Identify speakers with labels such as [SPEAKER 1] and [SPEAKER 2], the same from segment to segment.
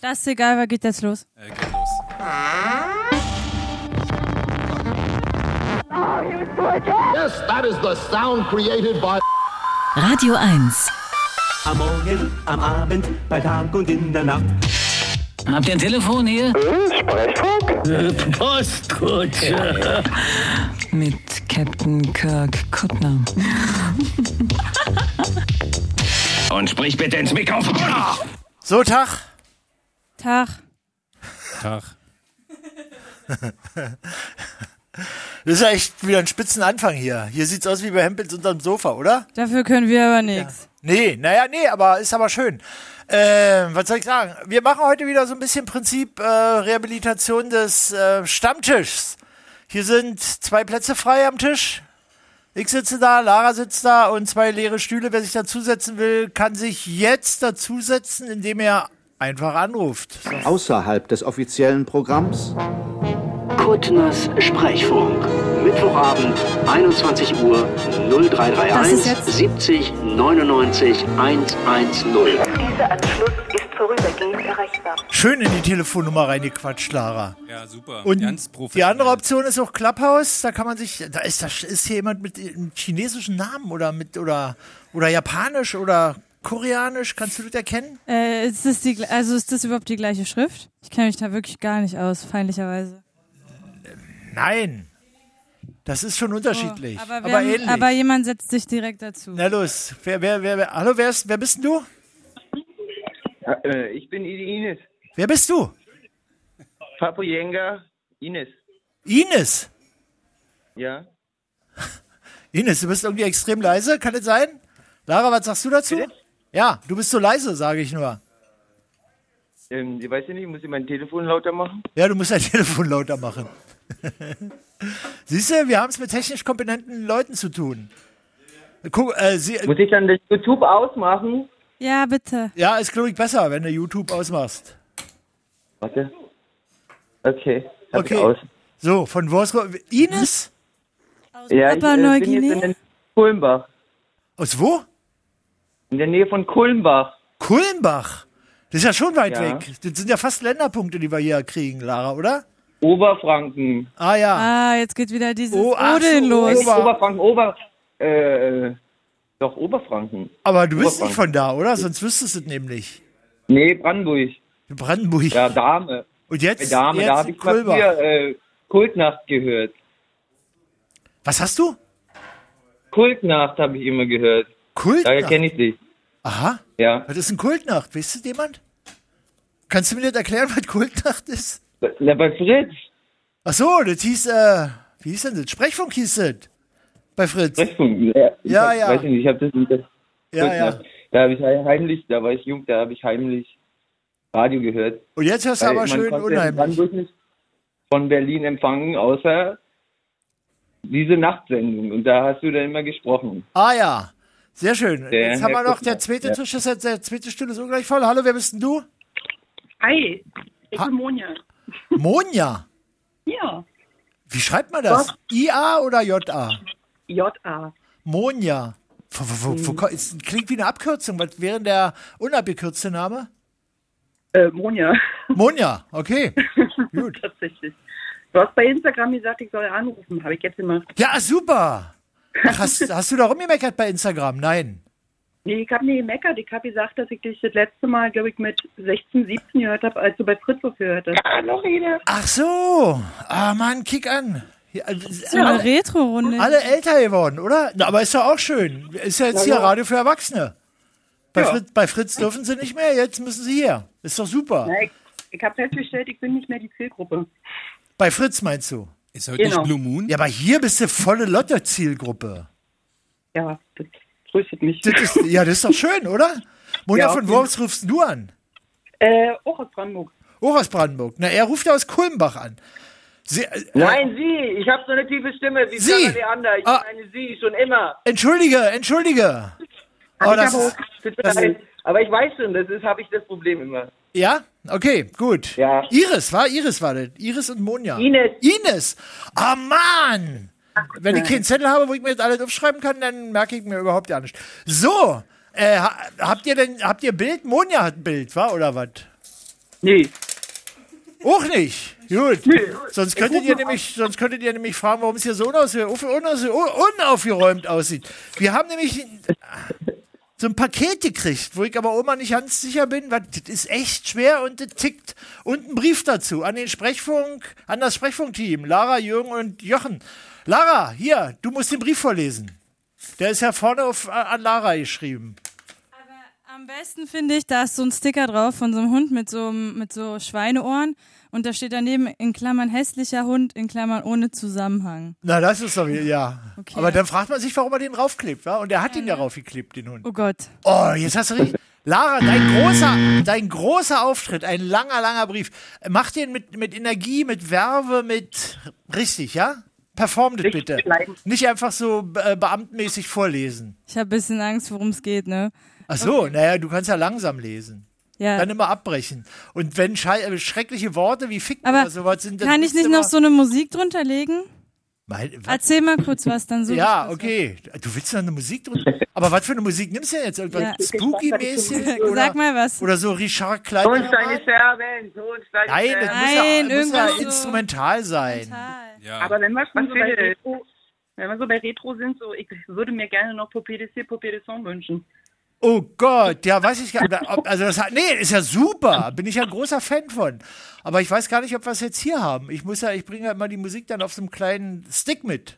[SPEAKER 1] Das ist egal, was geht jetzt los?
[SPEAKER 2] Äh, geht los.
[SPEAKER 3] Yes, that is the sound created by.
[SPEAKER 4] Radio 1.
[SPEAKER 5] Am Morgen, am Abend, bei Tag und in der Nacht.
[SPEAKER 6] Habt ihr ein Telefon hier? Sprechfunk? Postkutsche. Mit Captain Kirk Kuttner.
[SPEAKER 7] Und sprich bitte ins Mikrofon.
[SPEAKER 8] So, Tag.
[SPEAKER 1] Tag.
[SPEAKER 2] Tag.
[SPEAKER 8] Das ist ja echt wieder ein spitzen Anfang hier. Hier sieht's aus wie bei Hempels unterm Sofa, oder?
[SPEAKER 1] Dafür können wir aber nichts.
[SPEAKER 8] Nee, naja, nee, aber ist aber schön. Ähm, was soll ich sagen? Wir machen heute wieder so ein bisschen Prinzip äh, Rehabilitation des äh, Stammtischs. Hier sind zwei Plätze frei am Tisch. Ich sitze da, Lara sitzt da und zwei leere Stühle. Wer sich dazusetzen will, kann sich jetzt dazusetzen, indem er einfach anruft. So.
[SPEAKER 9] Außerhalb des offiziellen Programms
[SPEAKER 5] Kuttners Sprechfunk. Mittwochabend, 21 Uhr,
[SPEAKER 1] Das
[SPEAKER 5] 0331
[SPEAKER 1] ist jetzt-
[SPEAKER 5] 70 99 110.
[SPEAKER 10] Dieser Anschluss ist vorübergehend erreichbar.
[SPEAKER 8] Schön in die Telefonnummer reingequatscht, Lara.
[SPEAKER 2] Ja, super.
[SPEAKER 8] Und
[SPEAKER 2] Ganz
[SPEAKER 8] die
[SPEAKER 2] professionell.
[SPEAKER 8] andere Option ist auch Clubhouse. Da kann man sich, da ist, da ist hier jemand mit einem chinesischen Namen oder mit oder oder japanisch oder koreanisch. Kannst du das erkennen?
[SPEAKER 1] Äh, ist das die, gle- also ist das überhaupt die gleiche Schrift? Ich kenne mich da wirklich gar nicht aus, feindlicherweise.
[SPEAKER 8] Nein, das ist schon unterschiedlich,
[SPEAKER 1] Oh, aber,
[SPEAKER 8] aber,
[SPEAKER 1] wer, aber,
[SPEAKER 8] ähnlich.
[SPEAKER 1] jemand setzt sich direkt dazu.
[SPEAKER 8] Na los, wer, wer, wer, wer, hallo, wer ist, wer bist denn du?
[SPEAKER 7] äh, ich bin Ines.
[SPEAKER 8] Wer bist du?
[SPEAKER 7] Papujenga Ines.
[SPEAKER 8] Ines.
[SPEAKER 7] Ja.
[SPEAKER 8] Ines, du bist irgendwie extrem leise. Kann das sein? Lara, was sagst du dazu?
[SPEAKER 7] Bitte?
[SPEAKER 8] Ja, du bist so leise, sage ich nur.
[SPEAKER 7] Ähm, ich weiß ja nicht, muss ich mein Telefon lauter machen?
[SPEAKER 8] Ja, du musst dein Telefon lauter machen. Siehst du, wir haben es mit technisch kompetenten Leuten zu tun. Guck, äh, sie,
[SPEAKER 7] Muss ich dann das YouTube ausmachen?
[SPEAKER 1] Ja, bitte.
[SPEAKER 8] ja, ist glaube ich besser, wenn du YouTube ausmachst.
[SPEAKER 7] Warte. Okay. Hab
[SPEAKER 8] Okay.
[SPEAKER 7] Ich aus.
[SPEAKER 8] So, von Wolfsburg. Ines?
[SPEAKER 7] Ja,
[SPEAKER 1] Papua
[SPEAKER 7] ich äh, bin jetzt
[SPEAKER 1] Neuguinea?
[SPEAKER 7] in den Kulmbach.
[SPEAKER 8] Aus wo?
[SPEAKER 7] In der Nähe von Kulmbach.
[SPEAKER 8] Kulmbach. Das ist ja schon weit
[SPEAKER 7] Ja.
[SPEAKER 8] weg. Das sind ja fast Länderpunkte, die wir hier kriegen, Lara, oder?
[SPEAKER 7] Oberfranken. Äh,
[SPEAKER 8] Ah ja.
[SPEAKER 1] Ah, jetzt geht wieder dieses
[SPEAKER 8] Oh, ach so,
[SPEAKER 1] Rodeln los.
[SPEAKER 8] Ober-
[SPEAKER 7] Oberfranken, Ober... Äh, doch, Oberfranken.
[SPEAKER 8] Aber du bist
[SPEAKER 7] Oberfranken.
[SPEAKER 8] nicht von da, oder? Sonst wüsstest du es nämlich.
[SPEAKER 7] Nee, Brandenburg.
[SPEAKER 8] Brandenburg.
[SPEAKER 7] Ja, Dame.
[SPEAKER 8] Und
[SPEAKER 7] Bei
[SPEAKER 8] jetzt,
[SPEAKER 7] Dame,
[SPEAKER 8] jetzt
[SPEAKER 7] da habe ich mal
[SPEAKER 8] Kulmbach.
[SPEAKER 7] früher äh, Kultnacht gehört.
[SPEAKER 8] Was hast du?
[SPEAKER 7] Kultnacht habe ich immer gehört. Daher
[SPEAKER 8] Kultnacht.
[SPEAKER 7] kenne ich dich.
[SPEAKER 8] Aha.
[SPEAKER 7] Ja.
[SPEAKER 8] Was ist denn Kultnacht? Weißt du jemand? Kannst du mir das erklären, was Kultnacht ist?
[SPEAKER 7] Na, bei Fritz.
[SPEAKER 8] Ach so, das hieß, äh, wie hieß denn das? Sprechfunk hieß das. Bei Fritz.
[SPEAKER 7] Sprechfunk. Ja, äh, ich
[SPEAKER 8] Ja,
[SPEAKER 7] hab,
[SPEAKER 8] ja.
[SPEAKER 7] Weiß ich nicht, ich habe das nicht. das-
[SPEAKER 8] Ja, ja.
[SPEAKER 7] Kultnacht. Da habe ich hei- heimlich, da war ich jung, da habe ich heimlich Radio gehört.
[SPEAKER 8] Und jetzt hörst du
[SPEAKER 7] Weil
[SPEAKER 8] aber
[SPEAKER 7] man
[SPEAKER 8] schön
[SPEAKER 7] konnte in
[SPEAKER 8] unheimlich.
[SPEAKER 7] Brandenburg nicht von Berlin empfangen, außer diese Nachtsendung. Und da hast du dann immer gesprochen.
[SPEAKER 8] Ah ja, sehr schön.
[SPEAKER 7] Der
[SPEAKER 8] jetzt haben wir
[SPEAKER 7] Herr
[SPEAKER 8] noch, der
[SPEAKER 7] Kultnacht,
[SPEAKER 8] zweite
[SPEAKER 7] ja.
[SPEAKER 8] Tisch ist jetzt, der zweite Stuhl ist ungleich voll. Hallo, wer bist denn du?
[SPEAKER 10] Hi, ich
[SPEAKER 8] Ha-
[SPEAKER 10] bin Monja.
[SPEAKER 8] Monja.
[SPEAKER 10] Ja,
[SPEAKER 8] Wie schreibt man das? IA oder JA?
[SPEAKER 10] J.A.
[SPEAKER 8] Monja. Wo, wo,
[SPEAKER 10] Mhm.
[SPEAKER 8] wo, wo, ko- ist, klingt wie eine Abkürzung. Was wäre denn der unabgekürzte Name?
[SPEAKER 10] Äh, Monja,
[SPEAKER 8] Monja, okay. Gut.
[SPEAKER 10] tatsächlich. Du hast bei Instagram gesagt, ich soll anrufen. Habe ich jetzt gemacht.
[SPEAKER 8] Ja, super. Ach, hast, hast du da rumgemeckert bei Instagram? Nein.
[SPEAKER 10] Nee, ich habe nie gemeckert. Ich habe gesagt, dass ich dich das letzte Mal, glaube ich, mit 16, 17 gehört habe, als du bei Fritz was gehört hast. Ja, noch wieder.
[SPEAKER 8] Ach so. Ah, Mann, kick an. Ja, äh,
[SPEAKER 1] So eine Retro-Runde.
[SPEAKER 8] alle älter geworden, oder? Na, aber ist doch auch schön. Ist ja jetzt hier Radio für Erwachsene. Bei, Fritz, bei Fritz dürfen sie nicht mehr, jetzt müssen sie her. Ist doch super.
[SPEAKER 10] Ich, ich habe festgestellt, ich bin nicht mehr die Zielgruppe.
[SPEAKER 8] Bei Fritz meinst du?
[SPEAKER 2] Ist heute
[SPEAKER 10] Genau.
[SPEAKER 2] nicht Blue Moon?
[SPEAKER 8] Ja, aber hier bist du volle Lotte-Zielgruppe.
[SPEAKER 10] Ja, das tröstet mich.
[SPEAKER 8] Das ist- Ja, das ist doch schön, oder? Monja
[SPEAKER 10] Ja, auf
[SPEAKER 8] von
[SPEAKER 10] jeden
[SPEAKER 8] Worms rufst du an.
[SPEAKER 10] äh, auch aus Brandenburg.
[SPEAKER 8] Auch aus Brandenburg. Na, er ruft ja aus Kulmbach an. Sie, äh,
[SPEAKER 7] Nein, sie! Ich habe so eine tiefe Stimme wie
[SPEAKER 8] Sie!
[SPEAKER 7] Sarah Leander. Ich
[SPEAKER 8] Ah.
[SPEAKER 7] meine sie schon immer.
[SPEAKER 8] Entschuldige, entschuldige. Oh, das ist,
[SPEAKER 7] Tut mir leid. Aber ich weiß schon, das ist, habe ich das Problem immer.
[SPEAKER 8] ja, okay, gut.
[SPEAKER 7] Ja.
[SPEAKER 8] Iris, war Iris war das. Iris und Monja.
[SPEAKER 7] Ines.
[SPEAKER 8] Ines. Ah, Mann. Wenn ich keinen Zettel habe, wo ich mir das alles aufschreiben kann, dann merke ich mir überhaupt ja nicht. So, äh, ha- habt ihr denn, habt ihr Bild? Monja hat ein Bild, war oder was?
[SPEAKER 7] Nee,
[SPEAKER 8] Auch nicht. Gut.
[SPEAKER 7] Nee.
[SPEAKER 8] Sonst
[SPEAKER 7] Ich
[SPEAKER 8] könntet
[SPEAKER 7] ruf
[SPEAKER 8] ihr
[SPEAKER 7] mal
[SPEAKER 8] nämlich, sonst könntet ihr nämlich fragen, warum es hier so unausge- unausge- unaufgeräumt aussieht. Wir haben nämlich so ein Paket gekriegt, wo ich aber Oma nicht ganz sicher bin, weil das ist echt schwer und das tickt. Und ein Brief dazu an den Sprechfunk, an das Sprechfunkteam, Lara, Jürgen und Jochen. Lara, hier, du musst den Brief vorlesen. Der ist ja vorne auf, äh, an Lara geschrieben.
[SPEAKER 1] Am besten finde ich, da ist so ein Sticker drauf von so einem Hund mit so, einem- mit so Schweineohren und da steht daneben in Klammern hässlicher Hund, in Klammern ohne Zusammenhang.
[SPEAKER 8] Na, das ist doch, ja.
[SPEAKER 1] Okay.
[SPEAKER 8] Aber dann fragt man sich, warum er den raufklebt, wa? Und er hat ihn ja raufgeklebt, den Hund.
[SPEAKER 1] Oh Gott.
[SPEAKER 8] Oh, jetzt hast du richtig. Lara, dein großer, dein großer Auftritt, ein langer, langer Brief. Mach den mit, mit Energie, mit Werbe, mit. Richtig, ja? Perform das
[SPEAKER 10] Richtig
[SPEAKER 8] bitte.
[SPEAKER 10] bleiben.
[SPEAKER 8] Nicht einfach so äh, beamtenmäßig vorlesen.
[SPEAKER 1] Ich habe ein bisschen Angst, worum es geht, ne?
[SPEAKER 8] Ach so, naja, du kannst ja langsam lesen.
[SPEAKER 1] Ja.
[SPEAKER 8] Dann immer abbrechen. Und wenn schei- äh, schreckliche Worte wie Ficken
[SPEAKER 1] Aber
[SPEAKER 8] oder sowas Also, sind, dann
[SPEAKER 1] Kann ich nicht
[SPEAKER 8] immer-
[SPEAKER 1] noch so eine Musik drunter legen?
[SPEAKER 8] Mein, was?
[SPEAKER 1] Erzähl mal kurz was, dann suche
[SPEAKER 8] ja,
[SPEAKER 1] ich kurz
[SPEAKER 8] okay. Du willst noch eine Musik drunter. Aber was für eine Musik nimmst du denn jetzt? Irgendwas
[SPEAKER 1] Ja.
[SPEAKER 8] Spooky-mäßig?
[SPEAKER 1] was. Sag
[SPEAKER 8] Oder,
[SPEAKER 1] mal was.
[SPEAKER 8] oder so Richard Klein?
[SPEAKER 7] Tonstein ist sterben, Tonstein ist
[SPEAKER 8] Nein,
[SPEAKER 1] Nein,
[SPEAKER 8] das
[SPEAKER 7] sterben.
[SPEAKER 8] muss ja, muss
[SPEAKER 1] irgendwas
[SPEAKER 8] ja
[SPEAKER 1] so-
[SPEAKER 8] instrumental sein.
[SPEAKER 1] Total.
[SPEAKER 10] Aber wenn wir schon so bei E
[SPEAKER 7] Mathilde.
[SPEAKER 10] Retro, wenn wir so bei Retro sind, so ich würde mir gerne noch Poupée de Cire, Poupée de Son wünschen.
[SPEAKER 8] Oh Gott, ja, weiß ich gar nicht. ob- Also das, hat- nee, ist ja super. Bin ich ja ein großer Fan von. Aber ich weiß gar nicht, ob wir es jetzt hier haben. Ich muss ja, ich bringe ja immer die Musik dann auf so einem kleinen Stick mit.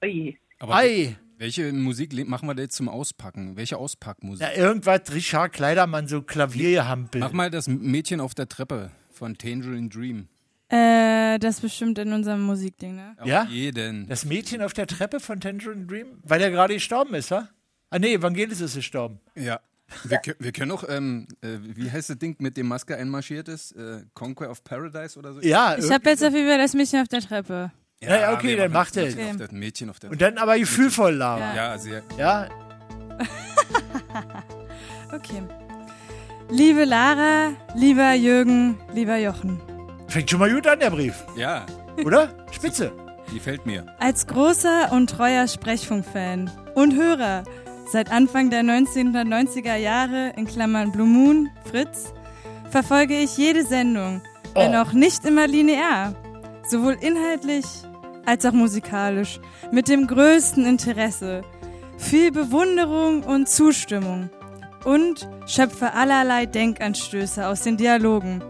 [SPEAKER 10] Oje.
[SPEAKER 2] Aber
[SPEAKER 8] Ei.
[SPEAKER 2] welche Musik le- machen wir da jetzt zum Auspacken? Welche Auspackmusik?
[SPEAKER 8] Ja, irgendwas, Richard Kleidermann, so Klavierhampel.
[SPEAKER 2] Mach mal das Mädchen auf der Treppe von Tangerine Dream.
[SPEAKER 1] Äh, das ist bestimmt in unserem Musikding, ne?
[SPEAKER 2] Auf
[SPEAKER 8] Ja?
[SPEAKER 2] jeden.
[SPEAKER 8] Das Mädchen auf der Treppe von Tangerine Dream? Weil der gerade gestorben ist, wa? Ah nee, Evangelis ist gestorben.
[SPEAKER 2] Ja. Wir, kö- wir können auch, ähm, äh, wie heißt das Ding, mit dem Maske einmarschiert ist? Äh, Conquer of Paradise oder so?
[SPEAKER 8] Ja, äh,
[SPEAKER 1] Ich habe jetzt auf jeden Fall das Mädchen auf der Treppe.
[SPEAKER 8] Ja, ja, okay,
[SPEAKER 2] wir
[SPEAKER 8] dann
[SPEAKER 2] machen
[SPEAKER 8] macht
[SPEAKER 2] Mädchen
[SPEAKER 1] es.
[SPEAKER 2] auf der- Mädchen auf der
[SPEAKER 8] und dann aber gefühlvoll Lara.
[SPEAKER 2] Ja, sehr.
[SPEAKER 8] Ja.
[SPEAKER 1] Okay. Liebe Lara, lieber Jürgen, lieber Jochen.
[SPEAKER 8] Fängt schon mal gut an, der Brief,
[SPEAKER 2] Ja,
[SPEAKER 8] oder? Spitze.
[SPEAKER 2] die fällt mir.
[SPEAKER 1] Als großer und treuer Sprechfunk-Fan und Hörer seit Anfang der 1990er Jahre, in Klammern Blue Moon, Fritz, verfolge ich jede Sendung, wenn
[SPEAKER 8] Oh.
[SPEAKER 1] auch nicht immer linear, sowohl inhaltlich als auch musikalisch, mit dem größten Interesse, viel Bewunderung und Zustimmung und schöpfe allerlei Denkanstöße aus den Dialogen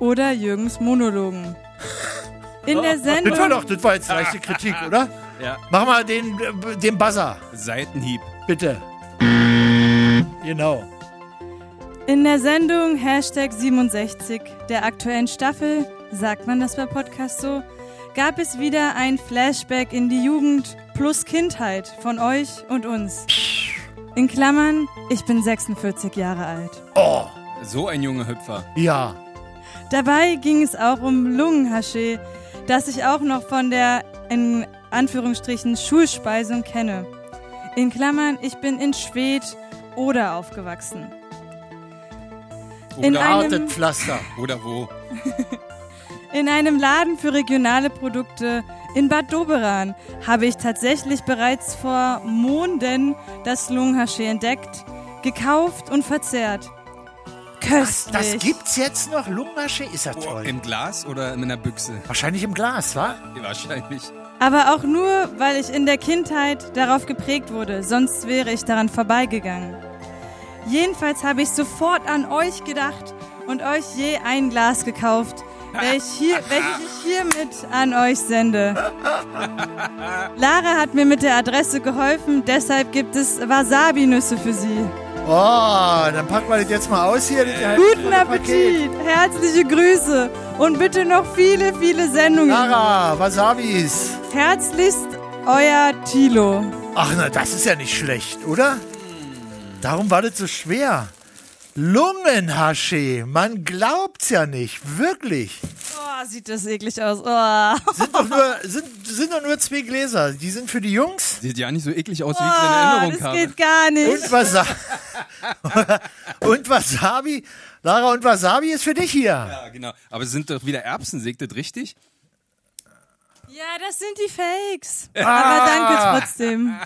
[SPEAKER 1] oder Jürgens Monologen. In der Sendung...
[SPEAKER 8] Das war doch, das war jetzt leichte Kritik, oder?
[SPEAKER 2] Ja.
[SPEAKER 8] Mach mal den, äh, den Buzzer,
[SPEAKER 2] Seitenhieb.
[SPEAKER 8] bitte. Genau.
[SPEAKER 1] In der Sendung Hashtag 67 der aktuellen Staffel, sagt man das bei Podcast so, gab es wieder ein Flashback in die Jugend plus Kindheit von euch und uns. In Klammern, ich bin 46 Jahre alt.
[SPEAKER 8] Oh,
[SPEAKER 2] So ein junger Hüpfer.
[SPEAKER 8] ja.
[SPEAKER 1] Dabei ging es auch um Lungenhaschee, das ich auch noch von der, in Anführungsstrichen, Schulspeisung kenne. In Klammern, ich bin in Schwed oder aufgewachsen. In
[SPEAKER 2] Oder,
[SPEAKER 1] einem-
[SPEAKER 8] Hartet Pflaster.
[SPEAKER 2] oder wo?
[SPEAKER 1] In einem Laden für regionale Produkte in Bad Doberan habe ich tatsächlich bereits vor Monden das Lungenhaschee entdeckt, gekauft und verzehrt. Köstlich.
[SPEAKER 8] Das gibt's jetzt noch? Lungenmasche? Ist ja
[SPEAKER 2] Oh,
[SPEAKER 8] toll.
[SPEAKER 2] Im Glas oder in einer Büchse?
[SPEAKER 8] Wahrscheinlich im Glas, wa?
[SPEAKER 2] Wahrscheinlich.
[SPEAKER 1] Aber auch nur, weil ich in der Kindheit darauf geprägt wurde, sonst wäre ich daran vorbeigegangen. Jedenfalls habe ich sofort an euch gedacht und euch je ein Glas gekauft, welches hier, welches ich hiermit an euch sende. Lara hat mir mit der Adresse geholfen, deshalb gibt es Wasabi-Nüsse für sie.
[SPEAKER 8] Oh, dann packen wir das jetzt mal aus hier. das halbe
[SPEAKER 1] Guten
[SPEAKER 8] volle Paket.
[SPEAKER 1] Appetit, herzliche Grüße und bitte noch viele, viele Sendungen.
[SPEAKER 8] Lara, Wasabis.
[SPEAKER 1] Herzlichst, euer Tilo.
[SPEAKER 8] Ach, na, das ist ja nicht schlecht, oder? Darum war das so schwer. Lungenhasche, man glaubt's ja nicht, wirklich.
[SPEAKER 1] Oh, sieht das eklig aus. Oh.
[SPEAKER 8] Sind doch nur, sind, sind doch nur zwei Gläser. Die sind für die Jungs
[SPEAKER 2] Sieht ja nicht so eklig aus, wie ich es in Erinnerung
[SPEAKER 1] Oh, das
[SPEAKER 2] habe.
[SPEAKER 1] geht gar nicht.
[SPEAKER 8] und Wasabi. und Wasabi. Lara und Wasabi ist für dich hier.
[SPEAKER 2] Ja, genau. Aber es sind doch wieder Erbsen, sägt das richtig?
[SPEAKER 1] Ja, das sind die Fakes. Aber danke trotzdem.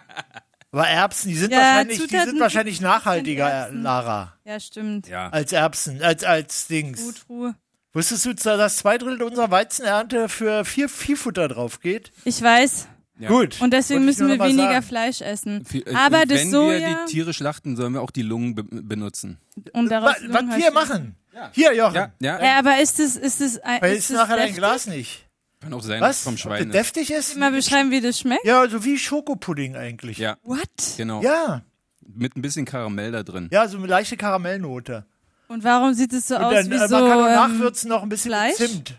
[SPEAKER 8] Aber Erbsen, die sind,
[SPEAKER 1] Ja,
[SPEAKER 8] wahrscheinlich, die
[SPEAKER 1] Zutaten
[SPEAKER 8] sind wahrscheinlich nachhaltiger, äh,
[SPEAKER 1] Erbsen.
[SPEAKER 8] Lara,
[SPEAKER 1] Ja, stimmt.
[SPEAKER 2] Ja.
[SPEAKER 8] als Erbsen, als, als Dings.
[SPEAKER 1] Gut, Ruhe.
[SPEAKER 8] Wusstest du, dass zwei Drittel unserer Weizenernte für viel Viehfutter drauf geht?
[SPEAKER 1] Ich weiß.
[SPEAKER 2] Ja.
[SPEAKER 8] Gut.
[SPEAKER 1] Und deswegen
[SPEAKER 8] Wollte ich
[SPEAKER 1] müssen wir
[SPEAKER 8] nur noch mal
[SPEAKER 1] weniger
[SPEAKER 8] sagen.
[SPEAKER 1] Fleisch essen.
[SPEAKER 2] Viel- äh,
[SPEAKER 1] Aber
[SPEAKER 2] und
[SPEAKER 1] das
[SPEAKER 2] wenn
[SPEAKER 1] Soja
[SPEAKER 2] wir die Tiere schlachten, sollen wir auch die Lungen be benutzen.
[SPEAKER 1] und
[SPEAKER 8] Wa-
[SPEAKER 1] daraus
[SPEAKER 8] was wir machen. Hier, Jochen.
[SPEAKER 2] Ja, ja.
[SPEAKER 1] Ja, aber ist es ist es ein
[SPEAKER 8] Weil
[SPEAKER 1] ist
[SPEAKER 8] ist
[SPEAKER 1] es
[SPEAKER 8] nachher dein
[SPEAKER 1] deftig?
[SPEAKER 8] Glas nicht.
[SPEAKER 2] Kann auch sein, dass es
[SPEAKER 8] Was?
[SPEAKER 2] vom
[SPEAKER 8] Ob
[SPEAKER 2] Schwein
[SPEAKER 8] das
[SPEAKER 2] ist.
[SPEAKER 8] deftig ist?
[SPEAKER 1] Mal beschreiben, wie das schmeckt.
[SPEAKER 8] Ja, so wie Schokopudding eigentlich.
[SPEAKER 2] Ja,
[SPEAKER 1] What?
[SPEAKER 2] genau.
[SPEAKER 8] Ja,
[SPEAKER 2] Mit ein bisschen Karamell da drin.
[SPEAKER 8] ja, so eine leichte Karamellnote.
[SPEAKER 1] Und warum sieht es so
[SPEAKER 8] Und
[SPEAKER 1] aus
[SPEAKER 8] dann,
[SPEAKER 1] wie
[SPEAKER 8] äh, man
[SPEAKER 1] so
[SPEAKER 8] kann auch
[SPEAKER 1] ähm,
[SPEAKER 8] nachwürzen noch ein bisschen
[SPEAKER 1] Fleisch?
[SPEAKER 8] mit Zimt.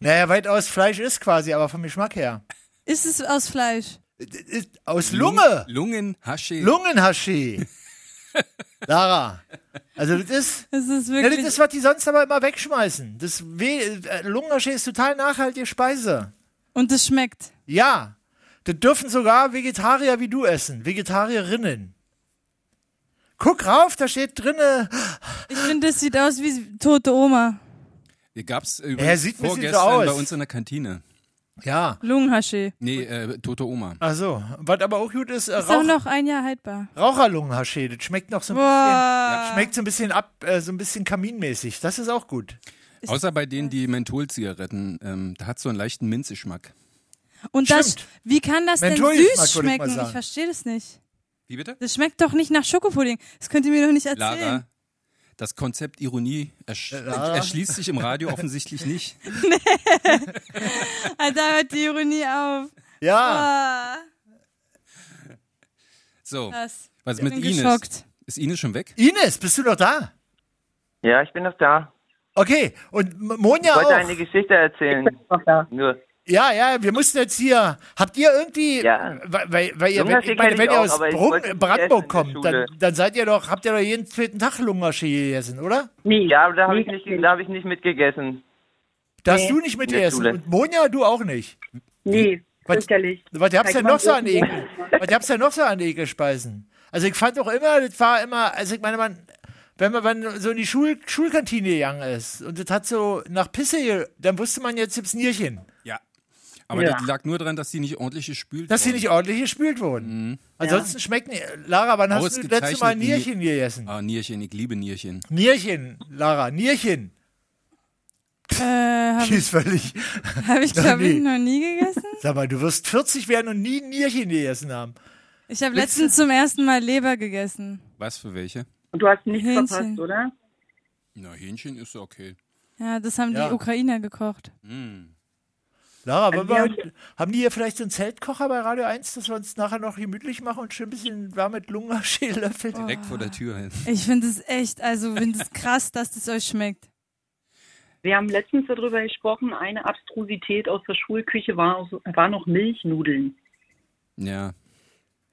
[SPEAKER 8] Naja, weitaus Fleisch ist quasi, aber vom Geschmack her.
[SPEAKER 1] ist es aus Fleisch?
[SPEAKER 8] Ist Aus Lunge.
[SPEAKER 2] Lungen, Hasche.
[SPEAKER 8] Lungenhaschee. Lara. Also das ist,
[SPEAKER 1] Es ist
[SPEAKER 8] ja,
[SPEAKER 1] wirklich
[SPEAKER 8] das ist, was die sonst aber immer wegschmeißen. Das We äh, Lungenhaschee ist total nachhaltige Speise.
[SPEAKER 1] und es schmeckt.
[SPEAKER 8] Ja, das dürfen sogar Vegetarier wie du essen. Vegetarierinnen. Guck rauf, da steht drinne.
[SPEAKER 1] Ich finde, das sieht aus wie tote Oma.
[SPEAKER 2] Gab's
[SPEAKER 8] Ja,
[SPEAKER 2] übrigens
[SPEAKER 8] sieht ein bisschen so
[SPEAKER 2] vorgestern
[SPEAKER 8] aus.
[SPEAKER 2] bei uns in der Kantine.
[SPEAKER 8] Ja.
[SPEAKER 1] Lungenhaschee.
[SPEAKER 2] Nee, äh, tote Oma.
[SPEAKER 8] Also, was aber auch gut ist, äh,
[SPEAKER 1] Ist auch
[SPEAKER 8] Rauch
[SPEAKER 1] noch ein Jahr haltbar.
[SPEAKER 8] Raucherlungenhaschee. Das schmeckt noch so ein bisschen,
[SPEAKER 1] Boah.
[SPEAKER 8] schmeckt so ein bisschen ab, äh, so ein bisschen kaminmäßig. Das ist auch gut.
[SPEAKER 2] Außer bei denen, die Mentholzigaretten, ähm, da hat so einen leichten Minzgeschmack.
[SPEAKER 1] Und das,
[SPEAKER 8] Stimmt.
[SPEAKER 1] wie kann das denn
[SPEAKER 8] Mentholgeschmack,
[SPEAKER 1] süß
[SPEAKER 8] würde ich mal
[SPEAKER 1] schmecken? Ich,
[SPEAKER 8] sagen.
[SPEAKER 1] verstehe das nicht.
[SPEAKER 2] Wie bitte?
[SPEAKER 1] Das schmeckt doch nicht nach Schokopudding. Das könnt ihr mir doch nicht erzählen.
[SPEAKER 2] Lara, das Konzept Ironie ersch erschließt sich im Radio offensichtlich nicht.
[SPEAKER 1] Alter, Ah, hört die Ironie auf. Ah,
[SPEAKER 8] Ja.
[SPEAKER 2] So,
[SPEAKER 1] krass.
[SPEAKER 2] was
[SPEAKER 1] Ich
[SPEAKER 2] mit
[SPEAKER 1] bin
[SPEAKER 2] Ines?
[SPEAKER 1] geschockt.
[SPEAKER 2] Ist Ines schon weg?
[SPEAKER 8] Ines, bist du noch da?
[SPEAKER 7] Ja, ich bin noch da.
[SPEAKER 8] Okay, und M- Monja
[SPEAKER 7] Ich
[SPEAKER 10] Oh.
[SPEAKER 7] wollte
[SPEAKER 8] auch.
[SPEAKER 7] eine Geschichte erzählen. Nur.
[SPEAKER 8] Ja, ja, wir mussten jetzt hier. Habt ihr irgendwie,
[SPEAKER 7] Ja.
[SPEAKER 8] weil, weil, weil ihr, wenn,
[SPEAKER 7] Lungenhaschee
[SPEAKER 8] ich meine,
[SPEAKER 7] kenn
[SPEAKER 8] wenn
[SPEAKER 7] ich
[SPEAKER 8] ihr
[SPEAKER 7] auch,
[SPEAKER 8] aus
[SPEAKER 7] aber ich
[SPEAKER 8] Brun-
[SPEAKER 7] wollte nicht
[SPEAKER 8] Brandenburg
[SPEAKER 7] essen in der
[SPEAKER 8] kommt, dann,
[SPEAKER 7] Schule.
[SPEAKER 8] dann seid ihr doch, habt ihr doch jeden zweiten Tag Lungenhaschee gegessen, oder?
[SPEAKER 10] Nee,
[SPEAKER 7] Ja, aber da habe ich,
[SPEAKER 10] nee,
[SPEAKER 7] nicht- da hab ich nicht mitgegessen.
[SPEAKER 8] Da hast du nicht
[SPEAKER 7] In der
[SPEAKER 8] mitgegessen.
[SPEAKER 7] Schule.
[SPEAKER 8] Und Monja, du auch nicht. Hm.
[SPEAKER 10] Nee,
[SPEAKER 8] Was-
[SPEAKER 10] fürchterlich.
[SPEAKER 8] Was ihr habt
[SPEAKER 10] Da
[SPEAKER 8] denn
[SPEAKER 10] kann
[SPEAKER 8] noch so
[SPEAKER 10] man
[SPEAKER 8] an
[SPEAKER 10] irgendwie-
[SPEAKER 8] Ekel? Was ihr habt denn noch so an Ekelspeisen? Also ich fand auch immer, das war immer, also ich meine, man, wenn man, wenn so in die Schul Schulkantine gegangen ist und das hat so nach Pisse, ge- dann wusste man jetzt gibt's Nierchen,
[SPEAKER 2] Ja. Aber
[SPEAKER 10] Ja.
[SPEAKER 2] das lag nur daran, dass die nicht ordentlich gespült
[SPEAKER 8] dass sie
[SPEAKER 2] wurden.
[SPEAKER 8] nicht ordentlich gespült wurden. Ansonsten schmeckt nicht. Lara, wann hast du das letzte Mal
[SPEAKER 2] Ausgezeichnet
[SPEAKER 8] Nierchen gegessen?
[SPEAKER 2] Ah, Nierchen, ich liebe Nierchen.
[SPEAKER 8] Nierchen, Lara, Nierchen.
[SPEAKER 1] Äh,
[SPEAKER 8] Die
[SPEAKER 1] Habe
[SPEAKER 8] ist völlig.
[SPEAKER 1] hab ich, glaube
[SPEAKER 8] nie.
[SPEAKER 1] ich, noch nie gegessen.
[SPEAKER 8] Sag mal, du wirst 40 werden und nie ein Nierchen gegessen haben.
[SPEAKER 1] Ich habe letztens zum ersten Mal Leber gegessen.
[SPEAKER 2] Was für welche?
[SPEAKER 10] Und du hast nichts
[SPEAKER 1] Hähnchen.
[SPEAKER 10] verpasst, oder?
[SPEAKER 2] Na, Hähnchen ist okay.
[SPEAKER 1] Ja, das haben
[SPEAKER 8] Ja.
[SPEAKER 1] die Ukrainer gekocht.
[SPEAKER 8] Lara, wollen wir,
[SPEAKER 10] wir
[SPEAKER 8] heute- haben die hier vielleicht so einen Zeltkocher bei Radio 1, dass wir uns nachher noch gemütlich machen und schön ein bisschen warm mit Lungenhaschee löffeln?
[SPEAKER 2] Direkt vor der Tür hin.
[SPEAKER 1] Ich finde es echt, also finde es krass, dass das euch schmeckt.
[SPEAKER 10] Wir haben letztens darüber gesprochen, eine Abstrusität aus der Schulküche war, aus- war noch Milchnudeln.
[SPEAKER 2] Ja.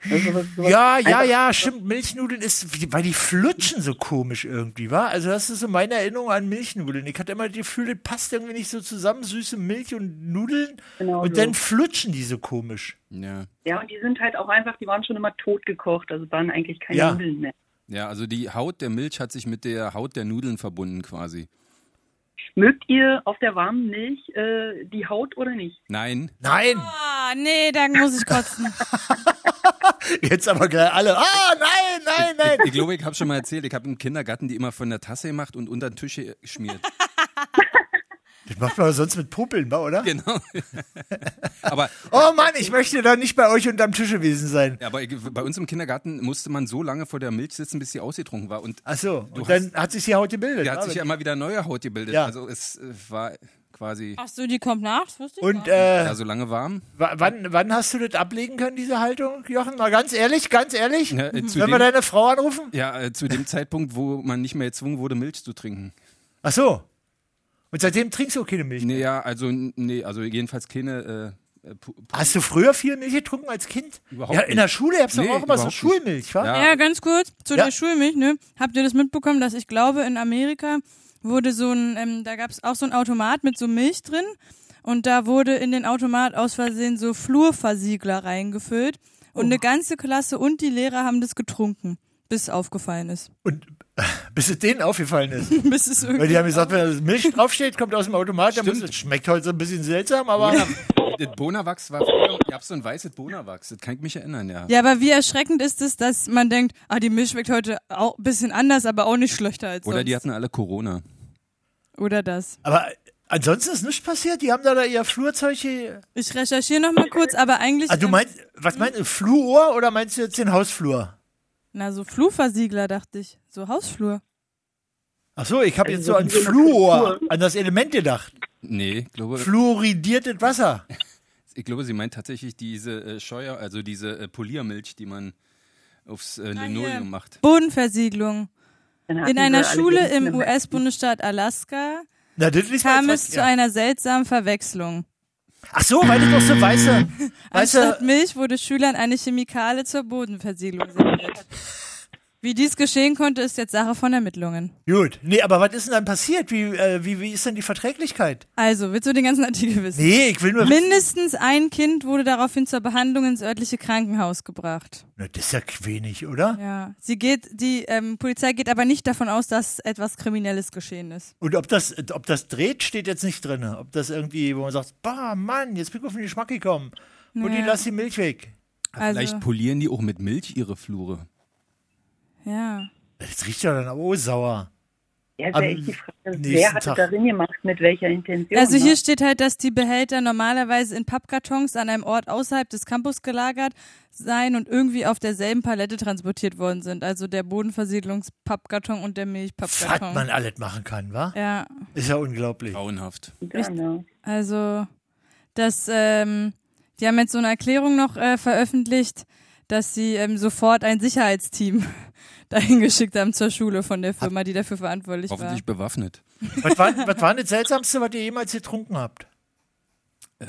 [SPEAKER 10] Also was- sowas-
[SPEAKER 8] Ja, ja,
[SPEAKER 10] einfach-
[SPEAKER 8] ja, stimmt. Milchnudeln ist, weil die flutschen so komisch irgendwie, war. Also das ist so meine Erinnerung an Milchnudeln. Ich hatte immer das Gefühl, das passt irgendwie nicht so zusammen, süße Milch und Nudeln.
[SPEAKER 10] Genau
[SPEAKER 8] und
[SPEAKER 10] so.
[SPEAKER 8] dann flutschen die so komisch.
[SPEAKER 2] Ja.
[SPEAKER 10] Ja, und die sind halt auch einfach, die waren schon immer totgekocht, also waren eigentlich keine
[SPEAKER 8] Ja.
[SPEAKER 10] Nudeln mehr.
[SPEAKER 2] Ja, also die Haut der Milch hat sich mit der Haut der Nudeln verbunden quasi.
[SPEAKER 10] Mögt ihr auf der warmen Milch äh, die Haut oder nicht?
[SPEAKER 2] Nein,
[SPEAKER 8] Nein,
[SPEAKER 1] Ah, nee, da muss ich kotzen.
[SPEAKER 8] jetzt aber gleich alle. Ah, nein, nein, nein.
[SPEAKER 2] Ich glaube, ich habe schon mal erzählt, ich habe im Kindergarten die immer von der Tasse gemacht und unter den Tisch geschmiert.
[SPEAKER 8] Das macht man doch sonst mit Popeln, wa, oder?
[SPEAKER 2] genau. aber
[SPEAKER 8] Oh Mann, ich möchte da nicht bei euch unterm Tisch gewesen sein.
[SPEAKER 2] aber ich, bei uns im Kindergarten musste man so lange vor der Milch sitzen, bis sie ausgetrunken war. Und
[SPEAKER 8] Ach so,
[SPEAKER 2] Du
[SPEAKER 8] und dann hat sich die Haut gebildet. ne?
[SPEAKER 2] da hat
[SPEAKER 8] wa?
[SPEAKER 2] sich ja immer wieder neue Haut gebildet.
[SPEAKER 8] Ja.
[SPEAKER 2] Also es äh, war quasi
[SPEAKER 1] Ach so, die kommt nach, das wusste ich
[SPEAKER 8] und
[SPEAKER 1] gar
[SPEAKER 8] äh,
[SPEAKER 2] ja, so lange warm.
[SPEAKER 8] wa- wann, wann hast du das ablegen können, diese Haltung, Jochen? Mal ganz ehrlich, ganz ehrlich.
[SPEAKER 2] Ja, äh, zu
[SPEAKER 8] Wenn wir
[SPEAKER 2] dem-
[SPEAKER 8] deine Frau anrufen?
[SPEAKER 2] Ja, äh, zu dem Zeitpunkt, wo man nicht mehr gezwungen wurde, Milch zu trinken.
[SPEAKER 8] Ach so. Und seitdem trinkst du auch keine Milch.
[SPEAKER 2] Nee, ja, also nee, also jedenfalls keine äh, äh, pu- pu-
[SPEAKER 8] Hast du früher viel Milch getrunken als Kind?
[SPEAKER 2] Überhaupt
[SPEAKER 8] ja, in
[SPEAKER 2] nicht.
[SPEAKER 8] der Schule gab's doch
[SPEAKER 2] Nee,
[SPEAKER 8] auch immer so
[SPEAKER 2] überhaupt
[SPEAKER 8] Schulmilch, wa?
[SPEAKER 2] Ja.
[SPEAKER 1] nicht. Ja, ganz kurz zu
[SPEAKER 8] Ja.
[SPEAKER 1] der Schulmilch, ne? Habt ihr das mitbekommen, dass ich glaube, in Amerika wurde so ein, ähm, da gab es auch so ein Automat mit so Milch drin und da wurde in den Automat aus Versehen so Flurversiegler reingefüllt und eine ganze Klasse und die Lehrer haben das getrunken, bis aufgefallen ist.
[SPEAKER 8] Und bis es denen aufgefallen ist.
[SPEAKER 1] bis es
[SPEAKER 8] Weil
[SPEAKER 1] irgendwie
[SPEAKER 8] die haben gesagt, wenn da Milch draufsteht, kommt aus dem Automat, dann muss
[SPEAKER 2] Stimmt.
[SPEAKER 8] es, schmeckt heute so ein bisschen seltsam, aber
[SPEAKER 2] das Bonawachs war früher, ihr habt so ein weißes Bonawachs, das kann ich mich erinnern, ja.
[SPEAKER 1] Ja, aber wie erschreckend ist es, dass man denkt, ah, die Milch schmeckt heute auch ein bisschen anders, aber auch nicht schlechter als
[SPEAKER 2] Oder
[SPEAKER 1] sonst.
[SPEAKER 2] die hatten alle Corona.
[SPEAKER 1] Oder das.
[SPEAKER 8] Aber ansonsten ist nichts passiert. Die haben da, da ihr Flurzeug hier.
[SPEAKER 1] Ich recherchiere nochmal kurz, aber eigentlich. ähm,
[SPEAKER 8] Ah, du meinst, was meinst du, Flur oder meinst du jetzt den Hausflur?
[SPEAKER 1] Na, so Flurversiegler, dachte ich. So Hausflur.
[SPEAKER 8] Ach so, ich habe jetzt
[SPEAKER 10] Also
[SPEAKER 8] so an Fluor, an das Element gedacht.
[SPEAKER 2] Nee, ich glaube,
[SPEAKER 8] Fluoridiertes Wasser.
[SPEAKER 2] ich glaube, sie meint tatsächlich diese äh, Scheuer, also diese äh, Poliermilch, die man aufs äh, Linoleum macht.
[SPEAKER 1] Bodenversiegelung. In einer Schule im
[SPEAKER 10] US.
[SPEAKER 1] US-Bundesstaat Alaska
[SPEAKER 8] Na, das ist
[SPEAKER 1] kam es zu einer seltsamen Verwechslung.
[SPEAKER 8] Ach so, weil das doch so weiße,
[SPEAKER 1] Anstatt
[SPEAKER 8] weiße,
[SPEAKER 1] Milch wurde Schülern eine Chemikale zur Bodenversiegelung serviert. Wie dies geschehen konnte, ist jetzt Sache von Ermittlungen.
[SPEAKER 8] gut. Nee, aber was ist denn dann passiert? Wie, äh, wie, wie ist denn die Verträglichkeit?
[SPEAKER 1] Also, willst du den ganzen Artikel wissen?
[SPEAKER 8] Nee, ich will nur,
[SPEAKER 1] Mindestens ein Kind wurde daraufhin zur Behandlung ins örtliche Krankenhaus gebracht.
[SPEAKER 8] Na, das ist ja wenig, oder?
[SPEAKER 1] Ja. Sie geht, die ähm, Polizei geht aber nicht davon aus, dass etwas Kriminelles geschehen ist.
[SPEAKER 8] Und ob das, ob das dreht, steht jetzt nicht drin. Ob das irgendwie, wo man sagt, bah, Mann, jetzt bin ich auf den Geschmack gekommen. Und die lass die Milch weg.
[SPEAKER 1] Also,
[SPEAKER 2] Vielleicht polieren die auch mit Milch ihre Flure.
[SPEAKER 1] ja.
[SPEAKER 8] Das riecht ja dann aber auch sauer.
[SPEAKER 10] Ja, ist
[SPEAKER 8] Am
[SPEAKER 10] ja echt die Frage,
[SPEAKER 8] nächsten
[SPEAKER 10] wer hat
[SPEAKER 8] Tag.
[SPEAKER 10] das darin gemacht, mit welcher Intention?
[SPEAKER 1] Also
[SPEAKER 10] ne?
[SPEAKER 1] hier steht halt, dass die Behälter normalerweise in Pappkartons an einem Ort außerhalb des Campus gelagert seien und irgendwie auf derselben Palette transportiert worden sind. Also der Bodenversiegelungspappkarton und der
[SPEAKER 8] Was
[SPEAKER 1] Milchpappkarton.
[SPEAKER 8] man alles machen kann, wa?
[SPEAKER 1] Ja,
[SPEAKER 8] Ist ja unglaublich.
[SPEAKER 2] Grauenhaft.
[SPEAKER 10] Genau.
[SPEAKER 1] also das, ähm, die haben jetzt so eine Erklärung noch äh, veröffentlicht, dass sie ähm, sofort ein Sicherheitsteam dahin geschickt haben zur Schule von der Firma, die dafür verantwortlich war.
[SPEAKER 2] Hoffentlich bewaffnet.
[SPEAKER 8] Was war, was war denn das Seltsamste, was ihr jemals getrunken habt?
[SPEAKER 2] Äh,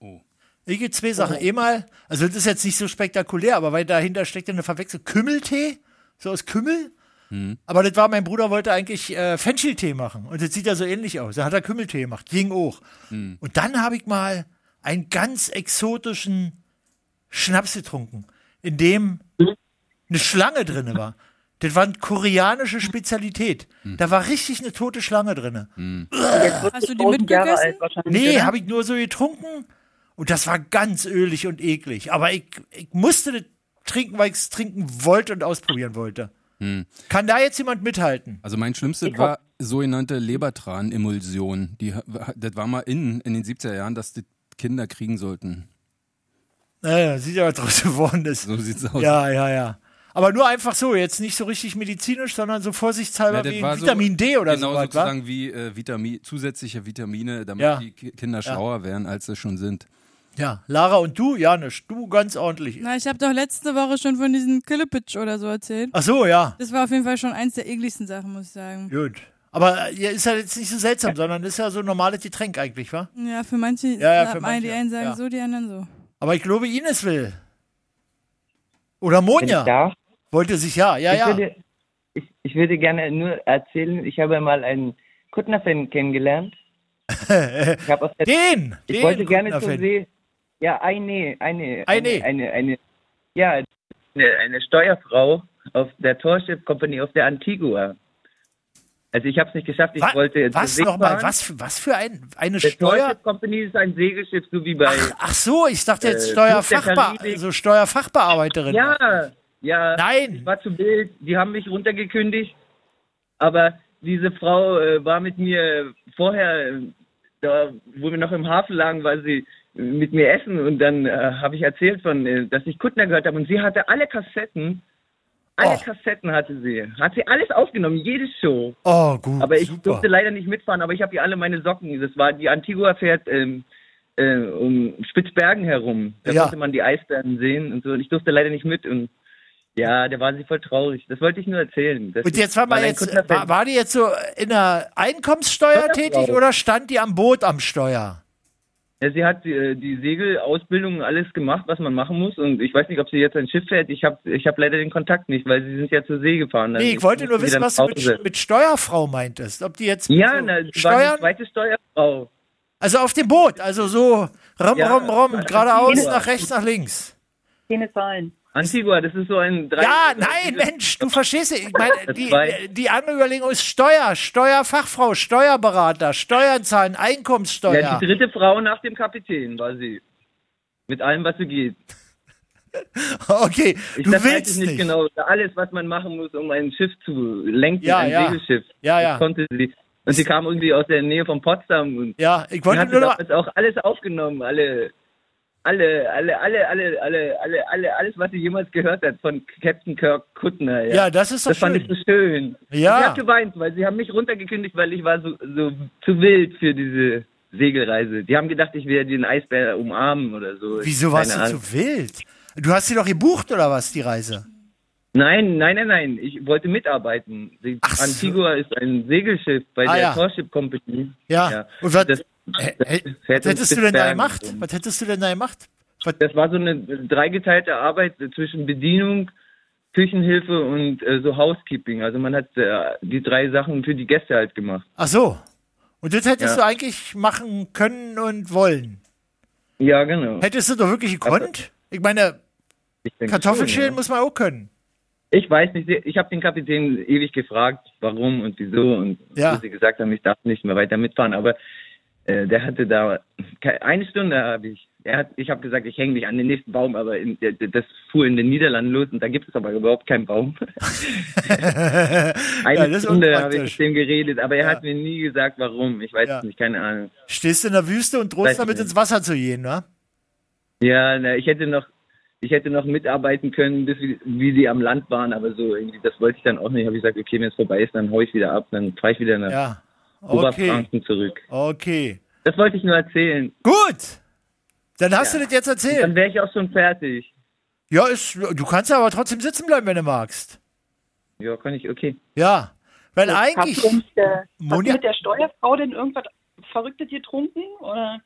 [SPEAKER 2] oh.
[SPEAKER 8] Ich gebe zwei Sachen. Einmal, also das ist jetzt nicht so spektakulär, aber weil dahinter steckt ja eine Verwechslung. Kümmeltee, so aus Kümmel.
[SPEAKER 2] Hm.
[SPEAKER 8] Aber das war, mein Bruder wollte eigentlich äh, Fencheltee machen. Und das sieht ja so ähnlich aus. Da hat er Kümmeltee gemacht. Ging auch.
[SPEAKER 2] Hm.
[SPEAKER 8] Und dann habe ich mal einen ganz exotischen Schnaps getrunken, in dem eine Schlange drinne war. Das war eine koreanische Spezialität.
[SPEAKER 2] Hm.
[SPEAKER 8] Da war richtig eine tote Schlange drinne.
[SPEAKER 1] Hast du die
[SPEAKER 10] 1000 Jahre
[SPEAKER 1] mitgegessen?
[SPEAKER 10] alt wahrscheinlich.
[SPEAKER 8] Nee,
[SPEAKER 10] oder?
[SPEAKER 8] habe ich nur so getrunken. Und das war ganz ölig und eklig. Aber ich, ich musste das trinken, weil ich es trinken wollte und ausprobieren wollte. Kann da jetzt jemand mithalten?
[SPEAKER 2] Hm. Also mein Schlimmste war sogenannte Lebertran-Emulsion. Die, ha- das war mal in, in den 70er Jahren, dass die Kinder kriegen sollten.
[SPEAKER 8] Naja, sieht ja, was draus geworden ist.
[SPEAKER 2] So sieht's aus.
[SPEAKER 8] Ja, ja, ja. Aber nur einfach so, jetzt nicht so richtig medizinisch, sondern so vorsichtshalber
[SPEAKER 2] das
[SPEAKER 8] wie
[SPEAKER 2] war so-
[SPEAKER 8] Vitamin D oder
[SPEAKER 2] genau
[SPEAKER 8] sowas, wa?
[SPEAKER 2] sozusagen wie äh, Vitamin, zusätzliche Vitamine, damit
[SPEAKER 8] Ja.
[SPEAKER 2] die Ki- Kinder schlauer werden, als sie schon sind.
[SPEAKER 8] Ja, Lara und du, Janusz, du ganz ordentlich.
[SPEAKER 1] Na, ich habe doch letzte Woche schon von diesem Killepitch oder so erzählt.
[SPEAKER 8] Ach so, ja,
[SPEAKER 1] Das war auf jeden Fall schon eins der ekligsten Sachen, muss ich sagen.
[SPEAKER 8] gut. Aber äh, ja, ist ja jetzt nicht so seltsam, sondern ist ja so ein normales Getränk eigentlich, wa?
[SPEAKER 1] Ja, für manche
[SPEAKER 8] Ja, ja, für
[SPEAKER 1] haben
[SPEAKER 8] manche,
[SPEAKER 1] die einen sagen
[SPEAKER 8] ja.
[SPEAKER 1] so, die anderen so.
[SPEAKER 8] Aber ich glaube, Ines will. Oder
[SPEAKER 7] Wenn ich
[SPEAKER 8] Monja.
[SPEAKER 7] darf,
[SPEAKER 8] Wollte sich ja, ja,
[SPEAKER 7] ich,
[SPEAKER 8] ja.
[SPEAKER 7] würde, ich, ich würde gerne nur erzählen, ich habe mal einen Kuttner-Fan kennengelernt. ich habe aus der
[SPEAKER 8] Den!
[SPEAKER 7] Ich
[SPEAKER 8] den
[SPEAKER 7] wollte gerne
[SPEAKER 8] Kuttner
[SPEAKER 7] zur
[SPEAKER 8] Fan.
[SPEAKER 7] See. Ja, eine, eine,
[SPEAKER 8] Eine.
[SPEAKER 7] eine, eine, eine, ja, eine, eine Steuerfrau auf der Torship Company auf der Antigua. Also ich habe es nicht geschafft. Ich
[SPEAKER 8] Wa
[SPEAKER 7] wollte zur
[SPEAKER 8] was
[SPEAKER 7] See
[SPEAKER 8] nochmal?
[SPEAKER 7] fahren.
[SPEAKER 8] Was, für- was für ein, eine
[SPEAKER 7] Der
[SPEAKER 8] Steuer?
[SPEAKER 7] Torship Company ist ein Segelschiff, so wie bei.
[SPEAKER 8] Ach, ach so, ich dachte jetzt
[SPEAKER 7] Äh,
[SPEAKER 8] Steuerfachbe
[SPEAKER 7] Flug der Karibik.
[SPEAKER 8] so Steuerfachbearbeiterin.
[SPEAKER 7] ja, ja.
[SPEAKER 8] Nein.
[SPEAKER 7] Ich war zu wild. Die haben mich runtergekündigt, aber diese Frau äh, war mit mir vorher, äh, da, wo wir noch im Hafen lagen, war sie äh, mit mir essen und dann äh, habe ich erzählt von, äh, dass ich Kuttner gehört habe und sie hatte alle Kassetten. Alle
[SPEAKER 8] Oh.
[SPEAKER 7] Kassetten hatte sie. Hat sie alles aufgenommen, jede Show.
[SPEAKER 8] Oh, gut.
[SPEAKER 7] Aber ich
[SPEAKER 8] super.
[SPEAKER 7] durfte leider nicht mitfahren, aber ich habe ihr alle meine Socken. Das war die Antigua fährt ähm, äh, um Spitzbergen herum. Da
[SPEAKER 8] Ja.
[SPEAKER 7] konnte man die Eisbären sehen und so. Und ich durfte leider nicht mit und ja, da war sie voll traurig. Das wollte ich nur erzählen. Das
[SPEAKER 8] Und jetzt war mal
[SPEAKER 7] ein
[SPEAKER 8] jetzt,
[SPEAKER 7] Kuttner-Fan.
[SPEAKER 8] war, war die jetzt so in der Einkommenssteuer tätig oder stand die am Boot am Steuer?
[SPEAKER 7] ja, sie hat äh, die Segelausbildung und alles gemacht, was man machen muss. Und ich weiß nicht, ob sie jetzt ein Schiff fährt. Ich habe ich hab leider den Kontakt nicht, weil sie sind ja zur See gefahren. Dann
[SPEAKER 8] Nee, ich wollte
[SPEAKER 7] mussten
[SPEAKER 8] nur
[SPEAKER 7] sie
[SPEAKER 8] wissen,
[SPEAKER 7] wieder
[SPEAKER 8] was
[SPEAKER 7] nach
[SPEAKER 8] du
[SPEAKER 7] Hause.
[SPEAKER 8] mit, mit Steuerfrau meintest. Ob die jetzt
[SPEAKER 7] Ja,
[SPEAKER 8] so
[SPEAKER 7] na, sie war die
[SPEAKER 8] Steuern,
[SPEAKER 7] zweite Steuerfrau.
[SPEAKER 8] also auf dem Boot, also so rum,
[SPEAKER 7] Ja, also
[SPEAKER 8] rum, rum,
[SPEAKER 7] das
[SPEAKER 8] geradeaus,
[SPEAKER 7] ist-
[SPEAKER 8] nach rechts, nach links.
[SPEAKER 10] Keine Zahlen.
[SPEAKER 7] Antigua, das ist so ein... Drei
[SPEAKER 8] Ja, nein, Mensch, du verstehst nicht. Ich meine,
[SPEAKER 7] Das
[SPEAKER 8] die,
[SPEAKER 7] war-
[SPEAKER 8] die andere Überlegung ist Steuer, Steuerfachfrau, Steuerberater, Steuern zahlen, Einkommenssteuer.
[SPEAKER 7] Ja, die dritte Frau nach dem Kapitän war sie. Mit allem, was so geht.
[SPEAKER 8] Okay,
[SPEAKER 7] ich
[SPEAKER 8] du
[SPEAKER 7] das weiß
[SPEAKER 8] willst
[SPEAKER 7] ich nicht,
[SPEAKER 8] nicht.
[SPEAKER 7] genau. Alles, was man machen muss, um ein Schiff zu lenken,
[SPEAKER 8] Ja,
[SPEAKER 7] ein
[SPEAKER 8] ja.
[SPEAKER 7] Segelschiff.
[SPEAKER 8] Ja, ja.
[SPEAKER 7] Das konnte sie. Und sie kam irgendwie aus der Nähe von Potsdam. Und
[SPEAKER 8] ja, ich wollte
[SPEAKER 7] hat
[SPEAKER 8] nur noch-
[SPEAKER 7] damals auch alles aufgenommen, alle, alle, alle, alle, alle, alle, alle, alle, alles, was sie jemals gehört hat von Captain Kirk Kuttner. Ja,
[SPEAKER 8] Ja, das ist doch
[SPEAKER 7] das fand
[SPEAKER 8] schön.
[SPEAKER 7] ich so schön.
[SPEAKER 8] Ja.
[SPEAKER 7] Ich habe geweint, weil sie haben mich runtergekündigt, weil ich war so, so zu wild für diese Segelreise. Die haben gedacht, ich werde den Eisbär umarmen oder so.
[SPEAKER 8] Wieso warst
[SPEAKER 7] Keine
[SPEAKER 8] du
[SPEAKER 7] Ahnung.
[SPEAKER 8] zu wild? Du hast sie doch gebucht oder was, die Reise?
[SPEAKER 7] Nein, nein, nein, nein. Ich wollte mitarbeiten. Die Antigua ist ein Segelschiff bei
[SPEAKER 8] Ah,
[SPEAKER 7] der
[SPEAKER 8] ja.
[SPEAKER 7] Torship Company.
[SPEAKER 8] Ja. Und was, hä- hä-
[SPEAKER 7] fährt
[SPEAKER 8] was
[SPEAKER 7] uns
[SPEAKER 8] hättest
[SPEAKER 7] bis
[SPEAKER 8] du denn da
[SPEAKER 7] Bern.
[SPEAKER 8] gemacht? Was hättest du denn da gemacht?
[SPEAKER 7] Das war so eine dreigeteilte Arbeit zwischen Bedienung, Küchenhilfe und äh, so Housekeeping. Also man hat äh, die drei Sachen für die Gäste halt gemacht.
[SPEAKER 8] Ach so. Und das hättest
[SPEAKER 7] Ja.
[SPEAKER 8] du eigentlich machen können und wollen.
[SPEAKER 7] Ja, genau.
[SPEAKER 8] Hättest du doch wirklich gekonnt? Ich meine,
[SPEAKER 7] Ich denke
[SPEAKER 8] Kartoffelschälen
[SPEAKER 7] schon, ja.
[SPEAKER 8] muss man auch können.
[SPEAKER 7] Ich weiß nicht, ich habe den Kapitän ewig gefragt, warum und wieso und
[SPEAKER 8] Ja.
[SPEAKER 7] wo sie gesagt haben, ich darf nicht mehr weiter mitfahren, aber äh, der hatte da ke- eine Stunde habe ich. Er hat, ich habe gesagt, ich hänge mich an den nächsten Baum, aber in, der- der- das fuhr in den Niederlanden los und da gibt es aber überhaupt keinen Baum. Eine
[SPEAKER 8] Ja, das ist
[SPEAKER 7] Stunde habe ich
[SPEAKER 8] unpraktisch.
[SPEAKER 7] mit dem geredet, aber er hat mir nie gesagt, warum. Ich weiß
[SPEAKER 8] Ja.
[SPEAKER 7] es nicht, keine Ahnung.
[SPEAKER 8] Stehst in der Wüste und drohst
[SPEAKER 7] Weiß
[SPEAKER 8] damit
[SPEAKER 7] nicht.
[SPEAKER 8] ins Wasser zu gehen, wa?
[SPEAKER 7] Ja, na, ich hätte noch, ich hätte noch mitarbeiten können, bis wie, wie die am Land waren, aber so irgendwie, das wollte ich dann auch nicht. Habe ich gesagt, okay, wenn es vorbei ist, dann hau ich wieder ab, dann fahre ich wieder nach
[SPEAKER 8] Ja. Okay.
[SPEAKER 7] Oberfranken zurück.
[SPEAKER 8] Okay.
[SPEAKER 7] Das wollte ich nur erzählen.
[SPEAKER 8] Gut. Dann hast du das jetzt
[SPEAKER 7] Dann
[SPEAKER 8] erzählt.
[SPEAKER 7] wäre ich auch schon fertig.
[SPEAKER 8] Ja, ist, du kannst ja aber trotzdem sitzen bleiben, wenn du magst.
[SPEAKER 7] Ja, kann ich, okay.
[SPEAKER 8] Ja. Weil
[SPEAKER 10] Hast du,
[SPEAKER 8] eigentlich.
[SPEAKER 10] mit der, hast
[SPEAKER 8] Moni-
[SPEAKER 10] du mit der Steuerfrau denn irgendwas Verrücktes getrunken? Oder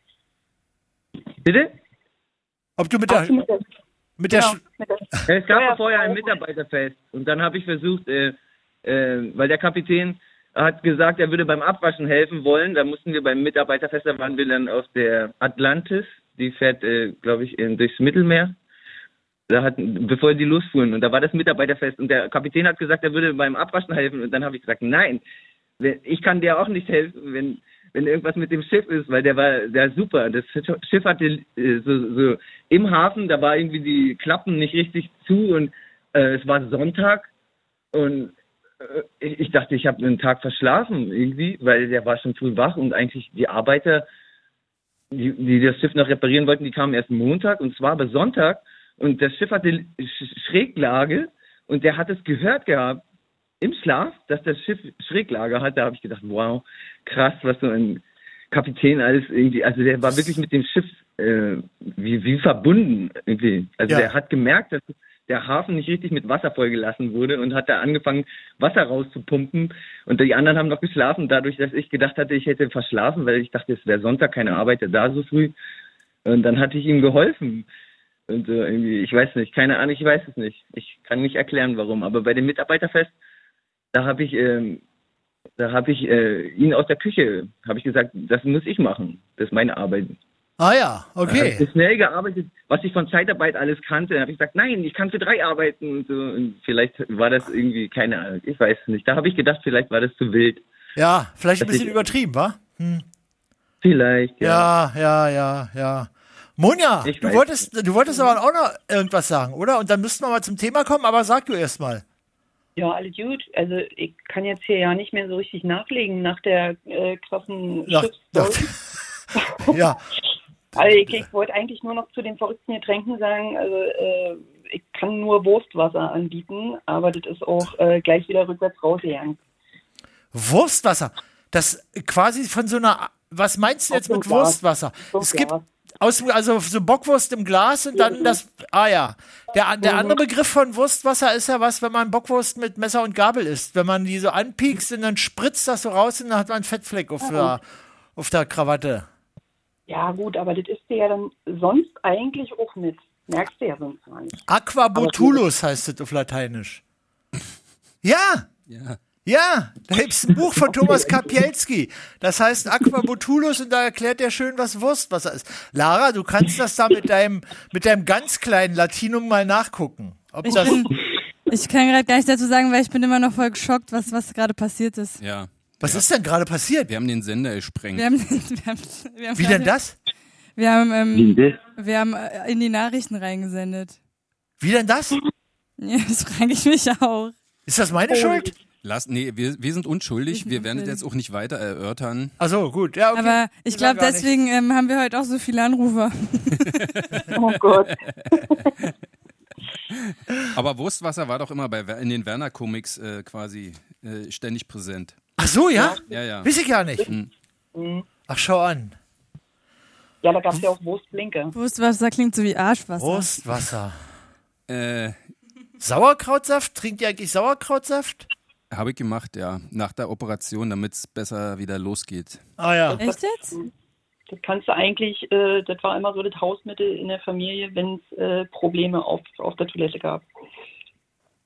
[SPEAKER 7] Bitte?
[SPEAKER 8] Ob du mit der.
[SPEAKER 10] hast du mit der,
[SPEAKER 8] Mit der
[SPEAKER 10] genau,
[SPEAKER 8] Sch-
[SPEAKER 10] mit der
[SPEAKER 7] Ja, Es gab ja vorher ein Mitarbeiterfest und dann habe ich versucht, äh, äh, weil der Kapitän hat gesagt, er würde beim Abwaschen helfen wollen. Da mussten wir beim Mitarbeiterfest, da waren wir dann auf der Atlantis, die fährt, äh, glaube ich, in, durchs Mittelmeer. Da hatten, bevor die losfuhren und da war das Mitarbeiterfest und der Kapitän hat gesagt, er würde beim Abwaschen helfen und dann habe ich gesagt, nein, wenn- ich kann dir auch nicht helfen, wenn, wenn irgendwas mit dem Schiff ist, weil der war der war super. Das Schiff hatte äh, so, so im Hafen, da war irgendwie die Klappen nicht richtig zu und äh, es war Sonntag und äh, ich, ich dachte, ich habe einen Tag verschlafen irgendwie, weil der war schon früh wach und eigentlich die Arbeiter, die, die das Schiff noch reparieren wollten, die kamen erst Montag und zwar aber Sonntag und das Schiff hatte Sch- Schräglage und der hat es gehört gehabt im Schlaf, dass das Schiff Schräglage hatte, habe ich gedacht, wow, krass, was so ein Kapitän alles irgendwie, also der war wirklich mit dem Schiff äh, wie, wie verbunden irgendwie. Also
[SPEAKER 8] Ja.
[SPEAKER 7] der hat gemerkt, dass der Hafen nicht richtig mit Wasser vollgelassen wurde und hat da angefangen, Wasser rauszupumpen. Und die anderen haben noch geschlafen, dadurch, dass ich gedacht hatte, ich hätte verschlafen, weil ich dachte, es wäre Sonntag, keine Arbeiter da so früh. Und dann hatte ich ihm geholfen. Und äh, irgendwie, ich weiß nicht, keine Ahnung, ich weiß es nicht. Ich kann nicht erklären, warum. Aber bei dem Mitarbeiterfest, da habe ich, ähm, da habe ich äh, ihn aus der Küche, habe ich gesagt, das muss ich machen. Das ist meine Arbeit.
[SPEAKER 8] Ah ja,
[SPEAKER 7] Dann hab
[SPEAKER 8] okay.
[SPEAKER 7] ich schnell gearbeitet, was ich von Zeitarbeit alles kannte. Dann habe ich gesagt, nein, ich kann für drei arbeiten und so. Und vielleicht war das irgendwie, keine Ahnung, ich weiß es nicht. Da habe ich gedacht, vielleicht war das zu wild.
[SPEAKER 8] Ja, vielleicht ein
[SPEAKER 7] Dass ich-
[SPEAKER 8] bisschen übertrieben, wa?
[SPEAKER 7] Vielleicht, ja.
[SPEAKER 8] Ja, ja, ja, ja. Monja,
[SPEAKER 7] Ich
[SPEAKER 8] du
[SPEAKER 7] weiß
[SPEAKER 8] wolltest, du wolltest aber auch noch irgendwas sagen, oder? Und dann müssten wir mal zum Thema kommen, aber sag du erst mal.
[SPEAKER 10] Ja, alles gut. Also ich kann jetzt hier ja nicht mehr so richtig nachlegen nach der äh, krassen
[SPEAKER 8] Nach-
[SPEAKER 10] Schiffsstory.
[SPEAKER 8] Ja,
[SPEAKER 10] Also ich, ich wollte eigentlich nur noch zu den verrückten Getränken sagen, also äh, ich kann nur Wurstwasser anbieten, aber das ist auch äh, gleich wieder rückwärts rausgegangen.
[SPEAKER 8] Wurstwasser. Das quasi von so einer, was meinst du jetzt
[SPEAKER 10] dem
[SPEAKER 8] mit
[SPEAKER 10] Glas.
[SPEAKER 8] Wurstwasser?
[SPEAKER 10] dem
[SPEAKER 8] Es gibt
[SPEAKER 10] Glas. Mhm.
[SPEAKER 8] aus, also so Bockwurst im Glas und dann das, ah ja. Der, der andere Begriff von Wurstwasser ist ja was, wenn man Bockwurst mit Messer und Gabel isst. Wenn man die so anpiekst und dann spritzt das so raus und dann hat man einen Fettfleck auf, der, auf der Krawatte.
[SPEAKER 10] Ja gut, aber das ist dir ja dann sonst eigentlich auch mit. Merkst du ja sonst gar nicht.
[SPEAKER 8] Aquabotulus heißt es auf Lateinisch. Ja,
[SPEAKER 2] Ja.
[SPEAKER 8] ja, da gibt es ein Buch von Thomas Kapielski. Das heißt Aquabotulus und da erklärt er schön, was Wurstwasser ist. Lara, du kannst das da mit deinem, mit deinem ganz kleinen Latinum mal nachgucken. Ob
[SPEAKER 1] Ich,
[SPEAKER 8] das,
[SPEAKER 1] bin, ich kann gerade gar nicht dazu sagen, weil ich bin immer noch voll geschockt, was, was gerade passiert ist.
[SPEAKER 2] Ja.
[SPEAKER 8] was ist denn gerade passiert?
[SPEAKER 2] Wir haben den Sender
[SPEAKER 1] Wir
[SPEAKER 2] gesprengt.
[SPEAKER 1] haben, wir haben, wir haben
[SPEAKER 8] Wie denn das?
[SPEAKER 1] Wir haben, ähm,
[SPEAKER 7] Wie denn
[SPEAKER 1] wir haben äh, in die Nachrichten reingesendet.
[SPEAKER 8] Wie denn das?
[SPEAKER 1] Ja, das frage ich mich auch.
[SPEAKER 8] Ist das
[SPEAKER 1] Oh.
[SPEAKER 8] meine Schuld?
[SPEAKER 2] Lass, nee, wir, wir sind unschuldig. Wir werden das jetzt auch nicht weiter erörtern.
[SPEAKER 8] Also gut, ja. Okay.
[SPEAKER 1] Aber ich glaube,
[SPEAKER 8] gar nicht.
[SPEAKER 1] deswegen ähm, haben wir heute auch so viele Anrufer.
[SPEAKER 10] Oh Gott.
[SPEAKER 2] Aber Wurstwasser war doch immer bei, Wer- in den Werner-Comics äh, quasi äh, ständig präsent.
[SPEAKER 8] Ach so, ja?
[SPEAKER 2] Ja, Mhm. ja.
[SPEAKER 8] Wiss ich gar nicht. Ach, schau an.
[SPEAKER 10] Ja, da gab es ja auch Wurstblinker.
[SPEAKER 1] Brustwasser klingt so wie Arschwasser.
[SPEAKER 8] Brustwasser.
[SPEAKER 2] Äh,
[SPEAKER 8] Sauerkrautsaft? Trinkt ihr eigentlich Sauerkrautsaft?
[SPEAKER 2] Habe ich gemacht, ja. Nach der Operation, damit es besser wieder losgeht.
[SPEAKER 8] Ah ja.
[SPEAKER 1] Echt jetzt?
[SPEAKER 10] Das kannst du eigentlich, äh, das war immer so das Hausmittel in der Familie, wenn es äh, Probleme auf, auf der Toilette gab.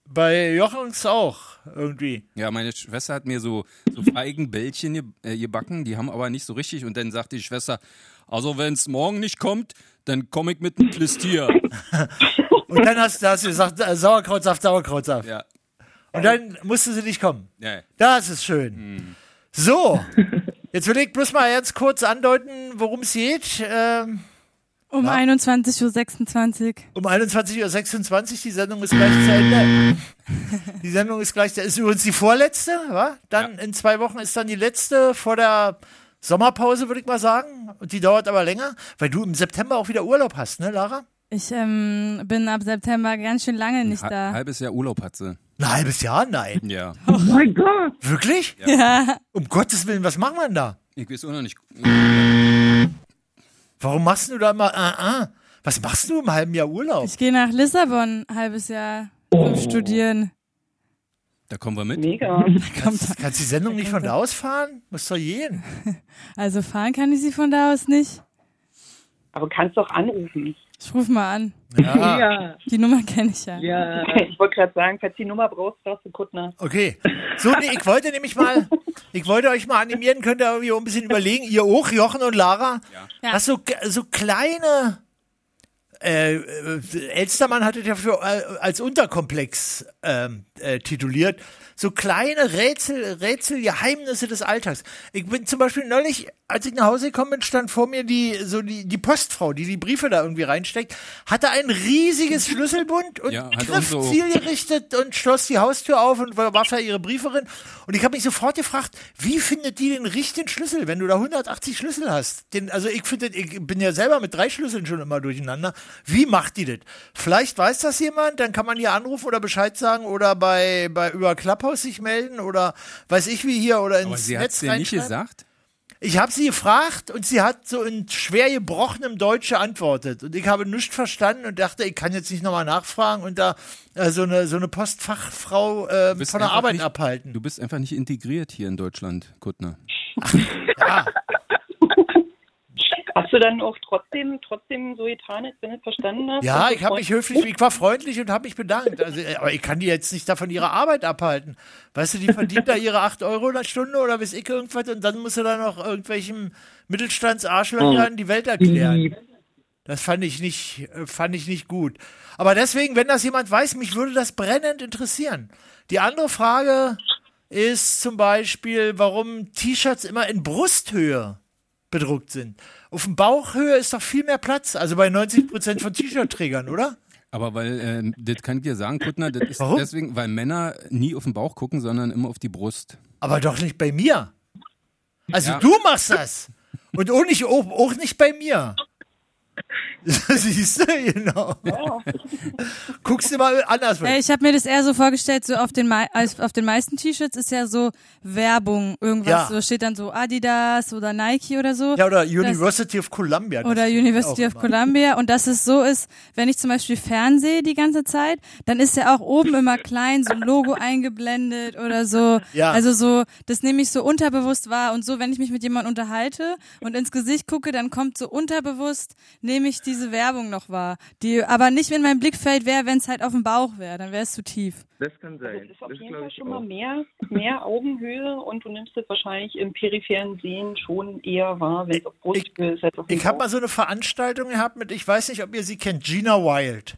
[SPEAKER 8] Bei Jochens auch irgendwie.
[SPEAKER 2] Ja, meine Schwester hat mir so, so Feigenbällchen ge äh, gebacken, die haben aber nicht so richtig. Und dann sagte die Schwester, also wenn es morgen nicht kommt, dann komme ich mit einem Plistier.
[SPEAKER 8] Und dann hast, da hast du gesagt, äh, Sauerkrautsaft, Sauerkrautsaft.
[SPEAKER 2] ja,
[SPEAKER 8] Und dann musste sie nicht kommen.
[SPEAKER 2] ja. Mhm.
[SPEAKER 8] Das ist schön. So, jetzt will ich bloß mal ganz kurz andeuten, worum es geht. Ähm,
[SPEAKER 1] Um 21.26 Uhr.
[SPEAKER 8] um 21.26 Uhr, die Sendung ist gleich zu Ende. Die Sendung ist gleich, ist übrigens die vorletzte, wa? Dann in zwei Wochen ist dann die letzte vor der Sommerpause, würde ich mal sagen. Und die dauert aber länger, weil du im September auch wieder Urlaub hast, ne, Lara?
[SPEAKER 1] Ich ähm, bin ab September ganz schön lange nicht
[SPEAKER 2] Ha
[SPEAKER 1] da.
[SPEAKER 2] halbes Jahr Urlaub hat sie.
[SPEAKER 8] Ein halbes Jahr? Nein.
[SPEAKER 2] Ja.
[SPEAKER 7] mein Gott!
[SPEAKER 8] Wirklich?
[SPEAKER 1] Ja,
[SPEAKER 8] Um Gottes Willen, was machen wir denn da?
[SPEAKER 2] Ich weiß auch noch nicht.
[SPEAKER 8] Warum machst du da mal, ah, ah? Was machst du im halben Jahr Urlaub?
[SPEAKER 1] ich gehe nach Lissabon ein halbes Jahr zum Studieren.
[SPEAKER 2] Da kommen wir mit.
[SPEAKER 10] Mega.
[SPEAKER 8] Kannst, kannst die Sendung nicht von da aus fahren? Muss doch jeden.
[SPEAKER 1] Also fahren kann ich sie von da aus nicht.
[SPEAKER 10] Aber kannst doch anrufen.
[SPEAKER 1] Ich ruf mal an.
[SPEAKER 8] Ja.
[SPEAKER 7] Ja,
[SPEAKER 1] Die Nummer kenne ich ja.
[SPEAKER 7] ja.
[SPEAKER 10] Ich wollte gerade sagen, falls du die Nummer brauchst, brauchst du Kuttner.
[SPEAKER 8] Okay. So, nee, ich wollte nämlich mal, ich wollte euch mal animieren, könnt ihr irgendwie auch ein bisschen überlegen, ihr auch, Jochen und Lara.
[SPEAKER 1] Ja.
[SPEAKER 8] Hast so, so kleine, äh, äh, Elstermann hat es ja für, äh, als Unterkomplex ähm, äh, tituliert, so kleine Rätsel, Rätsel, Geheimnisse des Alltags. Ich bin zum Beispiel neulich, als ich nach Hause gekommen bin, stand vor mir die, so die, die Postfrau, die die Briefe da irgendwie reinsteckt, hatte ein riesiges Schlüsselbund und
[SPEAKER 2] Ja, hat
[SPEAKER 8] griff
[SPEAKER 2] unsere-
[SPEAKER 8] zielgerichtet und schloss die Haustür auf und war für ihre Brieferin. Und ich habe mich sofort gefragt, wie findet die den richtigen Schlüssel, wenn du da 180 Schlüssel hast? Den, also ich finde, ich bin ja selber mit drei Schlüsseln schon immer durcheinander. Wie macht die das? Vielleicht weiß das jemand, dann kann man hier anrufen oder Bescheid sagen oder bei, bei über Clubhouse sich melden oder weiß ich wie hier oder ins
[SPEAKER 2] Aber sie hat es
[SPEAKER 8] Netz
[SPEAKER 2] dir nicht
[SPEAKER 8] reinschreiben.
[SPEAKER 2] gesagt?
[SPEAKER 8] Ich habe sie gefragt und sie hat so in schwer gebrochenem Deutsch geantwortet. Und ich habe nichts verstanden und dachte, ich kann jetzt nicht nochmal nachfragen und da äh, so, eine, so eine Postfachfrau äh,
[SPEAKER 2] bist
[SPEAKER 8] von der
[SPEAKER 2] einfach
[SPEAKER 8] Arbeit
[SPEAKER 2] nicht-
[SPEAKER 8] abhalten.
[SPEAKER 2] Du bist einfach nicht integriert hier in Deutschland, Kuttner.
[SPEAKER 10] Hast du dann auch trotzdem, trotzdem so getan, als wenn du es verstanden hast?
[SPEAKER 8] ja,
[SPEAKER 10] Also
[SPEAKER 8] ich habe mich höflich, ich war freundlich und habe mich bedankt. Also, äh, aber ich kann die jetzt nicht davon ihre Arbeit abhalten. Weißt du, die verdient da ihre 8 Euro der Stunde oder weiß ich irgendwas und dann muss sie da noch irgendwelchen
[SPEAKER 10] Hm.
[SPEAKER 8] Mittelstandsarschlöchern die Welt erklären.
[SPEAKER 7] Die,
[SPEAKER 8] Das fand ich nicht, äh, fand ich nicht gut. Aber deswegen, wenn das jemand weiß, mich würde das brennend interessieren. Die andere Frage ist zum Beispiel, warum T-Shirts immer in Brusthöhe bedruckt sind. Auf dem Bauchhöhe ist doch viel mehr Platz, also bei 90% von T-Shirt-Trägern, oder?
[SPEAKER 2] Aber weil, ähm, das kann ich dir sagen, Kuttner, das ist
[SPEAKER 8] Warum?
[SPEAKER 2] deswegen, weil Männer nie auf den Bauch gucken, sondern immer auf die Brust.
[SPEAKER 8] Aber doch nicht bei mir. Also
[SPEAKER 2] Ja.
[SPEAKER 8] du machst das. Und auch nicht, auch, auch nicht bei mir. Siehst du, genau. Guckst du mal anders.
[SPEAKER 1] Äh, ich habe mir das eher so vorgestellt, so auf den, mei- als- auf den meisten T-Shirts ist ja so Werbung, irgendwas.
[SPEAKER 8] Ja.
[SPEAKER 1] So steht dann so Adidas oder Nike oder so.
[SPEAKER 8] Ja, oder University of Columbia. das
[SPEAKER 1] Oder
[SPEAKER 8] finde ich
[SPEAKER 1] University
[SPEAKER 8] auch
[SPEAKER 1] of
[SPEAKER 8] immer.
[SPEAKER 1] Columbia und dass es so ist, wenn ich zum Beispiel fernsehe die ganze Zeit, dann ist ja auch oben immer klein so ein Logo eingeblendet oder so.
[SPEAKER 8] Ja.
[SPEAKER 1] Also so, das nehme ich so unterbewusst wahr und so, wenn ich mich mit jemandem unterhalte und ins Gesicht gucke, dann kommt so unterbewusst, nehme ich diese Werbung noch wahr. Die aber nicht in mein Blickfeld wäre, wenn es halt auf dem Bauch wäre, dann wäre es zu tief.
[SPEAKER 7] das kann
[SPEAKER 10] Also, Das
[SPEAKER 7] sein.
[SPEAKER 10] ist auf
[SPEAKER 7] Das
[SPEAKER 10] jeden
[SPEAKER 7] glaube
[SPEAKER 10] Fall
[SPEAKER 7] ich
[SPEAKER 10] schon mal
[SPEAKER 7] auch.
[SPEAKER 10] mehr, mehr Augenhöhe und du nimmst es wahrscheinlich im peripheren Sehen schon eher wahr, wenn es auf Brusthöhe ist. Als auf dem
[SPEAKER 8] Ich habe
[SPEAKER 10] Bauch.
[SPEAKER 8] mal so eine Veranstaltung gehabt mit, ich weiß nicht, ob ihr sie kennt, Gina Wild.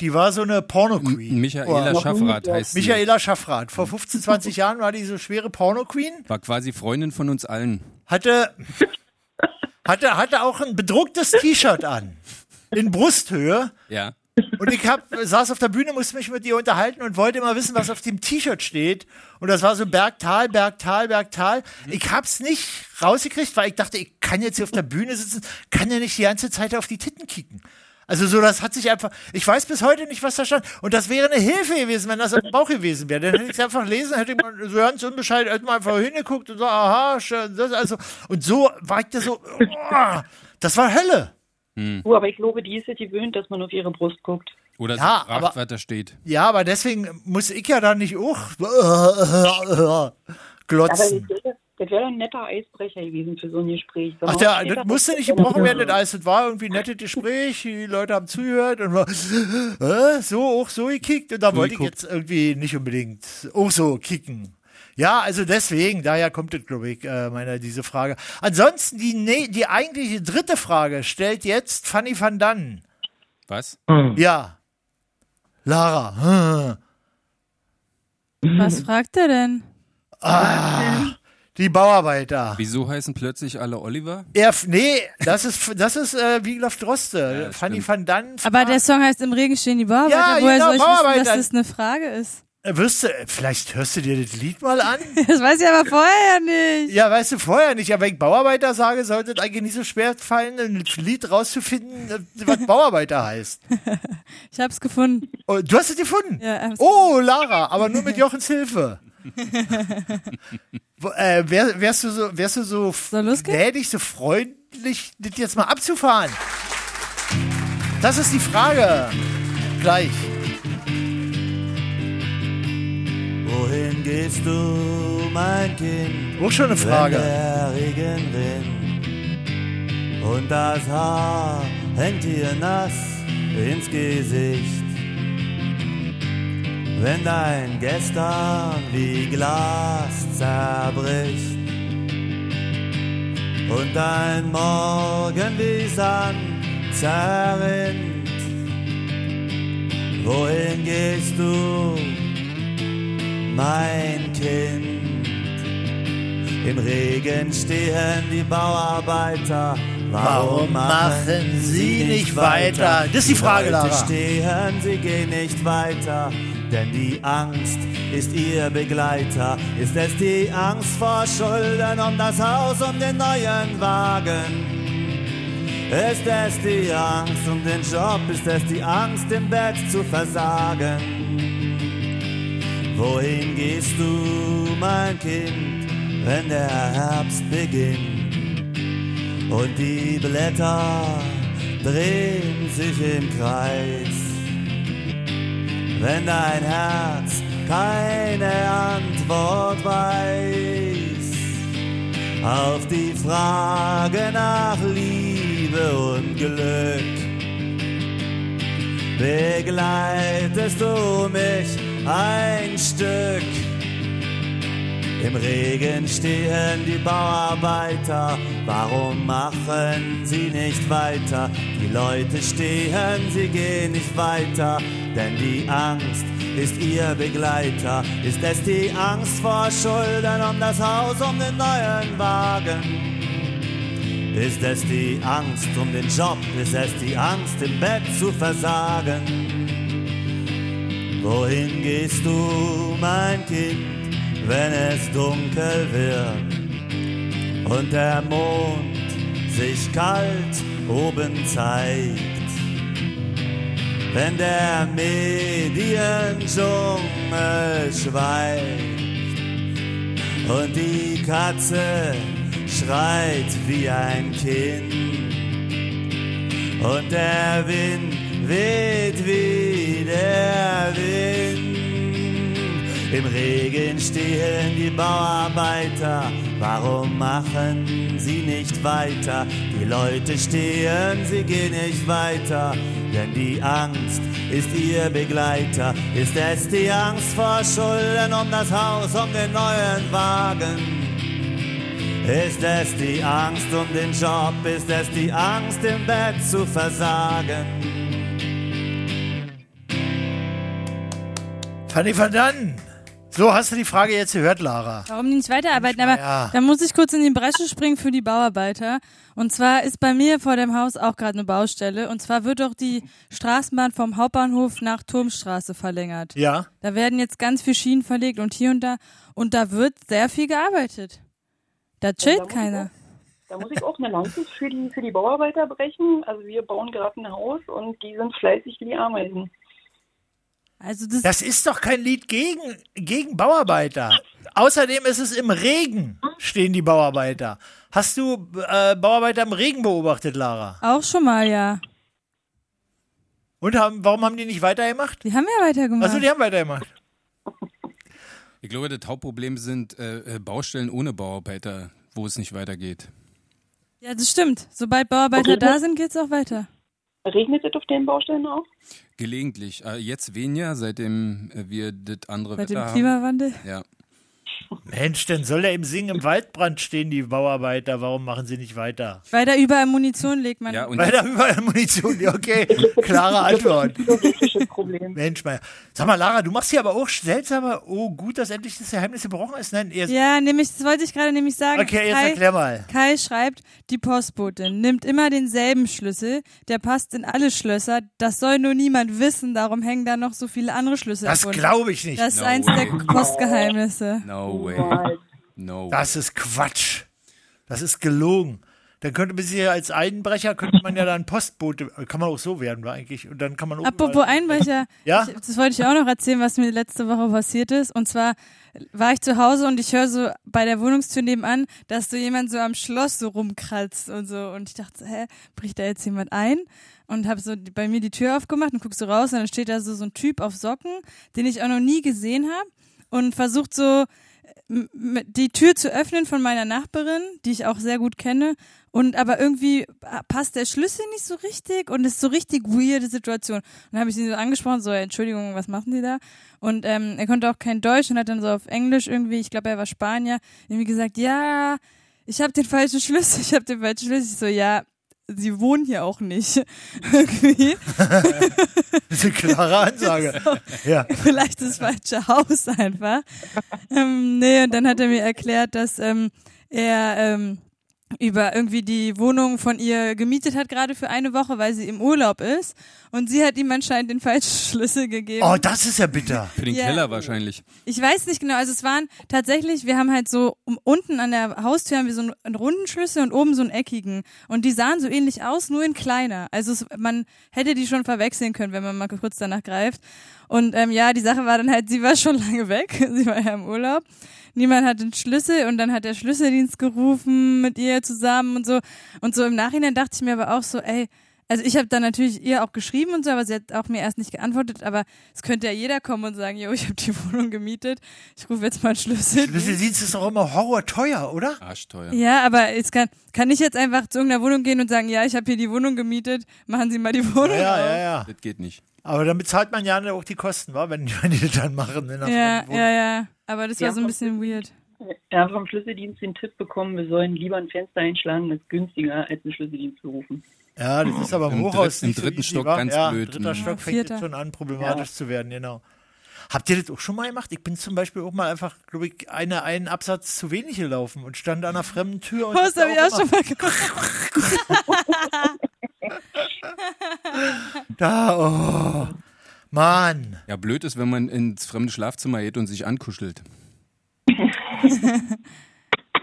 [SPEAKER 8] Die war so eine Porno-Queen.
[SPEAKER 2] Michaela
[SPEAKER 8] Oder-
[SPEAKER 2] Schaffrath heißt sie.
[SPEAKER 8] Michaela Schaffrath. Vor 15, 20 Jahren war die so schwere Porno-Queen.
[SPEAKER 2] War quasi Freundin von uns allen.
[SPEAKER 8] Hatte, Hatte, hatte auch ein bedrucktes T-Shirt an. In Brusthöhe.
[SPEAKER 2] Ja.
[SPEAKER 8] Und ich hab, saß auf der Bühne, musste mich mit ihr unterhalten und wollte immer wissen, was auf dem T-Shirt steht. Und das war so Bergtal, Bergtal, Bergtal. Ich hab's nicht rausgekriegt, weil ich dachte, ich kann jetzt hier auf der Bühne sitzen, kann ja nicht die ganze Zeit auf die Titten kicken. Also so, das hat sich einfach, ich weiß bis heute nicht, was da stand. Und das wäre eine Hilfe gewesen, wenn das auf dem Bauch gewesen wäre. Dann hätte ich es einfach lesen, hätte man so ganz unbescheiden, hätte man einfach hingeguckt und so, aha, schön, das, also, und so war ich da so, oh, das war Hölle.
[SPEAKER 10] Du, aber ich glaube, die ist sich gewöhnt, dass man auf ihre Brust guckt.
[SPEAKER 2] Oder sie
[SPEAKER 8] Ja,
[SPEAKER 2] fragt,
[SPEAKER 8] aber-
[SPEAKER 2] was da steht.
[SPEAKER 8] Ja, aber deswegen muss ich ja dann nicht auch
[SPEAKER 10] Aber das
[SPEAKER 8] glotzen.
[SPEAKER 10] wäre, das wäre ein netter Eisbrecher gewesen für so ein Gespräch. Wenn
[SPEAKER 8] Ach
[SPEAKER 10] man
[SPEAKER 8] ja,
[SPEAKER 10] später-
[SPEAKER 8] das musste nicht gebrochen werden, das alles. Das war irgendwie ein nettes Gespräch, die Leute haben zugehört und war, äh, so, auch so gekickt. Und da wollte ich
[SPEAKER 2] geguckt.
[SPEAKER 8] jetzt irgendwie nicht unbedingt auch so kicken. Ja, also deswegen, daher kommt das, glaube ich, äh, meiner diese Frage. Ansonsten, die, ne die eigentliche dritte Frage stellt jetzt Fanny van Dannen.
[SPEAKER 2] Was?
[SPEAKER 8] Ja. Lara. Hm.
[SPEAKER 1] Was fragt er denn?
[SPEAKER 8] Die Bauarbeiter.
[SPEAKER 2] Wieso heißen plötzlich alle Oliver?
[SPEAKER 8] Er, nee, das ist, das ist äh, Wiglaf Droste.
[SPEAKER 2] das
[SPEAKER 8] Fanny
[SPEAKER 2] stimmt.
[SPEAKER 8] van Dann.
[SPEAKER 1] Aber der Song heißt Im Regen stehen die Bauarbeiter.
[SPEAKER 8] Ja,
[SPEAKER 1] Woher
[SPEAKER 8] genau,
[SPEAKER 1] soll ich wissen, dass
[SPEAKER 8] Bauarbeiter.
[SPEAKER 1] das eine Frage ist?
[SPEAKER 8] Wirst du, äh, vielleicht hörst du dir das Lied mal an?
[SPEAKER 1] Das weiß ich aber vorher nicht.
[SPEAKER 8] ja, weißt du vorher nicht. Aber wenn ich Bauarbeiter sage, sollte es eigentlich nicht so schwer fallen, ein Lied rauszufinden, äh, was Bauarbeiter heißt.
[SPEAKER 1] Ich hab's gefunden.
[SPEAKER 8] Oh, du hast es gefunden.
[SPEAKER 1] Ja, hab's
[SPEAKER 8] oh, Lara, aber nur mit Jochens Hilfe. Wo- äh, wär, wärst du so, wärst du so
[SPEAKER 1] Soll losgehen?
[SPEAKER 8] gnädig, so freundlich, das jetzt mal abzufahren? Das ist die Frage. Gleich.
[SPEAKER 5] Wohin gehst du, mein Kind?
[SPEAKER 8] Auch schon eine
[SPEAKER 5] Wenn
[SPEAKER 8] Frage.
[SPEAKER 5] der Regen rinnt und das Haar hängt dir nass ins Gesicht. Wenn dein Gestern wie Glas zerbricht und dein Morgen wie Sand zerrinnt. Wohin gehst du, mein Kind? Im Regen stehen die Bauarbeiter.
[SPEAKER 8] Warum machen sie nicht weiter? Das ist die Frage,
[SPEAKER 5] Leute
[SPEAKER 8] Lara.
[SPEAKER 5] stehen, sie gehen nicht weiter. Denn die Angst ist ihr Begleiter. Ist es die Angst vor Schulden um das Haus, um den neuen Wagen? Ist es die Angst um den Job? Ist es die Angst, im Bett zu versagen? Wohin gehst du, mein Kind, wenn der Herbst beginnt und die Blätter drehen sich im Kreis? Wenn dein Herz keine Antwort weiß auf die Frage nach Liebe und Glück. Begleitest du mich ein Stück? Im Regen stehen die Bauarbeiter, warum machen sie nicht weiter? Die Leute stehen, sie gehen nicht weiter, denn die Angst ist ihr Begleiter. Ist es die Angst vor Schulden um das Haus, um den neuen Wagen? Ist es die Angst um den Job? Ist es die Angst im Bett zu versagen? Wohin gehst du, mein Kind, wenn es dunkel wird und der Mond sich kalt oben zeigt? Wenn der Mediendschungel schweigt? Und die Katze schreit wie ein Kind. Und der Wind weht wie der Wind. Im Regen stehen die Bauarbeiter. Warum machen sie nicht weiter? Die Leute stehen, sie gehen nicht weiter. Denn die Angst ist ihr Begleiter. Ist es die Angst vor Schulden um das Haus, um den neuen Wagen? Ist es die Angst um den Job? Ist es die Angst im Bett zu versagen?
[SPEAKER 8] Fanny van Dann. So, hast du die Frage jetzt gehört, Lara?
[SPEAKER 1] Warum die nicht weiterarbeiten? Aber
[SPEAKER 8] Ja.
[SPEAKER 1] da muss ich kurz in die Bresche springen für die Bauarbeiter. Und zwar ist bei mir vor dem Haus auch gerade eine Baustelle. Und zwar wird doch die Straßenbahn vom Hauptbahnhof nach Turmstraße verlängert.
[SPEAKER 8] Ja.
[SPEAKER 1] Da werden jetzt ganz viel Schienen verlegt und hier und da. Und da wird sehr viel gearbeitet. Da chillt keiner.
[SPEAKER 10] Da muss ich auch eine Lanze für die, für die Bauarbeiter brechen. Also wir bauen gerade ein Haus und die sind fleißig wie die Ameisen.
[SPEAKER 1] Also das,
[SPEAKER 8] ist doch kein Lied gegen, gegen Bauarbeiter. Außerdem ist es im Regen, stehen die Bauarbeiter. Hast du äh, Bauarbeiter im Regen beobachtet, Lara?
[SPEAKER 1] Auch schon mal, ja.
[SPEAKER 8] Und haben, warum haben die nicht weitergemacht?
[SPEAKER 1] Die haben ja weitergemacht.
[SPEAKER 8] Achso, Also die haben weitergemacht.
[SPEAKER 2] Ich glaube, das Hauptproblem sind äh, äh, Baustellen ohne Bauarbeiter, wo es nicht weitergeht.
[SPEAKER 1] Ja, das stimmt. Sobald Bauarbeiter da sind, geht's auch weiter.
[SPEAKER 10] Regnet es auf den Baustellen auch?
[SPEAKER 2] Gelegentlich. Äh, jetzt weniger, seitdem äh, wir das andere
[SPEAKER 1] Seit dem
[SPEAKER 2] Wetter haben.
[SPEAKER 1] Klimawandel.
[SPEAKER 2] Ja.
[SPEAKER 8] Mensch, dann soll er im Singen im Waldbrand stehen, die Bauarbeiter. Warum machen sie nicht weiter?
[SPEAKER 1] Weil da überall Munition legt man.
[SPEAKER 2] Ja, und
[SPEAKER 8] Weil da überall Munition, ja, okay. Klare Antwort. Mensch, mal. Sag mal, Lara, du machst hier aber auch seltsame, oh gut, dass endlich das Geheimnis gebrochen ist. Nein, ihr,
[SPEAKER 1] Ja, nämlich, das wollte ich gerade nämlich sagen.
[SPEAKER 8] Okay, jetzt erklär mal.
[SPEAKER 1] Kai schreibt, die Postbotin nimmt immer denselben Schlüssel, der passt in alle Schlösser, das soll nur niemand wissen, darum hängen da noch so viele andere Schlüssel
[SPEAKER 8] Das
[SPEAKER 1] erfunden.
[SPEAKER 8] glaube ich nicht.
[SPEAKER 1] Das ist
[SPEAKER 2] No
[SPEAKER 1] eins
[SPEAKER 2] way.
[SPEAKER 1] der Postgeheimnisse.
[SPEAKER 2] No way. No way.
[SPEAKER 8] Das ist Quatsch. Das ist gelogen. Dann könnte man sich ja als Einbrecher, könnte man ja dann Postbote, kann man auch so werden, war eigentlich. Und dann kann man auch.
[SPEAKER 1] Apropos Einbrecher,
[SPEAKER 8] Ja?
[SPEAKER 1] ich, das wollte ich auch noch erzählen, was mir letzte Woche passiert ist. Und zwar war ich zu Hause und ich höre so bei der Wohnungstür nebenan, dass so jemand so am Schloss so rumkratzt und so. Und ich dachte, so, hä, bricht da jetzt jemand ein? Und habe so die- bei mir die Tür aufgemacht und guck so raus und dann steht da so, so ein Typ auf Socken, den ich auch noch nie gesehen habe und versucht so m- m- die Tür zu öffnen von meiner Nachbarin, die ich auch sehr gut kenne. Und aber irgendwie passt der Schlüssel nicht so richtig und ist so richtig weirde Situation. Und dann habe ich ihn so angesprochen, so, Entschuldigung, was machen Sie da? Und ähm, er konnte auch kein Deutsch und hat dann so auf Englisch irgendwie, ich glaube, er war Spanier, irgendwie gesagt, ja, ich habe den falschen Schlüssel, ich habe den falschen Schlüssel. Ich so, ja, Sie wohnen hier auch nicht. irgendwie.
[SPEAKER 8] Das ist eine klare Ansage. Ja.
[SPEAKER 1] vielleicht das falsche Haus einfach. Ähm, nee, und dann hat er mir erklärt, dass ähm, er ähm, über irgendwie die Wohnung von ihr gemietet hat, gerade für eine Woche, weil sie im Urlaub ist. Und sie hat ihm anscheinend den falschen Schlüssel gegeben.
[SPEAKER 8] Oh, das ist ja bitter.
[SPEAKER 2] Für den
[SPEAKER 1] Ja.
[SPEAKER 2] Keller wahrscheinlich.
[SPEAKER 1] Ich weiß nicht genau, also es waren tatsächlich, wir haben halt so um, unten an der Haustür haben wir so einen, einen runden Schlüssel und oben so einen eckigen. Und die sahen so ähnlich aus, nur in kleiner. Also es, man hätte die schon verwechseln können, wenn man mal kurz danach greift. Und ähm, ja, die Sache war dann halt, sie war schon lange weg, sie war ja im Urlaub. Niemand hat den Schlüssel und dann hat der Schlüsseldienst gerufen mit ihr zusammen und so. Und so im Nachhinein dachte ich mir aber auch so, ey, also ich habe dann natürlich ihr auch geschrieben und so, aber sie hat auch mir erst nicht geantwortet. Aber es könnte ja jeder kommen und sagen, yo, ich habe die Wohnung gemietet, ich rufe jetzt mal einen Schlüssel.
[SPEAKER 8] Schlüsseldienst ist doch immer horrorteuer, oder?
[SPEAKER 2] Arschteuer.
[SPEAKER 1] Ja, aber jetzt kann, kann ich jetzt einfach zu irgendeiner Wohnung gehen und sagen, ja, ich habe hier die Wohnung gemietet, machen Sie mal die Wohnung
[SPEAKER 8] Ja,
[SPEAKER 1] auf.
[SPEAKER 8] ja, ja.
[SPEAKER 2] Das geht nicht.
[SPEAKER 8] Aber dann bezahlt man ja auch die Kosten, wa? wenn, wenn die das dann machen. in der
[SPEAKER 1] ja,
[SPEAKER 8] fremden Wohnung.
[SPEAKER 1] ja, ja. Aber das war so ein bisschen weird.
[SPEAKER 10] Wir haben vom Schlüsseldienst den Tipp bekommen, wir sollen lieber ein Fenster einschlagen, das ist günstiger, als einen Schlüsseldienst zu rufen.
[SPEAKER 8] Ja, das ist aber im
[SPEAKER 2] Im
[SPEAKER 8] Hochhaus
[SPEAKER 2] dritt- im
[SPEAKER 8] nicht so
[SPEAKER 2] dritten
[SPEAKER 8] easy,
[SPEAKER 2] Stock
[SPEAKER 8] wa?
[SPEAKER 2] ganz
[SPEAKER 8] ja,
[SPEAKER 2] blöd.
[SPEAKER 8] dritter
[SPEAKER 2] Mhm.
[SPEAKER 8] Stock
[SPEAKER 1] Ja,
[SPEAKER 8] fängt
[SPEAKER 1] vierter.
[SPEAKER 8] jetzt schon an, problematisch zu werden, genau. Habt ihr das auch schon mal gemacht? Ich bin zum Beispiel auch mal einfach, glaube ich, eine, einen Absatz zu wenig gelaufen und stand an einer fremden Tür. Und
[SPEAKER 1] Oh, das
[SPEAKER 8] hab
[SPEAKER 1] habe
[SPEAKER 8] da
[SPEAKER 1] ich auch
[SPEAKER 8] immer-
[SPEAKER 1] schon mal gemacht.
[SPEAKER 8] Da, oh. Mann.
[SPEAKER 2] Ja, blöd ist, wenn man ins fremde Schlafzimmer geht und sich ankuschelt.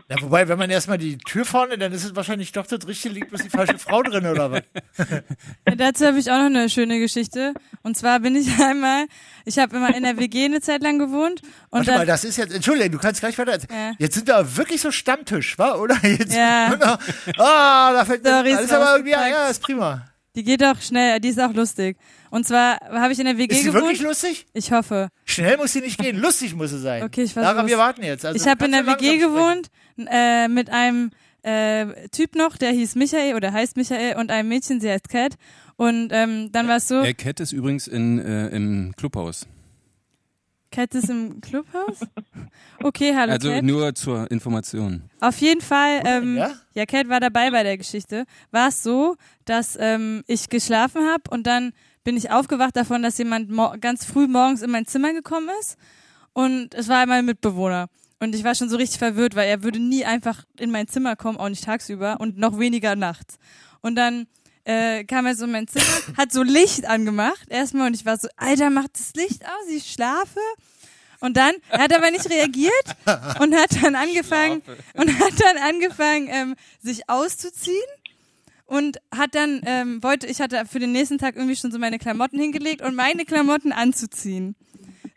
[SPEAKER 8] Ja, wobei, wenn man erstmal die Tür vorne, dann ist es wahrscheinlich doch das richtige, liegt bloß die falsche Frau drin oder was?
[SPEAKER 1] Ja, Dazu habe ich auch noch eine schöne Geschichte. Und zwar bin ich einmal, ich habe immer in der WG eine Zeit lang gewohnt und
[SPEAKER 8] Warte mal,
[SPEAKER 1] dann,
[SPEAKER 8] das ist jetzt, Entschuldigung, du kannst gleich weiter.
[SPEAKER 1] Ja.
[SPEAKER 8] Jetzt sind wir wirklich so Stammtisch, wa? Oder? Jetzt,
[SPEAKER 1] Ja.
[SPEAKER 8] Ah, da fällt mir
[SPEAKER 1] Sorry,
[SPEAKER 8] alles
[SPEAKER 1] ist
[SPEAKER 8] aber irgendwie, ja,
[SPEAKER 1] rausgepackt.
[SPEAKER 8] ja, ist prima.
[SPEAKER 1] die geht auch schnell, die ist auch lustig. Und zwar habe ich in der WG
[SPEAKER 8] Ist sie wirklich
[SPEAKER 1] gewohnt.
[SPEAKER 8] lustig?
[SPEAKER 1] Ich hoffe.
[SPEAKER 8] Schnell muss sie nicht gehen, lustig muss sie sein.
[SPEAKER 1] Okay, ich
[SPEAKER 8] Lara,
[SPEAKER 1] versuch's.
[SPEAKER 8] wir warten jetzt. Also,
[SPEAKER 1] ich habe in der
[SPEAKER 8] kannst du
[SPEAKER 1] WG
[SPEAKER 8] langsam sprechen.
[SPEAKER 1] gewohnt äh, mit einem äh, Typ noch, der hieß Michael oder heißt Michael und einem Mädchen, sie heißt Cat. Und ähm, dann war es so,
[SPEAKER 2] Der Cat Äh, ist übrigens in, äh, im Clubhaus.
[SPEAKER 1] Cat ist im Clubhaus? Okay, hallo
[SPEAKER 2] Also
[SPEAKER 1] Cat.
[SPEAKER 2] nur zur Information.
[SPEAKER 1] Auf jeden Fall, ähm,
[SPEAKER 8] ja?
[SPEAKER 1] ja? Cat war dabei bei der Geschichte. War es so, dass ähm, ich geschlafen habe und dann bin ich aufgewacht davon, dass jemand mo- ganz früh morgens in mein Zimmer gekommen ist Und es war mein Mitbewohner. Und ich war schon so richtig verwirrt, weil er würde nie einfach in mein Zimmer kommen, auch nicht tagsüber und noch weniger nachts. Und dann äh, kam er so in mein Zimmer, hat so Licht angemacht erstmal und ich war so, Alter, mach das Licht aus, ich schlafe. Und dann er hat aber nicht reagiert und hat dann angefangen und hat dann angefangen, ähm, sich auszuziehen und hat dann ähm, wollte ich hatte für den nächsten Tag irgendwie schon so meine Klamotten hingelegt und meine Klamotten anzuziehen.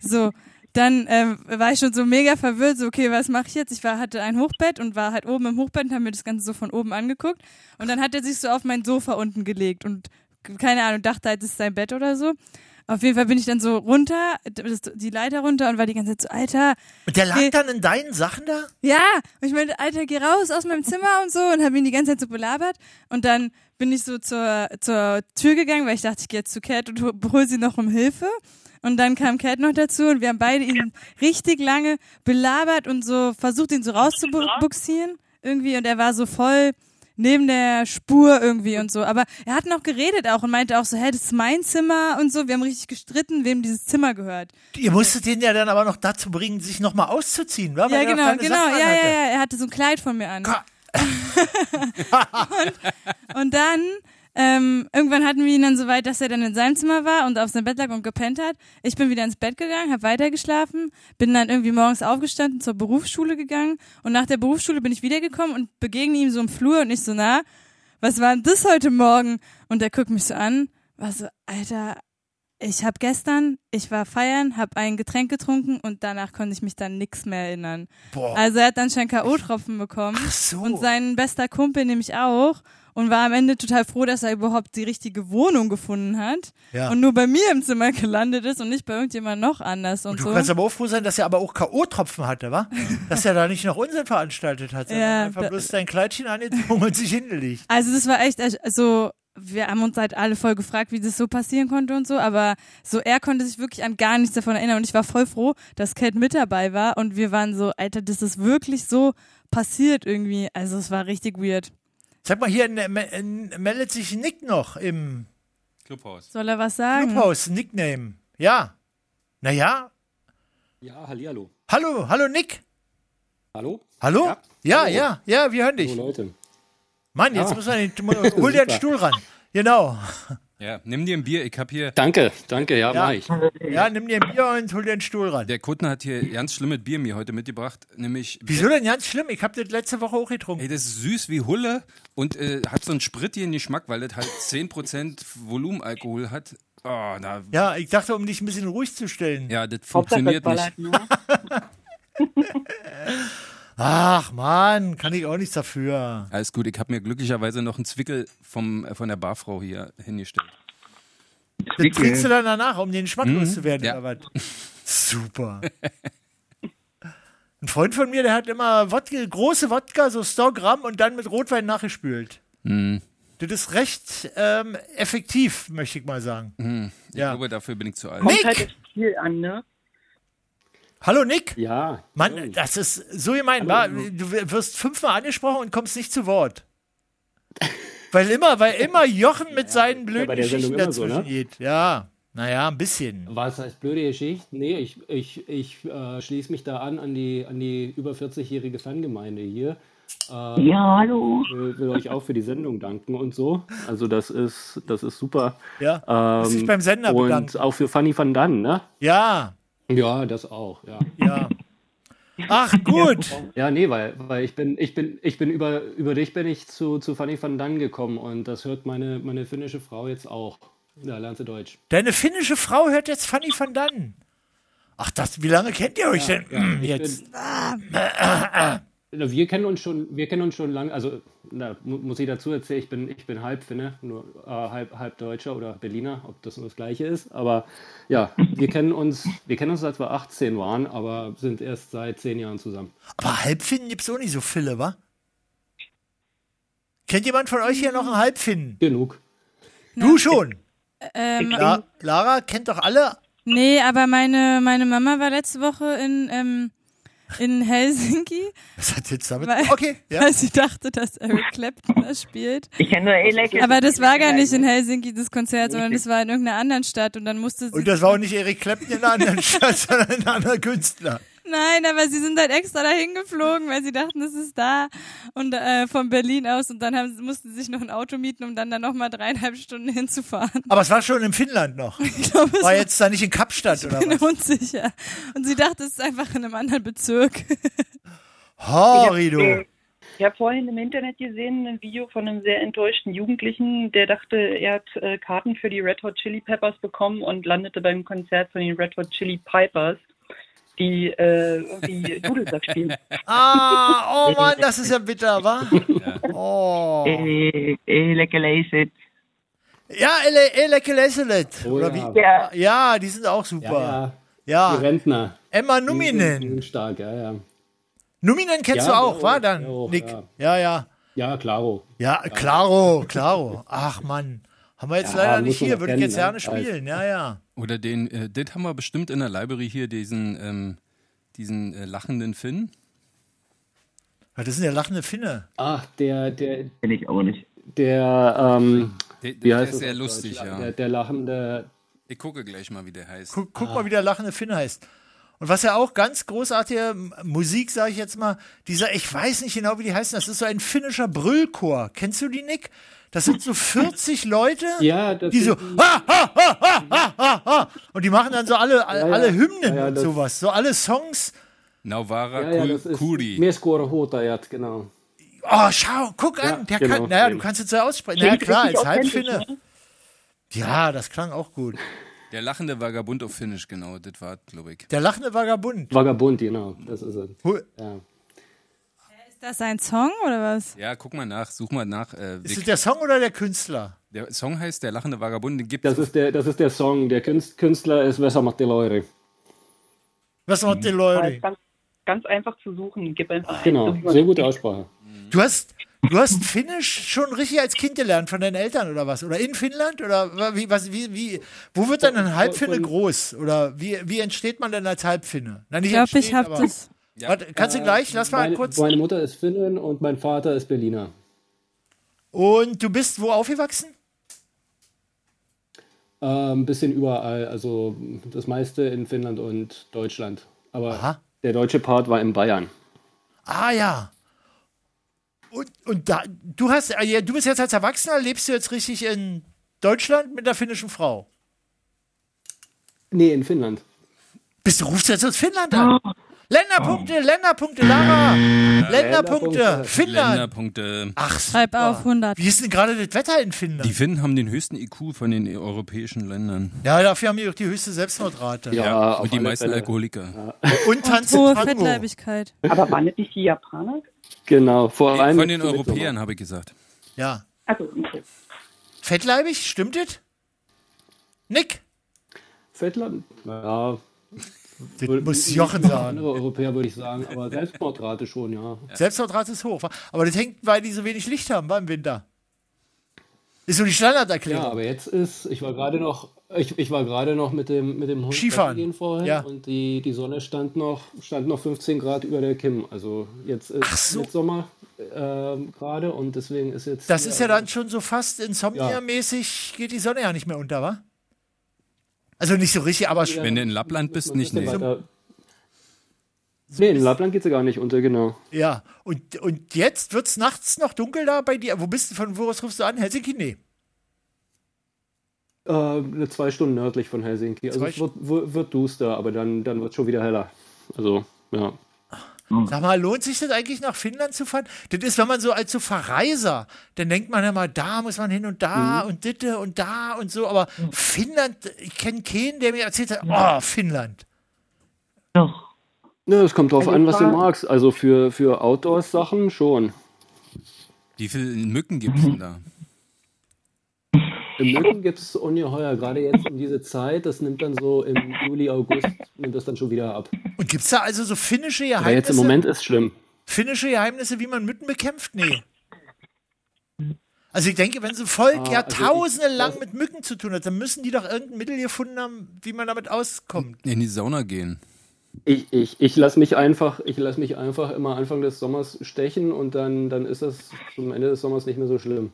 [SPEAKER 1] So dann ähm, war ich schon so mega verwirrt, so okay, was mache ich jetzt? Ich war, hatte ein Hochbett und war halt oben im Hochbett und habe mir das Ganze so von oben angeguckt. Und dann hat er sich so auf mein Sofa unten gelegt und keine Ahnung, dachte halt, das ist sein Bett oder so. Auf jeden Fall bin ich dann so runter, das- die Leiter runter und war die ganze Zeit so, Alter.
[SPEAKER 8] Und der lag
[SPEAKER 1] geh-
[SPEAKER 8] dann in deinen Sachen da?
[SPEAKER 1] ja, und ich meinte, Alter, geh raus aus meinem Zimmer und so und habe ihn die ganze Zeit so belabert. Und dann bin ich so zur, zur Tür gegangen, weil ich dachte, ich gehe jetzt zu Cat und hol- hol sie noch um Hilfe. Und dann kam Cat noch dazu und wir haben beide ihn richtig lange belabert und so versucht, ihn so rauszubuxieren irgendwie. Und er war so voll neben der Spur irgendwie und so. Aber er hat noch geredet auch und meinte auch so, hey, das ist mein Zimmer und so. Wir haben richtig gestritten, wem dieses Zimmer gehört.
[SPEAKER 8] Ihr musstet den ja dann aber noch dazu bringen, sich nochmal auszuziehen, wa?
[SPEAKER 1] Ja,
[SPEAKER 8] Weil er noch
[SPEAKER 1] genau,
[SPEAKER 8] keine
[SPEAKER 1] genau.
[SPEAKER 8] Sachen
[SPEAKER 1] Ja, ja,
[SPEAKER 8] anhatte.
[SPEAKER 1] ja. Er hatte so ein Kleid von mir an. und, und dann, ähm, irgendwann hatten wir ihn dann so weit, dass er dann in seinem Zimmer war und auf seinem Bett lag und gepennt hat. Ich bin wieder ins Bett gegangen, habe weitergeschlafen, bin dann irgendwie morgens aufgestanden, zur Berufsschule gegangen und nach der Berufsschule bin ich wiedergekommen und begegne ihm so im Flur und ich so, na, was war denn das heute Morgen? Und er guckt mich so an, war so, Alter, ich habe gestern, ich war feiern, habe ein Getränk getrunken und danach konnte ich mich dann nix mehr erinnern.
[SPEAKER 11] Boah.
[SPEAKER 1] Also er hat dann schon K.O.-Tropfen bekommen
[SPEAKER 8] so.
[SPEAKER 1] und sein bester Kumpel nämlich auch und war am Ende total froh, dass er überhaupt die richtige Wohnung gefunden hat
[SPEAKER 8] Ja.
[SPEAKER 1] und nur bei mir im Zimmer gelandet ist und nicht bei irgendjemand noch anders und,
[SPEAKER 8] Du
[SPEAKER 1] so.
[SPEAKER 8] kannst aber auch froh sein, dass er aber auch K.O.-Tropfen hatte, wa? Dass er da nicht noch Unsinn veranstaltet hat, sondern
[SPEAKER 1] Ja,
[SPEAKER 8] einfach
[SPEAKER 1] da-
[SPEAKER 8] bloß dein Kleidchen angezogen und sich hingelegt.
[SPEAKER 1] Also das war echt, echt- also wir haben uns halt alle voll gefragt, wie das so passieren konnte und so, aber so er konnte sich wirklich an gar nichts davon erinnern und ich war voll froh, dass Kate mit dabei war und wir waren so, Alter, das ist wirklich so passiert irgendwie. Also es war richtig weird.
[SPEAKER 8] Sag mal, hier in, in, meldet sich Nick noch im
[SPEAKER 2] Clubhaus.
[SPEAKER 1] Soll er was sagen?
[SPEAKER 8] Clubhouse, Nickname. Ja. Naja.
[SPEAKER 12] Ja, hallihallo.
[SPEAKER 8] Hallo, hallo Nick.
[SPEAKER 12] Hallo?
[SPEAKER 8] Hallo? Ja, ja, ja, wir hören dich.
[SPEAKER 12] So, Leute.
[SPEAKER 8] Mann, jetzt
[SPEAKER 12] Ah.
[SPEAKER 8] muss man den, hol dir einen
[SPEAKER 12] Super.
[SPEAKER 8] Stuhl ran. Genau.
[SPEAKER 2] Ja, nimm dir ein Bier, ich hab hier.
[SPEAKER 12] Danke, danke, ja, mach ich.
[SPEAKER 8] Ja, nimm dir ein Bier und hol dir einen Stuhl ran.
[SPEAKER 2] Der Kuttner hat hier ganz schlimmes Bier mir heute mitgebracht, nämlich.
[SPEAKER 8] Wieso denn ganz schlimm? Ich habe das letzte Woche auch getrunken.
[SPEAKER 2] Ey, das ist süß wie Hulle und äh, hat so einen sprittigen Geschmack, weil das halt 10% Volumenalkohol hat. Oh, na,
[SPEAKER 8] Ja, ich dachte, um dich ein bisschen ruhig zu stellen.
[SPEAKER 2] Ja, das funktioniert nicht.
[SPEAKER 8] Ach Mann, kann ich auch nichts dafür.
[SPEAKER 2] Alles gut, ich habe mir glücklicherweise noch einen Zwickel vom, äh, von der Barfrau hier hingestellt.
[SPEAKER 8] Das trinkst du dann danach, um den Geschmack
[SPEAKER 2] Mhm,
[SPEAKER 8] loszuwerden,
[SPEAKER 2] ja.
[SPEAKER 8] oder was? Super. Ein Freund von mir, der hat immer Wodka, große Wodka, so 100 Gramm und dann mit Rotwein nachgespült.
[SPEAKER 2] Hm.
[SPEAKER 8] Das ist recht ähm, effektiv, möchte ich mal sagen.
[SPEAKER 2] Hm. Ich
[SPEAKER 8] Ja.
[SPEAKER 2] glaube, dafür bin ich zu alt.
[SPEAKER 8] Nick!
[SPEAKER 10] Viel an, ne?
[SPEAKER 8] Hallo Nick!
[SPEAKER 12] Ja.
[SPEAKER 8] Mann, das ist so gemein. wa? Du wirst fünfmal angesprochen und kommst nicht zu Wort. Weil immer, weil immer Jochen mit seinen
[SPEAKER 12] ja
[SPEAKER 8] blöden
[SPEAKER 12] bei der Sendung
[SPEAKER 8] Geschichten
[SPEAKER 12] immer so,
[SPEAKER 8] dazwischen
[SPEAKER 12] ne?
[SPEAKER 8] geht. Ja, naja, ein bisschen.
[SPEAKER 12] Was heißt blöde Geschichte? Nee, ich, ich, ich äh, schließe mich da an, an die, an die über 40-jährige Fangemeinde hier. Ähm,
[SPEAKER 8] Ja, hallo.
[SPEAKER 12] Will, will euch auch für die Sendung danken und so. Also das ist, das ist super.
[SPEAKER 8] Ja, muss ich beim Sender
[SPEAKER 12] Und
[SPEAKER 8] bedanken.
[SPEAKER 12] auch für Fanny van Dann, ne?
[SPEAKER 8] Ja.
[SPEAKER 12] Ja, das auch, ja.
[SPEAKER 8] Ja. Ach, gut.
[SPEAKER 12] Ja, nee, weil, weil ich bin, ich bin, ich bin über, über dich bin ich zu, zu Fanny van Dann gekommen und das hört meine, meine finnische Frau jetzt auch. Da lernt sie Deutsch.
[SPEAKER 8] Deine finnische Frau hört jetzt Fanny van Dann. Ach, das, wie lange kennt ihr euch
[SPEAKER 12] Ja,
[SPEAKER 8] denn
[SPEAKER 12] ja,
[SPEAKER 8] mm,
[SPEAKER 12] ich
[SPEAKER 8] jetzt?
[SPEAKER 12] bin- Na, Wir kennen uns schon, wir kennen uns schon lange, also na, mu- muss ich dazu erzählen, ich bin, ich bin halb Finne, nur äh, halb, halb Deutscher oder Berliner, ob das nur das gleiche ist, aber ja, wir kennen uns, wir kennen uns seit wir 18 waren, aber sind erst seit 10 Jahren zusammen.
[SPEAKER 8] Aber Halbfinnen gibt's auch nicht so viele, wa? Kennt jemand von euch hier noch einen Halbfinnen?
[SPEAKER 12] Genug.
[SPEAKER 8] Du schon.
[SPEAKER 1] Ähm,
[SPEAKER 8] La Lara kennt doch alle.
[SPEAKER 1] Nee, aber meine, meine Mama war letzte Woche in ähm, in Helsinki.
[SPEAKER 8] Was hat jetzt damit?
[SPEAKER 1] Weil,
[SPEAKER 8] okay, ja.
[SPEAKER 1] weil sie dachte, dass Eric Clapton das spielt.
[SPEAKER 7] Ich kenne nur Eleke.
[SPEAKER 1] Aber das war gar nicht in
[SPEAKER 7] ne?
[SPEAKER 1] Helsinki, das Konzert, sondern das war in irgendeiner anderen Stadt und dann musste sie.
[SPEAKER 8] Und das war auch nicht Eric Clapton in einer anderen Stadt, sondern ein anderer Künstler.
[SPEAKER 1] Nein, aber sie sind halt extra dahin geflogen, weil sie dachten, das ist da und äh, von Berlin aus und dann haben, mussten sie sich noch ein Auto mieten, um dann da nochmal dreieinhalb Stunden hinzufahren.
[SPEAKER 8] Aber es war schon in Finnland noch.
[SPEAKER 1] es
[SPEAKER 8] war
[SPEAKER 1] war-
[SPEAKER 8] jetzt da nicht in Kapstadt oder
[SPEAKER 1] Ich bin
[SPEAKER 8] was?
[SPEAKER 1] unsicher. Und sie dachte, es ist einfach in einem anderen Bezirk.
[SPEAKER 8] Horrido.
[SPEAKER 10] äh, Ich habe vorhin im Internet gesehen ein Video von einem sehr enttäuschten Jugendlichen, der dachte, er hat äh, Karten für die Red Hot Chili Peppers bekommen und landete beim Konzert von den Red Hot Chili Pipers, die äh, irgendwie Dudelsack spielen.
[SPEAKER 8] Ah, oh Mann, das ist ja bitter, wa? Oh.
[SPEAKER 7] Äh, Eleke Leiset.
[SPEAKER 8] Ja, Ele Elekeleselet.
[SPEAKER 12] Oh
[SPEAKER 8] oder
[SPEAKER 12] ja.
[SPEAKER 8] wie? Ja. die sind auch super. Ja.
[SPEAKER 12] Die Rentner.
[SPEAKER 8] Emma
[SPEAKER 12] Die sind-
[SPEAKER 8] Numinen.
[SPEAKER 12] die sind stark, ja, ja.
[SPEAKER 8] Numinen kennst
[SPEAKER 12] Ja,
[SPEAKER 8] du auch,
[SPEAKER 12] ja,
[SPEAKER 8] war dann,
[SPEAKER 12] ja, auch,
[SPEAKER 8] Nick?
[SPEAKER 12] ja.
[SPEAKER 8] Ja, ja.
[SPEAKER 12] Ja, klaro.
[SPEAKER 8] Ja, klaro, klaro. Ach Mann. Haben wir jetzt
[SPEAKER 12] Ja,
[SPEAKER 8] leider
[SPEAKER 12] muss
[SPEAKER 8] nicht
[SPEAKER 12] man
[SPEAKER 8] hier,
[SPEAKER 12] doch
[SPEAKER 8] würde ich
[SPEAKER 12] kennen,
[SPEAKER 8] jetzt gerne
[SPEAKER 12] ne?
[SPEAKER 8] spielen, ja, ja.
[SPEAKER 2] Oder den, äh, das haben wir bestimmt in der Library hier, diesen, ähm, diesen äh, lachenden Finn.
[SPEAKER 8] Das ist der lachende Finne.
[SPEAKER 12] Ach, der, der,
[SPEAKER 7] Kenne ich auch nicht.
[SPEAKER 12] der, ähm,
[SPEAKER 2] Der, der,
[SPEAKER 12] wie
[SPEAKER 2] der
[SPEAKER 12] heißt
[SPEAKER 2] ist
[SPEAKER 12] das
[SPEAKER 2] sehr
[SPEAKER 12] auf
[SPEAKER 2] lustig,
[SPEAKER 12] Deutsch?
[SPEAKER 2] ja.
[SPEAKER 12] Der, der lachende,
[SPEAKER 2] Ich gucke gleich mal, wie der heißt.
[SPEAKER 8] Guck, guck
[SPEAKER 12] Ah.
[SPEAKER 8] mal, wie der lachende Finn heißt. Und was ja auch ganz großartige M- Musik, sage ich jetzt mal, dieser, ich weiß nicht genau, wie die heißen, das ist so ein finnischer Brüllchor. Kennst du die, Nick? Das sind so 40 Leute,
[SPEAKER 12] Ja, das
[SPEAKER 8] die so,
[SPEAKER 12] sind
[SPEAKER 8] ha, ha, ha, ha, ha, ha, ha. und die machen dann so alle, alle,
[SPEAKER 12] ja.
[SPEAKER 8] alle Hymnen
[SPEAKER 12] Ja, ja,
[SPEAKER 8] und
[SPEAKER 12] das-
[SPEAKER 8] sowas, so alle Songs.
[SPEAKER 2] Nauvara
[SPEAKER 12] ja, ja, das
[SPEAKER 2] Kul-
[SPEAKER 12] ist
[SPEAKER 2] Kuri.
[SPEAKER 12] Mieskore Hotajat, genau.
[SPEAKER 8] Oh, schau, guck
[SPEAKER 12] Ja,
[SPEAKER 8] an, der
[SPEAKER 12] genau,
[SPEAKER 8] kann, naja, du
[SPEAKER 12] eben.
[SPEAKER 8] kannst jetzt so aussprechen. Naja, klar,
[SPEAKER 10] richtig
[SPEAKER 8] als
[SPEAKER 10] authentisch, ne?
[SPEAKER 8] Halbfinne. Ja, das klang auch gut.
[SPEAKER 2] Der lachende Vagabund auf Finnisch, genau, das war, glaube ich.
[SPEAKER 8] Der lachende Vagabund.
[SPEAKER 12] Vagabund, genau, das ist er.
[SPEAKER 8] Hu-
[SPEAKER 12] Ja.
[SPEAKER 1] Ist das ein Song oder was?
[SPEAKER 2] Ja, guck mal nach, such mal nach. Äh,
[SPEAKER 8] Ist
[SPEAKER 2] Wik-
[SPEAKER 8] es der Song oder der Künstler?
[SPEAKER 2] der Song heißt Der lachende Vagabund, den gibt
[SPEAKER 12] Das ist der, das ist der Song. Der Künst- Künstler ist Vesamatti Leuri.
[SPEAKER 8] Was macht
[SPEAKER 12] Mhm.
[SPEAKER 8] die
[SPEAKER 10] Weil
[SPEAKER 8] Leute?
[SPEAKER 10] Ganz, ganz einfach zu suchen. Gib einfach ein.
[SPEAKER 12] Genau,
[SPEAKER 10] Such mal.
[SPEAKER 12] sehr gute Aussprache.
[SPEAKER 8] Du hast, du hast Finnisch schon richtig als Kind gelernt von deinen Eltern oder was? Oder in Finnland? Oder wa- wie, was, wie, wie, wo wird dann ein Halbfinne
[SPEAKER 12] von-
[SPEAKER 8] groß? Oder wie, wie entsteht man denn als Halbfinne? Na, nicht
[SPEAKER 1] Ich glaube, ich
[SPEAKER 8] entsteht,
[SPEAKER 1] habe
[SPEAKER 8] aber-
[SPEAKER 1] das.
[SPEAKER 8] Warte, kannst
[SPEAKER 12] äh,
[SPEAKER 8] du gleich, lass mal
[SPEAKER 12] Meine,
[SPEAKER 8] kurz.
[SPEAKER 12] meine Mutter ist Finnin und mein Vater ist Berliner.
[SPEAKER 8] Und du bist wo aufgewachsen?
[SPEAKER 12] Äh, Ein bisschen überall, also das meiste in Finnland und Deutschland. Aber
[SPEAKER 8] Aha.
[SPEAKER 12] der deutsche Part war in Bayern.
[SPEAKER 8] Ah ja. Und, und da, du hast, ah, ja, du bist jetzt als Erwachsener, lebst du jetzt richtig in Deutschland mit einer finnischen Frau?
[SPEAKER 12] Nee, in Finnland.
[SPEAKER 8] Bist du rufst jetzt aus Finnland an? Länderpunkte, Länderpunkte, Lara. Länderpunkte,
[SPEAKER 12] Länderpunkte.
[SPEAKER 8] Finnland.
[SPEAKER 2] Länderpunkte.
[SPEAKER 8] Ach,
[SPEAKER 1] Schreib
[SPEAKER 8] super.
[SPEAKER 1] auf 100.
[SPEAKER 8] Ah, Wie ist denn gerade das Wetter in Finnland?
[SPEAKER 2] Die Finnen haben den höchsten IQ von den europäischen Ländern.
[SPEAKER 8] ja, dafür haben die auch die höchste Selbstmordrate.
[SPEAKER 12] Ja, auf
[SPEAKER 2] Und die
[SPEAKER 12] alle
[SPEAKER 2] meisten
[SPEAKER 12] Fälle.
[SPEAKER 2] Alkoholiker.
[SPEAKER 8] Und tanzen
[SPEAKER 1] Hohe
[SPEAKER 8] Tango.
[SPEAKER 1] Fettleibigkeit.
[SPEAKER 10] Aber waren das nicht die Japaner?
[SPEAKER 12] Genau, vor allem.
[SPEAKER 2] Von den
[SPEAKER 12] mit- mit-
[SPEAKER 2] Europäern, habe ich gesagt.
[SPEAKER 8] Ja.
[SPEAKER 10] Also, okay.
[SPEAKER 8] Fettleibig, stimmt das? Nick?
[SPEAKER 12] Fettland? Ja,
[SPEAKER 8] Das muss Jochen sagen.
[SPEAKER 12] andere Europäer würde ich sagen, aber Selbstmordrate schon, ja.
[SPEAKER 8] Selbstmordrate ist hoch. wa? Aber das hängt, weil die so wenig Licht haben beim Winter. Ist so die Standarderklärung.
[SPEAKER 12] Ja, aber jetzt ist, ich war gerade noch, ich, ich war gerade noch mit dem, mit dem Hund
[SPEAKER 8] Skifahren.
[SPEAKER 12] spazieren vorhin
[SPEAKER 8] Ja.
[SPEAKER 12] und die, die Sonne stand noch, stand noch 15 Grad über der Kim. Also jetzt ist
[SPEAKER 8] so.
[SPEAKER 12] jetzt Sommer ähm, gerade und deswegen ist jetzt.
[SPEAKER 8] Das
[SPEAKER 12] hier-
[SPEAKER 8] ist ja dann schon so fast Insomnia-mäßig, geht die Sonne ja nicht mehr unter, wa? Also nicht so richtig, aber schon.
[SPEAKER 2] Wenn du in Lappland bist,
[SPEAKER 12] Man
[SPEAKER 2] nicht,
[SPEAKER 12] müsste
[SPEAKER 2] nee.
[SPEAKER 12] weiter- Nee, in Lappland geht es ja gar nicht unter, genau.
[SPEAKER 8] Ja. Und, und jetzt wird es nachts noch dunkel da bei dir. Wo bist du, von wo aus rufst du an? Helsinki? Nee.
[SPEAKER 12] Äh, eine zwei Stunden nördlich von Helsinki. Also
[SPEAKER 8] Zwei
[SPEAKER 12] es wird, wird, wird duster, aber dann, dann wird es schon wieder heller. Also, ja.
[SPEAKER 8] Sag mal, lohnt sich das eigentlich nach Finnland zu fahren? Das ist, wenn man so als so Verreiser, dann denkt man ja mal, da muss man hin und da
[SPEAKER 12] Mhm.
[SPEAKER 8] und ditte und da und so. Aber Finnland, ich kenne keinen, der mir erzählt
[SPEAKER 12] Mhm.
[SPEAKER 8] hat, oh, Finnland.
[SPEAKER 7] Doch.
[SPEAKER 12] Ja, es kommt drauf
[SPEAKER 10] Also
[SPEAKER 12] an,
[SPEAKER 10] ich
[SPEAKER 12] was du
[SPEAKER 10] war-
[SPEAKER 12] magst. Also für, für Outdoors-Sachen schon.
[SPEAKER 2] Wie viele Mücken gibt es denn da?
[SPEAKER 12] Im Mücken gibt es ungeheuer, gerade jetzt um diese Zeit. Das nimmt dann so im Juli, August, nimmt das dann schon wieder ab.
[SPEAKER 8] Und gibt es da also so finnische
[SPEAKER 12] Aber jetzt
[SPEAKER 8] Geheimnisse?
[SPEAKER 12] im Moment ist schlimm.
[SPEAKER 8] Finnische Geheimnisse, wie man Mücken bekämpft? Nee. Also ich denke, wenn so ein Volk
[SPEAKER 12] Ah,
[SPEAKER 8] jahrtausende
[SPEAKER 12] also ich-
[SPEAKER 8] lang mit Mücken zu tun hat, dann müssen die doch irgendein Mittel gefunden haben, wie man damit auskommt.
[SPEAKER 2] In die Sauna gehen.
[SPEAKER 12] Ich, ich, ich lasse mich einfach, ich lasse mich einfach immer Anfang des Sommers stechen und dann, dann ist das zum Ende des Sommers nicht mehr so schlimm.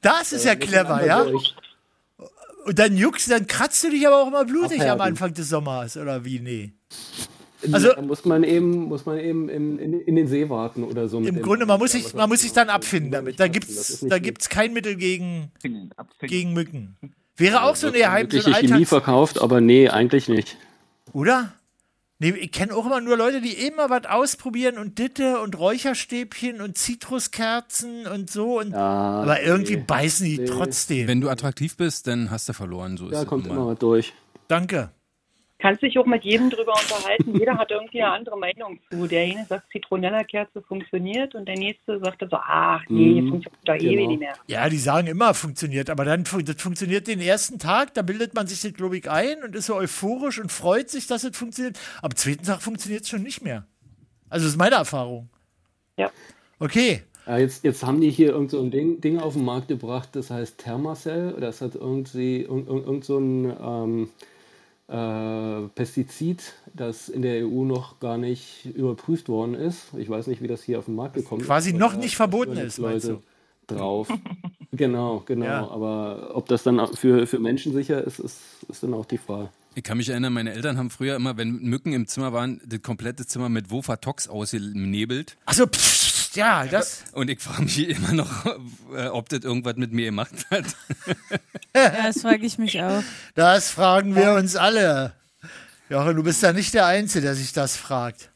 [SPEAKER 8] Das ist ja
[SPEAKER 12] Äh, wir sind
[SPEAKER 8] clever,
[SPEAKER 12] alle
[SPEAKER 8] ja?
[SPEAKER 12] durch.
[SPEAKER 8] Und dann juckst, dann kratzt du dich aber auch immer blutig am
[SPEAKER 12] Abhärten.
[SPEAKER 8] Anfang des Sommers, oder wie? Nee.
[SPEAKER 12] Also, da muss man eben, muss man eben in, in, in den See warten oder so.
[SPEAKER 8] Im Grunde, man muss sich, man muss sich dann abfinden damit. Da gibt's, da gibt's kein Mittel gegen,
[SPEAKER 12] Hm.
[SPEAKER 8] gegen Mücken. Wäre auch so ein Geheim, halt so
[SPEAKER 12] wirkliche
[SPEAKER 8] ein
[SPEAKER 12] Chemie
[SPEAKER 8] Alltags...
[SPEAKER 12] verkauft, aber nee, eigentlich nicht.
[SPEAKER 8] Oder? Nee, ich kenne auch immer nur Leute, die immer was ausprobieren und Ditte und Räucherstäbchen und Zitruskerzen und so. Und
[SPEAKER 12] Ah,
[SPEAKER 8] aber irgendwie beißen die trotzdem.
[SPEAKER 2] Wenn du attraktiv bist, dann hast du verloren. So ist es nun mal.
[SPEAKER 12] durch.
[SPEAKER 8] Danke.
[SPEAKER 10] Kannst dich auch mit jedem drüber unterhalten. Jeder hat irgendwie eine andere Meinung zu. Der eine sagt, Zitronella-Kerze funktioniert und der nächste sagt so, ach nee,
[SPEAKER 8] Mhm,
[SPEAKER 10] funktioniert doch ewig nicht mehr.
[SPEAKER 8] Ja, die sagen immer, funktioniert, aber dann fun- das funktioniert den ersten Tag, da bildet man sich das, glaube ich, ein und ist so euphorisch und freut sich, dass es funktioniert. Am zweiten Tag funktioniert es schon nicht mehr. Also das ist meine Erfahrung.
[SPEAKER 10] Ja.
[SPEAKER 8] Okay.
[SPEAKER 12] Ja, Ah, jetzt, jetzt haben die hier irgend so ein Ding, Ding auf den Markt gebracht, das heißt Thermacell. Das hat irgendwie irgend, irgend, irgend so ein ähm, äh, Pestizid, das in der EU noch gar nicht überprüft worden ist. Ich weiß nicht, wie das hier auf den Markt gekommen
[SPEAKER 8] Quasi
[SPEAKER 12] ist.
[SPEAKER 8] noch
[SPEAKER 12] aber
[SPEAKER 8] nicht
[SPEAKER 12] da
[SPEAKER 8] verboten
[SPEAKER 12] schwören
[SPEAKER 8] ist,
[SPEAKER 12] jetzt
[SPEAKER 8] meinst
[SPEAKER 12] Leute drauf. genau, genau.
[SPEAKER 8] Ja.
[SPEAKER 12] Aber ob das dann auch für, für Menschen sicher ist, ist, ist dann auch die Frage.
[SPEAKER 2] Ich kann mich erinnern, meine Eltern haben früher immer, wenn Mücken im Zimmer waren, das komplette Zimmer mit Wofatox ausgenebelt.
[SPEAKER 8] Achso, Also, ja, das.
[SPEAKER 2] Und ich frage mich immer noch, äh, ob das irgendwas mit mir gemacht hat.
[SPEAKER 1] Ja, das frage ich mich auch.
[SPEAKER 8] Das fragen wir uns alle. Jochen, du bist ja nicht der Einzige, der sich das fragt.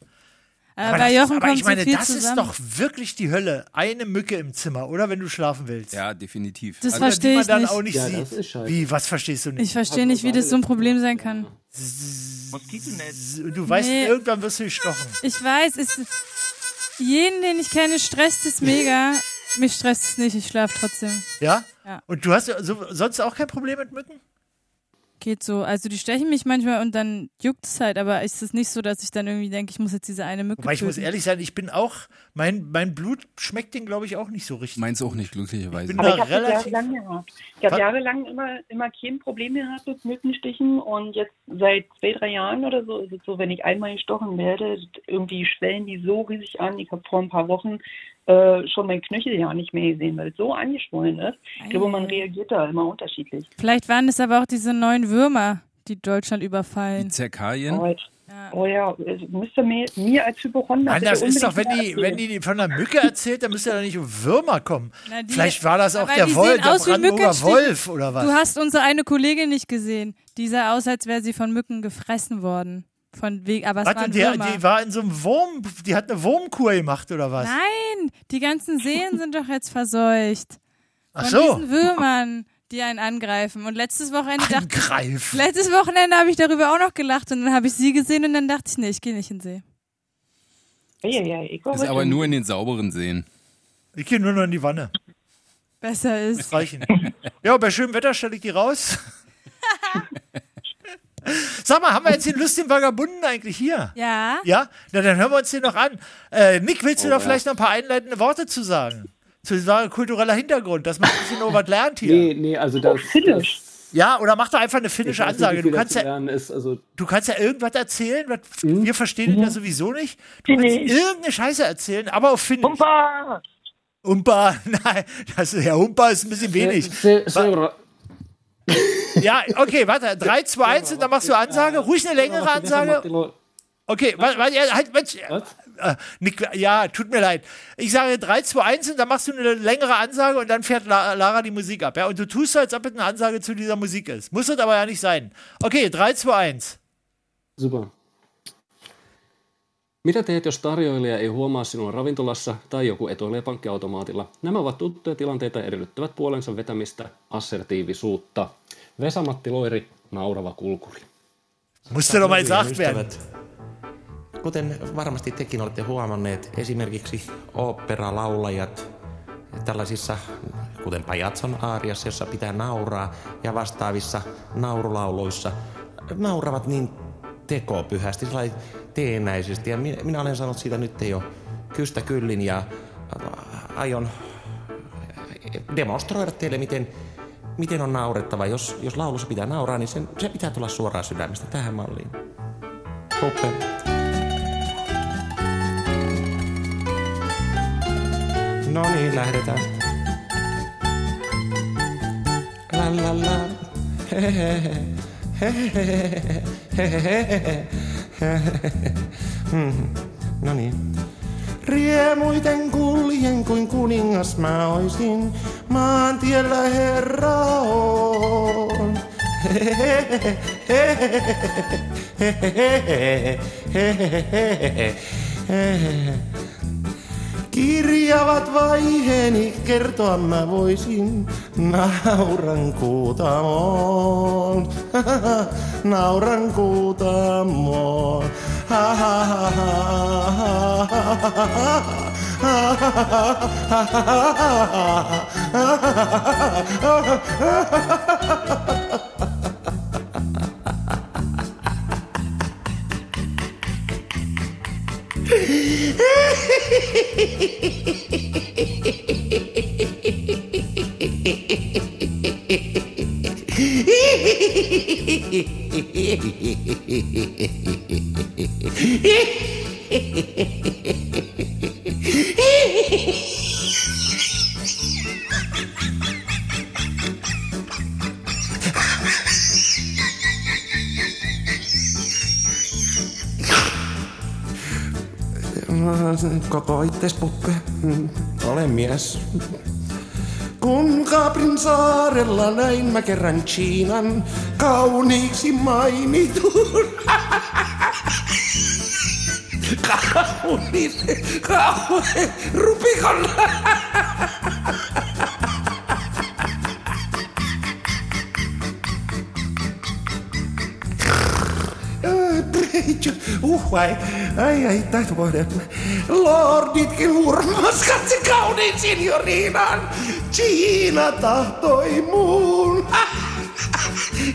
[SPEAKER 1] Äh, bei
[SPEAKER 8] das,
[SPEAKER 1] Jochen
[SPEAKER 8] aber
[SPEAKER 1] kommt
[SPEAKER 8] ich meine,
[SPEAKER 1] so viel
[SPEAKER 8] das
[SPEAKER 1] zusammen.
[SPEAKER 8] ist doch wirklich die Hölle. Eine Mücke im Zimmer, oder wenn du schlafen willst.
[SPEAKER 2] Ja, definitiv.
[SPEAKER 1] Das
[SPEAKER 8] Also,
[SPEAKER 1] verstehe
[SPEAKER 8] die man
[SPEAKER 1] ich
[SPEAKER 8] dann
[SPEAKER 1] nicht.
[SPEAKER 8] auch nicht
[SPEAKER 1] Ja,
[SPEAKER 8] sieht.
[SPEAKER 1] das ist scheiße.
[SPEAKER 8] Wie, was verstehst du nicht?
[SPEAKER 1] Ich verstehe nicht, wie das so ein Problem sein kann.
[SPEAKER 8] Du weißt,
[SPEAKER 1] Nee.
[SPEAKER 8] irgendwann wirst du gestochen.
[SPEAKER 1] Ich weiß, es, jeden, den ich kenne, stresst es mega. Mich stresst es nicht, ich schlafe trotzdem.
[SPEAKER 8] Ja?
[SPEAKER 1] Ja.
[SPEAKER 8] Und du hast so, sonst auch kein Problem mit Mücken?
[SPEAKER 1] Geht so. Also die stechen mich manchmal und dann juckt es halt, aber ist es ist nicht so, dass ich dann irgendwie denke, ich muss jetzt diese eine Mücke
[SPEAKER 8] Weil ich muss
[SPEAKER 1] töten.
[SPEAKER 8] ehrlich sein, ich bin auch, mein, mein Blut schmeckt den, glaube ich, auch nicht so richtig.
[SPEAKER 2] Meins auch nicht, glücklicherweise.
[SPEAKER 8] Ich bin da
[SPEAKER 10] Aber ich habe das
[SPEAKER 8] relativ.
[SPEAKER 10] jahrelang gehabt. Ich habe
[SPEAKER 8] Was?
[SPEAKER 10] jahrelang immer, immer kein Problem gehabt mit Mückenstichen und jetzt seit zwei, drei Jahren oder so ist es so, wenn ich einmal gestochen werde, irgendwie schwellen die so riesig an. Ich habe vor ein paar Wochen äh, schon mein Knöchel ja nicht mehr gesehen, weil es so angeschwollen ist. Ich glaube,
[SPEAKER 8] Mhm.
[SPEAKER 10] man reagiert da immer unterschiedlich.
[SPEAKER 1] Vielleicht waren es aber auch diese neuen Würmer, die Deutschland überfallen.
[SPEAKER 8] Hm?
[SPEAKER 2] Zerkalien?
[SPEAKER 10] Und, Oh ja, es müsste mir, mir als Hypochonder.
[SPEAKER 8] Nein, das
[SPEAKER 10] bitte
[SPEAKER 8] ist doch, wenn die,
[SPEAKER 10] unbedingt
[SPEAKER 8] wenn die von einer Mücke erzählt, dann müsste ja nicht um Würmer kommen.
[SPEAKER 1] Na, die-
[SPEAKER 8] Vielleicht war das auch
[SPEAKER 1] aber
[SPEAKER 8] der
[SPEAKER 1] die
[SPEAKER 8] Wolf,
[SPEAKER 1] sehen
[SPEAKER 8] der
[SPEAKER 1] aus wie
[SPEAKER 8] Brandenburger
[SPEAKER 1] Mückenstiche.
[SPEAKER 8] Wolf oder was?
[SPEAKER 1] Du hast unsere eine Kollegin nicht gesehen. Die sah aus, als wäre sie von Mücken gefressen worden. Von wegen, aber es
[SPEAKER 8] Warte,
[SPEAKER 1] waren
[SPEAKER 8] die,
[SPEAKER 1] Würmer.
[SPEAKER 8] die war in so einem Wurm, die hat eine Wurmkur gemacht oder was?
[SPEAKER 1] Nein, die ganzen Seen sind doch jetzt verseucht.
[SPEAKER 8] Ach
[SPEAKER 1] Von
[SPEAKER 8] so.
[SPEAKER 1] diesen Würmern, die einen angreifen. Und letztes Wochenende dachte
[SPEAKER 8] Greif.
[SPEAKER 1] Letztes Wochenende habe ich darüber auch noch gelacht und dann habe ich sie gesehen und dann dachte ich, nee, ich gehe nicht in den See.
[SPEAKER 10] Ja, ja, ich
[SPEAKER 2] Ist aber nur in den sauberen Seen.
[SPEAKER 8] Ich gehe nur noch in die Wanne.
[SPEAKER 1] Besser ist.
[SPEAKER 8] Das reichen. ja, bei schönem Wetter stelle ich die raus. Sag mal, haben wir jetzt den lustigen Vagabunden eigentlich hier?
[SPEAKER 1] Ja.
[SPEAKER 8] Ja? Na, dann hören wir uns den noch an. Äh, Nick, willst du
[SPEAKER 12] Oh,
[SPEAKER 8] doch
[SPEAKER 12] ja.
[SPEAKER 8] vielleicht noch ein paar einleitende Worte zu sagen? Zu diesem kultureller Hintergrund, dass man ein bisschen noch was lernt hier.
[SPEAKER 12] Nee, nee, also Oh, das.
[SPEAKER 10] Finnisch.
[SPEAKER 8] Ja, oder mach doch einfach eine
[SPEAKER 12] Ich
[SPEAKER 8] finnische
[SPEAKER 12] weiß nicht, wie
[SPEAKER 8] Ansage. Du
[SPEAKER 12] viel da
[SPEAKER 8] kannst
[SPEAKER 12] zu
[SPEAKER 8] ja,
[SPEAKER 12] lernen Hm? ist, also
[SPEAKER 8] du kannst ja irgendwas erzählen, was wir verstehen das ja sowieso nicht. Du kannst
[SPEAKER 10] Nee.
[SPEAKER 8] irgendeine Scheiße erzählen, aber auf Finnisch.
[SPEAKER 10] Humpa!
[SPEAKER 8] Humpa, nein, das ist, ja, Humpa ist ein bisschen wenig.
[SPEAKER 12] Se- se-
[SPEAKER 8] Ja, okay, warte. 3, 2, 1 und dann machst du Ansage. Ruhig eine längere Ansage. Okay, warte, warte, ja, halt, Mensch. Äh, Nick, ja, tut mir leid. Ich sage 3, 2, 1 und dann machst du eine längere Ansage und dann fährt La Lara die Musik ab. Ja? Und du tust so, als ob es eine Ansage zu dieser Musik ist. Muss es aber ja nicht sein. Okay, 3, 2, 1.
[SPEAKER 12] Super. Mitä teet, jos tarjoilija ei huomaa sinua ravintolassa tai joku etuilee pankkiautomaatilla? Nämä ovat tuttuja tilanteita ja edellyttävät puolensa vetämistä assertiivisuutta. Vesamatti Loiri, naurava kulkuri.
[SPEAKER 8] Musste doch mal gesagt werden.
[SPEAKER 11] Ystävät, Kuten varmasti tekin olette huomanneet, esimerkiksi oopperalaulajat tällaisissa, kuten Pajatson aariassa, jossa pitää nauraa, ja vastaavissa naurulauluissa nauravat niin tekopyhästi, sellainen teenäisesti. Ja mi- minä olen saanut siitä nyt jo kystä kyllin ja äh, aion demonstroida teille, miten
[SPEAKER 12] miten on naurettava. Jos, jos laulussa pitää nauraa, niin sen, se pitää tulla suoraan sydämestä tähän malliin. Puppe. No niin, lähdetään. La la la. Hehehe. Hehehe. Hehehe. Hehehe. Mhm. No niin. Riemuiten kuljen kuin kuningas mä oisin, maantiellä herra on. Hehehe. Hehehe. Hehehe. Hehehe. Kirjavat vaiheeni kertoa mä voisin, nauran kuutamoon, nauran kuutamoon. Koko itses puppe. Ole mies. Kun Kaaprin saarella näin mä kerran Chiinan kauniiksi mainitun. Kaunis, kaunis, rupikon. Uh, vai, ai, ai, tästä vuoden. Lorditkin hurmas katse kauniin signoriinan. Chiina tahtoi muun.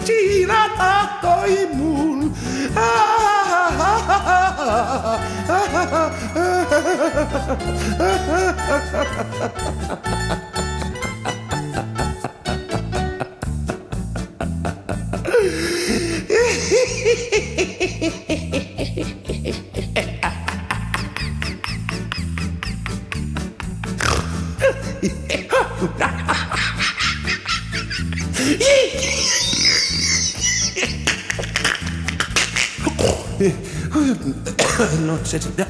[SPEAKER 12] Chiina tahtoi muun. No se sitä.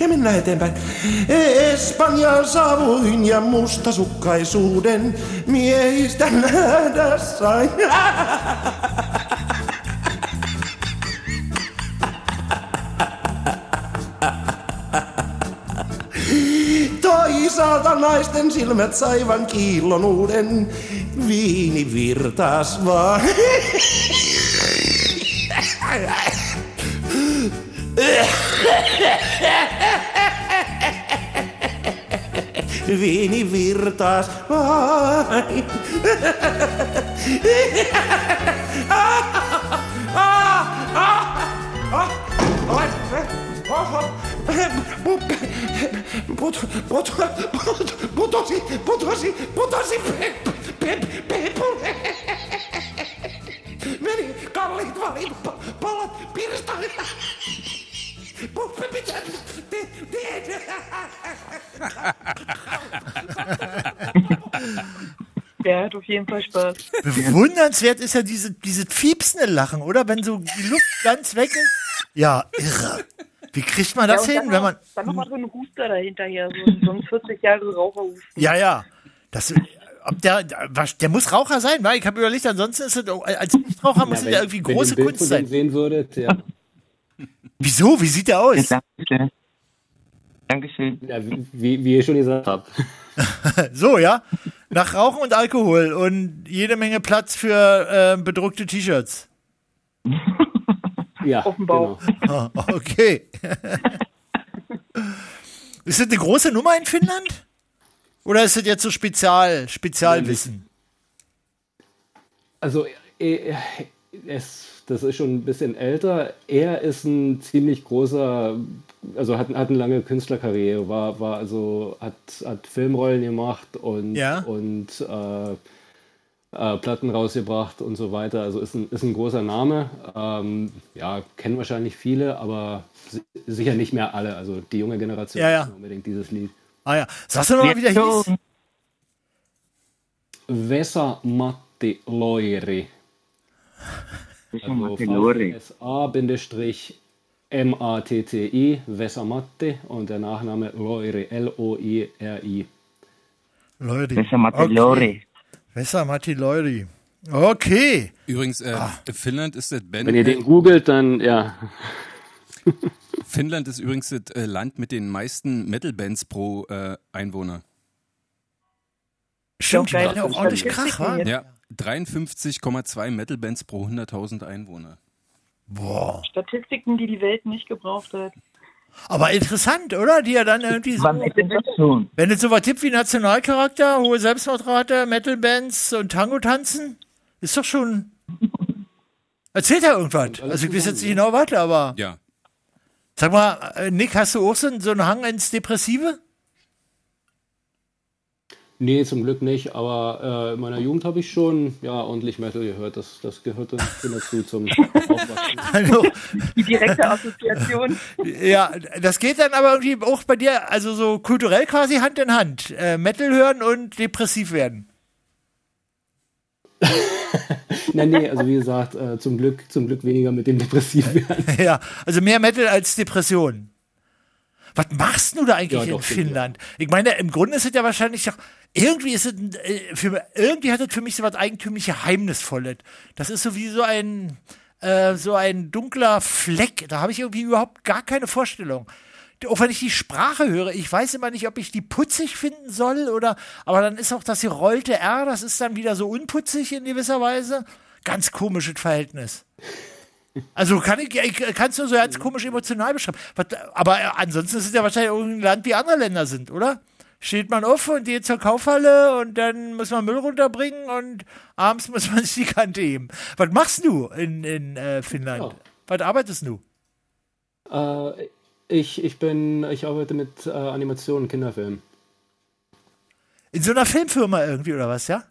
[SPEAKER 12] Ja mennään eteenpäin. Espanjaan saavuin ja mustasukkaisuuden miehistä nähdä sain. Toisaalta naisten silmät saivan kiillon uuden, viini virtas vaan. Viini virtas vain. Putosi, putosi, putosi, putosi, Meni kalliit valit, pa- palat, pirstalit. Puppe, mitä te teet?
[SPEAKER 10] Der hat auf jeden Fall Spaß.
[SPEAKER 8] Bewundernswert ist ja diese, dieses fiepsende Lachen, oder? Wenn so die Luft ganz weg ist. Ja, irre. Wie kriegt man das
[SPEAKER 10] Ja,
[SPEAKER 8] hin,
[SPEAKER 10] und dann
[SPEAKER 8] wenn
[SPEAKER 10] noch-
[SPEAKER 8] man. Hm?
[SPEAKER 10] Dann nochmal so ein Huster dahinterher, so, ein- so ein 40 Jahre Raucherhuster.
[SPEAKER 8] Ja, ja. Das, ob der, was- der muss Raucher sein, weil ich habe überlegt, ansonsten ist das, als Nichtraucher muss es ja irgendwie große Kunst sein.
[SPEAKER 7] sehen würdet, ja.
[SPEAKER 8] Wieso? Wie sieht der aus?
[SPEAKER 7] Dankeschön. Ja, wie- wie, wie ihr schon gesagt habt.
[SPEAKER 8] So, ja. Nach Rauchen und Alkohol und jede Menge Platz für äh, bedruckte T-Shirts.
[SPEAKER 7] Ja,
[SPEAKER 8] Offenbar. Genau. okay. ist das eine große Nummer in Finnland? Oder ist das jetzt so Spezial, Spezialwissen?
[SPEAKER 7] Also
[SPEAKER 12] äh,
[SPEAKER 7] eh, eh, es, das ist schon ein bisschen älter. Er ist ein ziemlich großer, also hat, hat eine lange Künstlerkarriere, war, war also, hat, hat Filmrollen gemacht und,
[SPEAKER 8] Ja.
[SPEAKER 7] und äh,
[SPEAKER 12] äh, Platten rausgebracht und so weiter. Also ist ein, ist ein großer Name. Ähm, ja, kennen wahrscheinlich viele, aber si sicher nicht mehr alle. Also die junge Generation
[SPEAKER 8] Ja, ja.
[SPEAKER 12] kennt unbedingt dieses Lied.
[SPEAKER 8] Ah ja. Sagst du nochmal, wie der hieß?
[SPEAKER 12] Vesa Matti Loiri.
[SPEAKER 7] Matti Loiri.
[SPEAKER 12] S-A-M-A-T-T-I, Vesa Matti und der Nachname Loiri, L-O-I-R-I.
[SPEAKER 8] Leute.
[SPEAKER 12] Vesa Matelori.
[SPEAKER 8] Wessa Matelori. Okay.
[SPEAKER 2] Übrigens, äh, Finnland ist das Band.
[SPEAKER 12] Wenn ihr den googelt, dann ja.
[SPEAKER 2] Finnland ist übrigens das äh, Land mit den meisten Metal-Bands pro äh, Einwohner.
[SPEAKER 8] Stimmt, die machen ja auch ordentlich Krach, wa?
[SPEAKER 2] Ja, 53,2 Metal-Bands pro 100.000 Einwohner.
[SPEAKER 8] Boah.
[SPEAKER 10] Statistiken, die die Welt nicht gebraucht hat.
[SPEAKER 8] Aber interessant, oder? Die ja dann irgendwie so. Wenn es so was gibt wie Nationalcharakter, hohe Selbstmordrate, Metal-Bands und Tango-Tanzen, ist doch schon. Erzählt er irgendwas. Also, ich weiß jetzt nicht genau was, aber.
[SPEAKER 2] Ja.
[SPEAKER 8] Sag mal, äh, Nick, hast du auch so einen, so einen Hang ins Depressive?
[SPEAKER 12] Nee, zum Glück nicht, aber äh, in meiner Jugend habe ich schon ja, ordentlich Metal gehört. Das, das gehört dann schon dazu zum Aufwachsen.
[SPEAKER 10] Die direkte Assoziation.
[SPEAKER 8] Also, Ja, das geht dann aber irgendwie auch bei dir, also so kulturell quasi Hand in Hand. Äh, Metal hören und depressiv werden.
[SPEAKER 12] Nein, nee, also wie gesagt, äh, zum, Glück, zum Glück weniger mit dem Depressivwerden.
[SPEAKER 8] ja, also mehr Metal als Depression. Was machst du da eigentlich
[SPEAKER 12] Ja,
[SPEAKER 8] in
[SPEAKER 12] doch, stimmt,
[SPEAKER 8] Finnland? Ich meine, im Grunde ist es ja wahrscheinlich doch, irgendwie ist es, ein, äh, für, irgendwie hat es für mich so was eigentümlich Geheimnisvolles. Das ist so wie so ein, äh, so ein dunkler Fleck. Da habe ich irgendwie überhaupt gar keine Vorstellung. Auch wenn ich die Sprache höre, ich weiß immer nicht, ob ich die putzig finden soll oder, aber dann ist auch das gerollte R, das ist dann wieder so unputzig in gewisser Weise. Ganz komisches Verhältnis. Also kann ich, ich kann es nur so ganz komisch emotional beschreiben. Was, aber äh, ansonsten ist es ja wahrscheinlich irgendein Land, wie andere Länder sind, oder? Steht man auf und geht zur Kaufhalle und dann muss man Müll runterbringen und abends muss man sich die Kante heben. Was machst du in, in äh, Finnland? Was arbeitest du?
[SPEAKER 12] Äh, ich, ich, bin, ich arbeite mit äh, Animationen und Kinderfilmen.
[SPEAKER 8] In so einer Filmfirma irgendwie oder was, ja?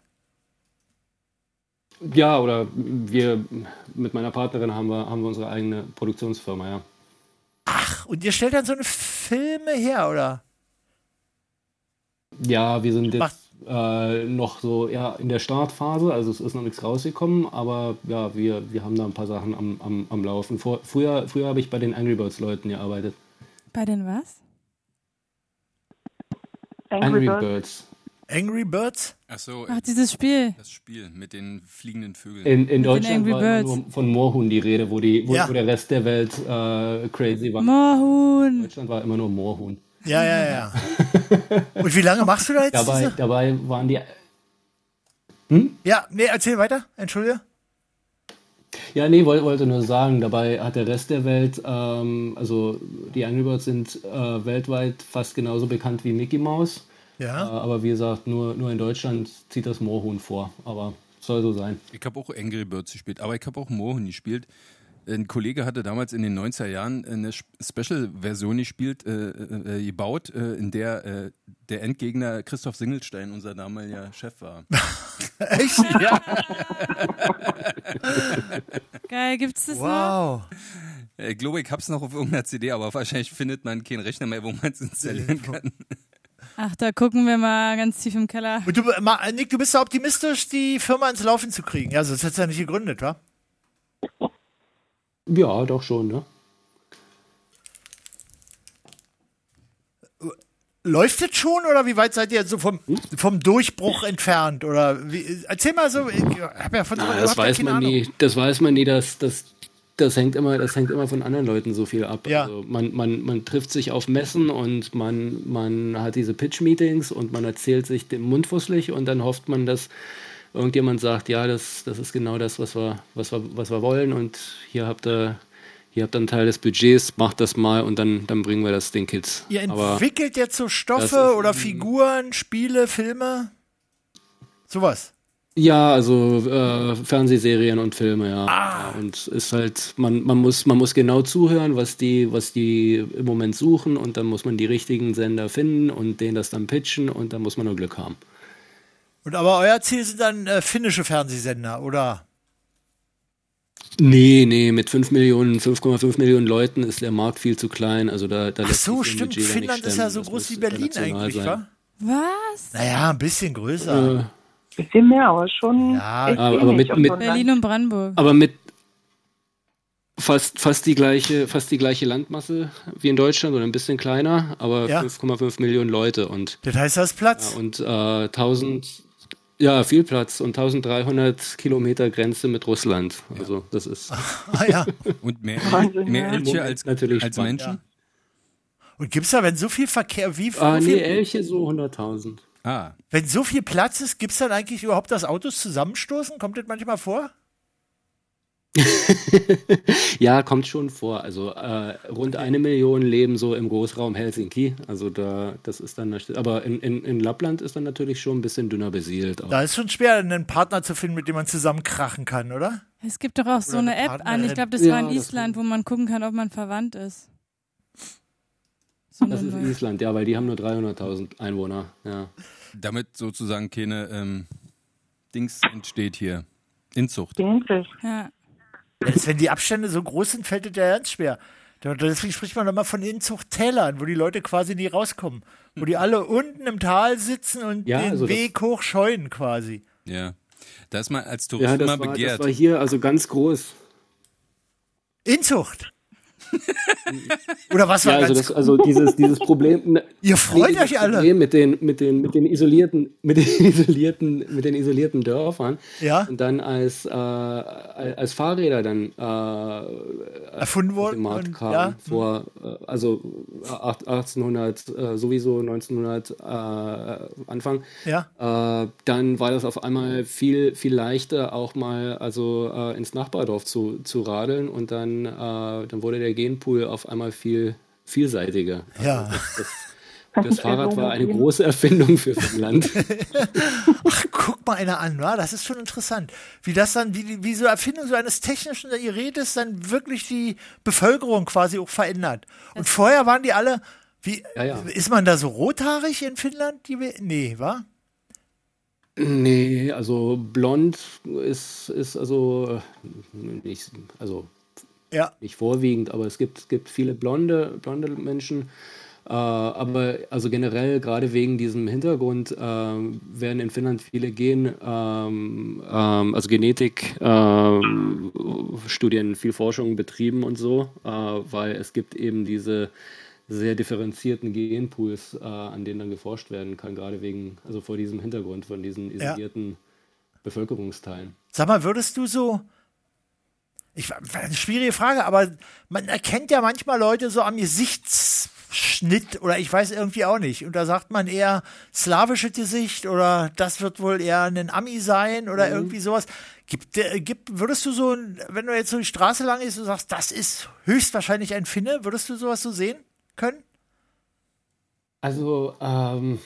[SPEAKER 12] Ja, oder wir mit meiner Partnerin haben wir, haben wir unsere eigene Produktionsfirma, ja.
[SPEAKER 8] Ach, und ihr stellt dann so eine Filme her, oder?
[SPEAKER 12] Ja, wir sind jetzt äh, noch so ja, in der Startphase, also es ist noch nichts rausgekommen, aber ja, wir, wir haben da ein paar Sachen am, am, am Laufen. Vor, früher früher habe ich bei den Angry Birds Leuten gearbeitet.
[SPEAKER 1] Bei den was?
[SPEAKER 12] Angry Birds.
[SPEAKER 8] Angry Birds?
[SPEAKER 2] Achso,
[SPEAKER 1] Ach, dieses Spiel.
[SPEAKER 2] das Spiel mit den fliegenden Vögeln.
[SPEAKER 12] In, in Deutschland
[SPEAKER 1] Angry
[SPEAKER 12] war immer
[SPEAKER 1] Birds.
[SPEAKER 12] nur von Moorhuhn die Rede, wo, die, wo,
[SPEAKER 1] Ja.
[SPEAKER 12] wo der Rest der Welt äh, crazy war.
[SPEAKER 1] Moorhuhn.
[SPEAKER 12] Deutschland war immer nur Moorhuhn.
[SPEAKER 8] Ja, ja, ja. Und wie lange machst du da jetzt?
[SPEAKER 12] Dabei,
[SPEAKER 8] diese?
[SPEAKER 12] dabei waren die
[SPEAKER 8] Ja, nee, erzähl weiter. Entschuldige.
[SPEAKER 12] Ja, nee, wollte, wollte nur sagen, dabei hat der Rest der Welt, ähm, also die Angry Birds sind äh, weltweit fast genauso bekannt wie Mickey Mouse.
[SPEAKER 8] Ja.
[SPEAKER 12] Äh, aber wie gesagt, nur, nur in Deutschland zieht das Moorhuhn vor. Aber soll so sein.
[SPEAKER 2] Ich habe auch Angry Birds gespielt, aber ich habe auch Moorhuhn gespielt. Ein Kollege hatte damals in den 90er Jahren eine Sp- Special-Version gespielt, äh, äh, äh, gebaut, äh, in der äh, der Endgegner Äh, Christoph Singelstein, unser damaliger Chef, war.
[SPEAKER 8] Echt? Ja.
[SPEAKER 1] Geil, gibt's das
[SPEAKER 8] Wow.
[SPEAKER 2] Ich glaube, Äh, ich hab's noch auf irgendeiner CD, aber wahrscheinlich findet man keinen Rechner mehr, wo man es installieren kann.
[SPEAKER 1] noch? Ach, da gucken wir mal ganz tief im Keller.
[SPEAKER 8] Und du, Ma- Nick, du bist so optimistisch, die Firma ins Laufen zu kriegen. Ja, sonst hättest du ja nicht gegründet, wa?
[SPEAKER 12] Ja, doch schon, ne?
[SPEAKER 8] Läuft das schon oder wie weit seid ihr jetzt so vom,
[SPEAKER 12] Hm?
[SPEAKER 8] vom Durchbruch entfernt? Oder wie, erzähl mal so, ich habe ja von sowas
[SPEAKER 12] Ah,
[SPEAKER 8] überhaupt
[SPEAKER 12] das weiß
[SPEAKER 8] keine
[SPEAKER 12] man
[SPEAKER 8] Ahnung.
[SPEAKER 12] nie. Das weiß man nie. Das, das, das, hängt, immer, das hängt immer von anderen Leuten so viel ab.
[SPEAKER 8] Ja.
[SPEAKER 12] Also man, man, man trifft sich auf Messen und man, man hat diese Pitch-Meetings und man erzählt sich den Mund fusselig und dann hofft man, dass irgendjemand sagt, ja, das, das ist genau das, was wir, was, wir, was wir wollen und hier habt ihr, hier habt ihr einen Teil des Budgets, macht das mal und dann, dann bringen wir das den Kids.
[SPEAKER 8] Ihr
[SPEAKER 12] Aber-
[SPEAKER 8] entwickelt jetzt so
[SPEAKER 12] das
[SPEAKER 8] Stoffe
[SPEAKER 12] ist,
[SPEAKER 8] oder Figuren, Spiele, Filme? Sowas.
[SPEAKER 12] Ja, also äh, Fernsehserien und Filme, ja.
[SPEAKER 8] Ah.
[SPEAKER 12] Ja, Und ist halt, man, man muss, man muss genau zuhören, was die, was die im Moment suchen und dann muss man die richtigen Sender finden und denen das dann pitchen und dann muss man nur Glück haben.
[SPEAKER 8] Und aber euer Ziel sind dann äh, finnische Fernsehsender, oder?
[SPEAKER 12] Nee, nee, mit 5 Millionen, 5,5 Millionen Leuten ist der Markt viel zu klein. Also da, da
[SPEAKER 8] Ach so, stimmt. Finnland ist ja so groß wie Berlin eigentlich, wa?
[SPEAKER 1] Was?
[SPEAKER 8] Naja, ein bisschen größer.
[SPEAKER 12] Äh,
[SPEAKER 10] Bisschen mehr, aber schon.
[SPEAKER 8] Ja,
[SPEAKER 10] echt
[SPEAKER 12] aber- aber
[SPEAKER 10] wenig
[SPEAKER 12] mit-
[SPEAKER 10] auf
[SPEAKER 12] mit-
[SPEAKER 10] so einem
[SPEAKER 1] Berlin und Brandenburg.
[SPEAKER 12] Aber mit fast, fast, die gleiche, fast die gleiche Landmasse wie in Deutschland oder ein bisschen kleiner, aber
[SPEAKER 8] Ja.
[SPEAKER 12] 5,5 Millionen Leute. Und,
[SPEAKER 8] das heißt, da ist Platz.
[SPEAKER 12] Ja, und äh, 1000, ja, viel Platz und 1300 Kilometer Grenze mit Russland. Also das ist
[SPEAKER 8] Ah,
[SPEAKER 2] Und mehr,
[SPEAKER 8] Wahnsinn,
[SPEAKER 2] mehr
[SPEAKER 8] ja.
[SPEAKER 2] Elche als,
[SPEAKER 12] Natürlich
[SPEAKER 2] als
[SPEAKER 12] spannend.
[SPEAKER 2] Menschen?
[SPEAKER 8] Und gibt's da, wenn so viel Verkehr wie
[SPEAKER 12] Ah,
[SPEAKER 8] wie
[SPEAKER 12] nee,
[SPEAKER 8] viel,
[SPEAKER 12] Elche so 100.000.
[SPEAKER 2] Ah.
[SPEAKER 8] wenn so viel Platz ist, gibt's dann eigentlich überhaupt, dass Autos zusammenstoßen? Kommt das manchmal vor?
[SPEAKER 12] Ja, kommt schon vor. Also äh, rund eine Million leben so im Großraum Helsinki. Also da, das ist dann, aber in, in, in Lappland ist dann natürlich schon ein bisschen dünner besiedelt.
[SPEAKER 8] Da ist schon schwer, einen Partner zu finden, mit dem man zusammen krachen kann, oder?
[SPEAKER 1] Es gibt doch auch so eine App an, ich glaube, das
[SPEAKER 12] Ja,
[SPEAKER 1] war in
[SPEAKER 12] das-
[SPEAKER 1] Island, wo man gucken kann, ob man verwandt ist.
[SPEAKER 12] Das ist Island, ja, weil die haben nur 300.000 Einwohner. Ja.
[SPEAKER 2] Damit sozusagen keine ähm, Dings entsteht hier. Inzucht.
[SPEAKER 1] Ja.
[SPEAKER 8] Jetzt, wenn die Abstände so groß sind, fällt es ja ganz schwer. Da- Deswegen spricht man immer von Inzuchttälern, wo die Leute quasi nie rauskommen. Wo die alle unten im Tal sitzen und
[SPEAKER 12] Ja,
[SPEAKER 8] den
[SPEAKER 12] also das-
[SPEAKER 8] Weg hoch scheuen quasi.
[SPEAKER 2] Ja. Da ist man als Tourist
[SPEAKER 12] Ja, das
[SPEAKER 2] immer
[SPEAKER 12] war, das
[SPEAKER 2] begehrt.
[SPEAKER 12] war hier also ganz groß.
[SPEAKER 8] Inzucht! Oder was war
[SPEAKER 12] ja, also,
[SPEAKER 8] ganz
[SPEAKER 12] das, also dieses, dieses Problem. ne,
[SPEAKER 8] Ihr freut euch alle.
[SPEAKER 12] Problem mit den, mit den, mit den isolierten, mit den isolierten, mit den isolierten Dörfern.
[SPEAKER 8] Ja.
[SPEAKER 12] Und dann als, äh, als Fahrräder dann äh,
[SPEAKER 8] Erfunden
[SPEAKER 12] auf den
[SPEAKER 8] worden
[SPEAKER 12] Markt
[SPEAKER 8] und-
[SPEAKER 12] kamen
[SPEAKER 8] ja.
[SPEAKER 12] vor, äh, also acht- 1800 äh, sowieso 1900 äh, Anfang.
[SPEAKER 8] Ja.
[SPEAKER 12] Äh, dann war das auf einmal viel, viel leichter, auch mal also äh, ins Nachbardorf zu, zu radeln und dann, äh, dann wurde der Genpool auf einmal viel vielseitiger.
[SPEAKER 8] Ja.
[SPEAKER 12] Das, das Fahrrad war eine große Erfindung für Finnland.
[SPEAKER 8] Guck mal einer an, wa? das ist schon interessant. Wie das dann, wie, die- wie so Erfindung so eines technischen Gerätes dann wirklich die Bevölkerung quasi auch verändert. Und vorher waren die alle, wie,
[SPEAKER 12] Ja, ja.
[SPEAKER 8] ist man da so rothaarig in Finnland? Die, we- nee, wa?
[SPEAKER 12] Nee, also blond ist, ist also äh, nicht, also
[SPEAKER 8] Ja.
[SPEAKER 12] nicht vorwiegend, aber es gibt, es gibt viele blonde, blonde Menschen. Äh, aber also generell, gerade wegen diesem Hintergrund, äh, werden in Finnland viele Gen, ähm, ähm, also Genetik, ähm, Studien, viel Forschung betrieben und so, äh, weil es gibt eben diese sehr differenzierten Genpools, äh, an denen dann geforscht werden kann, gerade wegen, also vor diesem Hintergrund von diesen
[SPEAKER 8] Ja.
[SPEAKER 12] isolierten Bevölkerungsteilen.
[SPEAKER 8] Sag mal, würdest du so. Ich, eine schwierige Frage, aber man erkennt ja manchmal Leute so am Gesichtsschnitt oder ich weiß irgendwie auch nicht. Und da sagt man eher slawisches Gesicht oder das wird wohl eher ein Ami sein oder irgendwie sowas. Gibt, äh, gibt, würdest du so, ein- wenn du jetzt so die Straße lang gehst und sagst, das ist höchstwahrscheinlich ein Finne, würdest du sowas so sehen können?
[SPEAKER 12] Also ähm,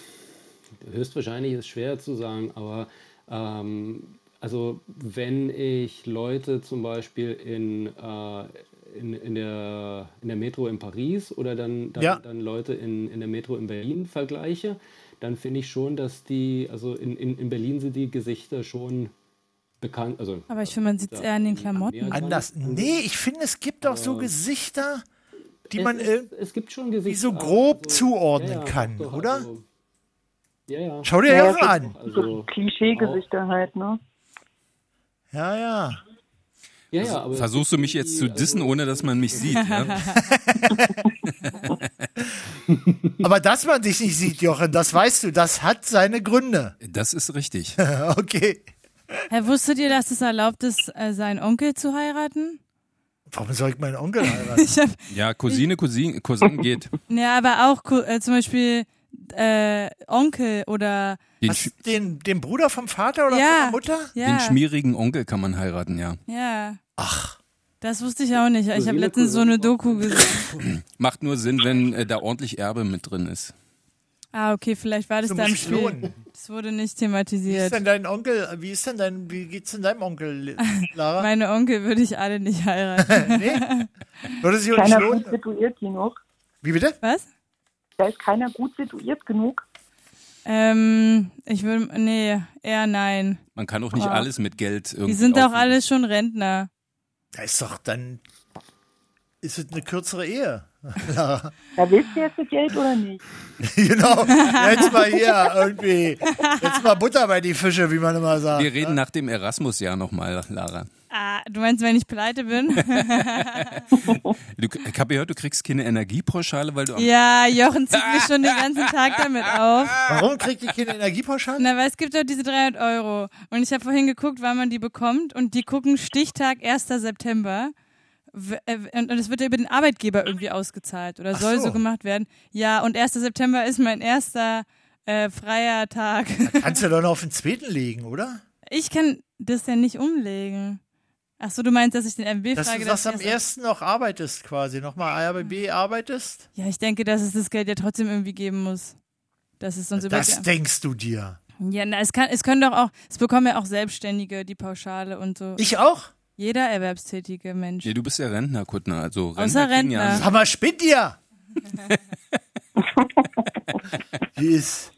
[SPEAKER 12] höchstwahrscheinlich ist schwer zu sagen, aber ähm, also wenn ich Leute zum Beispiel in, äh, in, in, der, in der Metro in Paris oder dann, dann,
[SPEAKER 8] Ja.
[SPEAKER 12] dann Leute in, in der Metro in Berlin vergleiche, dann finde ich schon, dass die, also in, in, in Berlin sind die Gesichter schon bekannt, also
[SPEAKER 1] Aber ich finde, man sieht es eher in den Klamotten.
[SPEAKER 8] Anders. Nee, ich finde, es gibt auch so Gesichter, die
[SPEAKER 12] Es-
[SPEAKER 8] man
[SPEAKER 12] es-
[SPEAKER 8] irg-
[SPEAKER 12] es gibt schon
[SPEAKER 8] äh, die
[SPEAKER 12] Gesichter,
[SPEAKER 8] so grob
[SPEAKER 12] also-
[SPEAKER 8] zuordnen
[SPEAKER 12] ja,
[SPEAKER 8] kann,
[SPEAKER 12] doch,
[SPEAKER 8] oder?
[SPEAKER 12] also- ja, ja.
[SPEAKER 8] Schau dir
[SPEAKER 10] Ja,
[SPEAKER 8] das
[SPEAKER 10] das-
[SPEAKER 8] an.
[SPEAKER 12] Also,
[SPEAKER 10] Klischee-Gesichter halt, ne?
[SPEAKER 8] Ja, ja.
[SPEAKER 12] ja, ja, aber also
[SPEAKER 2] Versuchst du mich jetzt zu dissen, ohne dass man mich sieht? Ja?
[SPEAKER 8] Aber dass man dich nicht sieht, Jochen, das weißt du, das hat seine Gründe.
[SPEAKER 2] Das ist richtig.
[SPEAKER 8] okay.
[SPEAKER 1] Herr, wusstet ihr, dass es erlaubt ist, äh, seinen Onkel zu heiraten?
[SPEAKER 8] Warum soll ich meinen Onkel heiraten?
[SPEAKER 1] Ich hab,
[SPEAKER 2] Ja, Cousine, Cousine, Cousin geht.
[SPEAKER 1] ja, aber auch Ku- äh, zum Beispiel äh, Onkel oder
[SPEAKER 2] Den,
[SPEAKER 8] Hast
[SPEAKER 2] sch
[SPEAKER 8] du den, den Bruder vom Vater oder von
[SPEAKER 1] ja,
[SPEAKER 8] der Mutter?
[SPEAKER 1] Ja,
[SPEAKER 2] den schmierigen Onkel kann man heiraten, ja.
[SPEAKER 1] ja.
[SPEAKER 8] Ach.
[SPEAKER 1] Das wusste ich auch nicht.
[SPEAKER 8] Also
[SPEAKER 1] Ich habe
[SPEAKER 12] Cousine,
[SPEAKER 1] letztens so
[SPEAKER 12] Cousin.
[SPEAKER 1] eine Doku gesehen.
[SPEAKER 2] Macht nur Sinn, wenn äh, da ordentlich Erbe mit drin ist.
[SPEAKER 1] Ah, okay, vielleicht war das
[SPEAKER 8] Zum
[SPEAKER 1] da im
[SPEAKER 8] Spielen.
[SPEAKER 1] Spiel. Das wurde nicht
[SPEAKER 8] Wie ist
[SPEAKER 1] thematisiert.
[SPEAKER 8] denn dein Onkel, wie ist denn dein, wie geht's denn deinem Onkel, Lara?
[SPEAKER 1] Meine Onkel würde ich alle nicht heiraten.
[SPEAKER 8] nee? Würde sich uns
[SPEAKER 10] Keiner gut
[SPEAKER 8] lohnen?
[SPEAKER 10] situiert genug.
[SPEAKER 8] Wie bitte?
[SPEAKER 1] Was?
[SPEAKER 10] Da ist keiner gut situiert genug.
[SPEAKER 1] Ähm, ich würde, nee, eher nein.
[SPEAKER 12] Man kann auch nicht
[SPEAKER 1] Ah.
[SPEAKER 12] alles mit Geld irgendwie.
[SPEAKER 1] Die sind doch
[SPEAKER 12] auf-
[SPEAKER 1] alle schon Rentner.
[SPEAKER 8] Da ist doch dann. Ist es eine kürzere Ehe? Lara?
[SPEAKER 10] Da willst du jetzt das Geld oder nicht?
[SPEAKER 8] genau. Jetzt mal hier irgendwie. Jetzt mal Butter bei die Fische, wie man immer sagt.
[SPEAKER 12] Wir reden nach dem Erasmus-Jahr nochmal, Lara.
[SPEAKER 1] Ah, du meinst, wenn ich pleite bin?
[SPEAKER 12] Du, ich habe gehört, du kriegst keine Energiepauschale, weil du am
[SPEAKER 1] ja, Jochen zieht mich schon den ganzen Tag damit auf.
[SPEAKER 8] Warum kriegt ihr keine Energiepauschale?
[SPEAKER 1] Na, weil es gibt doch diese 300 Euro. Und ich habe vorhin geguckt, wann man die bekommt. Und die gucken Stichtag 1. September. W- äh, Und und es wird ja über den Arbeitgeber irgendwie ausgezahlt oder
[SPEAKER 13] Ach
[SPEAKER 1] soll so.
[SPEAKER 13] so.
[SPEAKER 1] gemacht werden. Ja, und 1. September ist mein erster äh, freier Tag.
[SPEAKER 8] Kannst du doch noch auf den zweiten legen, oder?
[SPEAKER 1] Ich kann das ja nicht umlegen. Ach so, du meinst, dass ich den MB
[SPEAKER 8] Dass
[SPEAKER 1] frage?
[SPEAKER 8] du das
[SPEAKER 1] dass Hm.
[SPEAKER 8] am
[SPEAKER 1] ich erst-
[SPEAKER 8] ersten noch arbeitest quasi. Nochmal ARBB arbeitest?
[SPEAKER 1] Ja, ich denke, dass es das Geld ja trotzdem irgendwie geben muss. Das ist sonst
[SPEAKER 8] Das
[SPEAKER 1] über
[SPEAKER 8] denkst du dir.
[SPEAKER 1] Ja, na, es, kann, es können doch auch, es bekommen ja auch Selbstständige die Pauschale und so.
[SPEAKER 8] Ich auch?
[SPEAKER 1] Jeder erwerbstätige Mensch.
[SPEAKER 12] Nee, du bist ja Rentner, Kuttner. Also Rentner
[SPEAKER 1] Außer
[SPEAKER 12] kriegen ja
[SPEAKER 1] Rentner.
[SPEAKER 12] nicht.
[SPEAKER 1] Sag
[SPEAKER 8] mal, spinnt ihr? Die ist.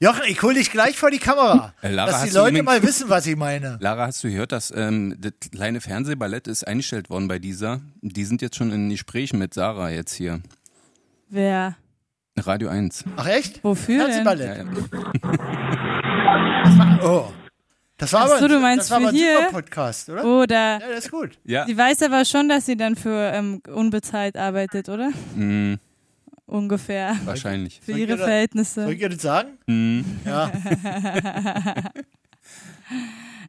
[SPEAKER 8] Jochen, ich hol dich gleich vor die Kamera.
[SPEAKER 12] Äh, Lara,
[SPEAKER 8] dass die
[SPEAKER 12] hast du
[SPEAKER 8] Leute
[SPEAKER 12] übrigens-
[SPEAKER 8] mal wissen, was ich meine.
[SPEAKER 12] Lara, hast du gehört, dass ähm, das kleine Fernsehballett ist eingestellt worden bei dieser? Die sind jetzt schon in Gesprächen mit Sarah jetzt hier.
[SPEAKER 1] Wer?
[SPEAKER 12] Radio 1.
[SPEAKER 8] Ach echt?
[SPEAKER 1] Wofür?
[SPEAKER 8] Fernsehballett.
[SPEAKER 12] Ja,
[SPEAKER 8] Oh. Das war
[SPEAKER 1] Ach
[SPEAKER 8] aber
[SPEAKER 1] so,
[SPEAKER 8] ein,
[SPEAKER 1] du meinst
[SPEAKER 8] das war aber
[SPEAKER 1] für
[SPEAKER 8] ein
[SPEAKER 1] hier? Oh.
[SPEAKER 8] super Podcast, oder?
[SPEAKER 1] Oder-
[SPEAKER 8] Ja, das ist gut.
[SPEAKER 12] Ja.
[SPEAKER 1] Sie weiß aber schon, dass sie dann für ähm, unbezahlt arbeitet, oder?
[SPEAKER 12] Mm,
[SPEAKER 1] Ungefähr.
[SPEAKER 12] wahrscheinlich.
[SPEAKER 1] Für
[SPEAKER 8] Mhm. Soll ich
[SPEAKER 1] ihre
[SPEAKER 8] ihr da-
[SPEAKER 1] Verhältnisse.
[SPEAKER 8] Soll ich dir das sagen?
[SPEAKER 12] Mm.
[SPEAKER 8] Ja.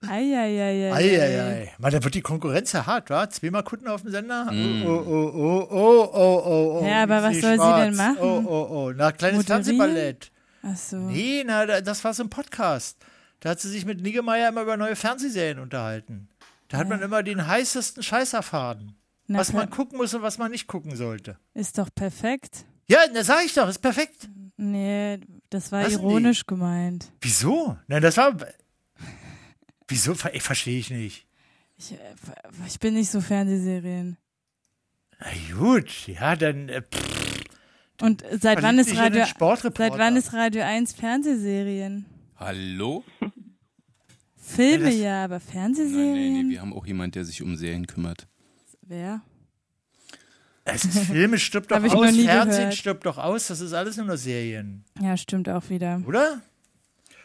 [SPEAKER 1] Eieiei. Äh.
[SPEAKER 8] Eieiei. Man, da wird die Konkurrenz ja hart, wa? Zweimal Kunden auf dem Sender? Oh, oh, oh, oh, oh, oh, oh.
[SPEAKER 1] Ja, aber
[SPEAKER 8] ich
[SPEAKER 1] was
[SPEAKER 8] seh
[SPEAKER 1] soll sie
[SPEAKER 8] schwarz.
[SPEAKER 1] denn machen?
[SPEAKER 8] Oh, oh, oh. Na,
[SPEAKER 1] Moderieren?
[SPEAKER 8] kleines
[SPEAKER 1] Oh.
[SPEAKER 8] Fernsehballett.
[SPEAKER 1] Ach so.
[SPEAKER 8] Nee, na, da- das war so ein Podcast. Da hat sie sich mit Niggemeier immer über neue Fernsehserien unterhalten. Da hat man immer den heißesten Scheiß erfahren.
[SPEAKER 1] Na,
[SPEAKER 8] was
[SPEAKER 1] per-
[SPEAKER 8] man gucken muss und was man nicht gucken sollte.
[SPEAKER 1] Ist doch perfekt.
[SPEAKER 8] Ja, das sag ich doch, ist perfekt.
[SPEAKER 1] Nee, das war
[SPEAKER 8] Was denn die?
[SPEAKER 1] ironisch gemeint.
[SPEAKER 8] Wieso? Nein, das war. Wieso? Ver- Ich verstehe ich nicht.
[SPEAKER 1] Ich, äh, ich bin nicht so Fernsehserien.
[SPEAKER 8] Na gut, ja, dann. Äh, pff.
[SPEAKER 1] Und seit wann,
[SPEAKER 8] Verlieb
[SPEAKER 1] ist
[SPEAKER 8] dich in
[SPEAKER 1] Radio,
[SPEAKER 8] den Sportreporter.
[SPEAKER 1] seit wann ist Radio 1 Fernsehserien?
[SPEAKER 12] Hallo?
[SPEAKER 1] Filme
[SPEAKER 12] Ja,
[SPEAKER 1] ja,
[SPEAKER 12] das-
[SPEAKER 1] aber
[SPEAKER 12] Nein,
[SPEAKER 1] Fernsehserien?
[SPEAKER 12] nee, nee, wir haben auch jemanden, der sich um Serien kümmert.
[SPEAKER 1] Wer?
[SPEAKER 8] Es ist Filme stirbt doch
[SPEAKER 1] Hab ich
[SPEAKER 8] aus,
[SPEAKER 1] noch nie
[SPEAKER 8] Fernsehen
[SPEAKER 1] gehört.
[SPEAKER 8] stirbt doch aus, das ist alles nur noch Serien,
[SPEAKER 1] Ja, stimmt auch wieder.
[SPEAKER 8] oder?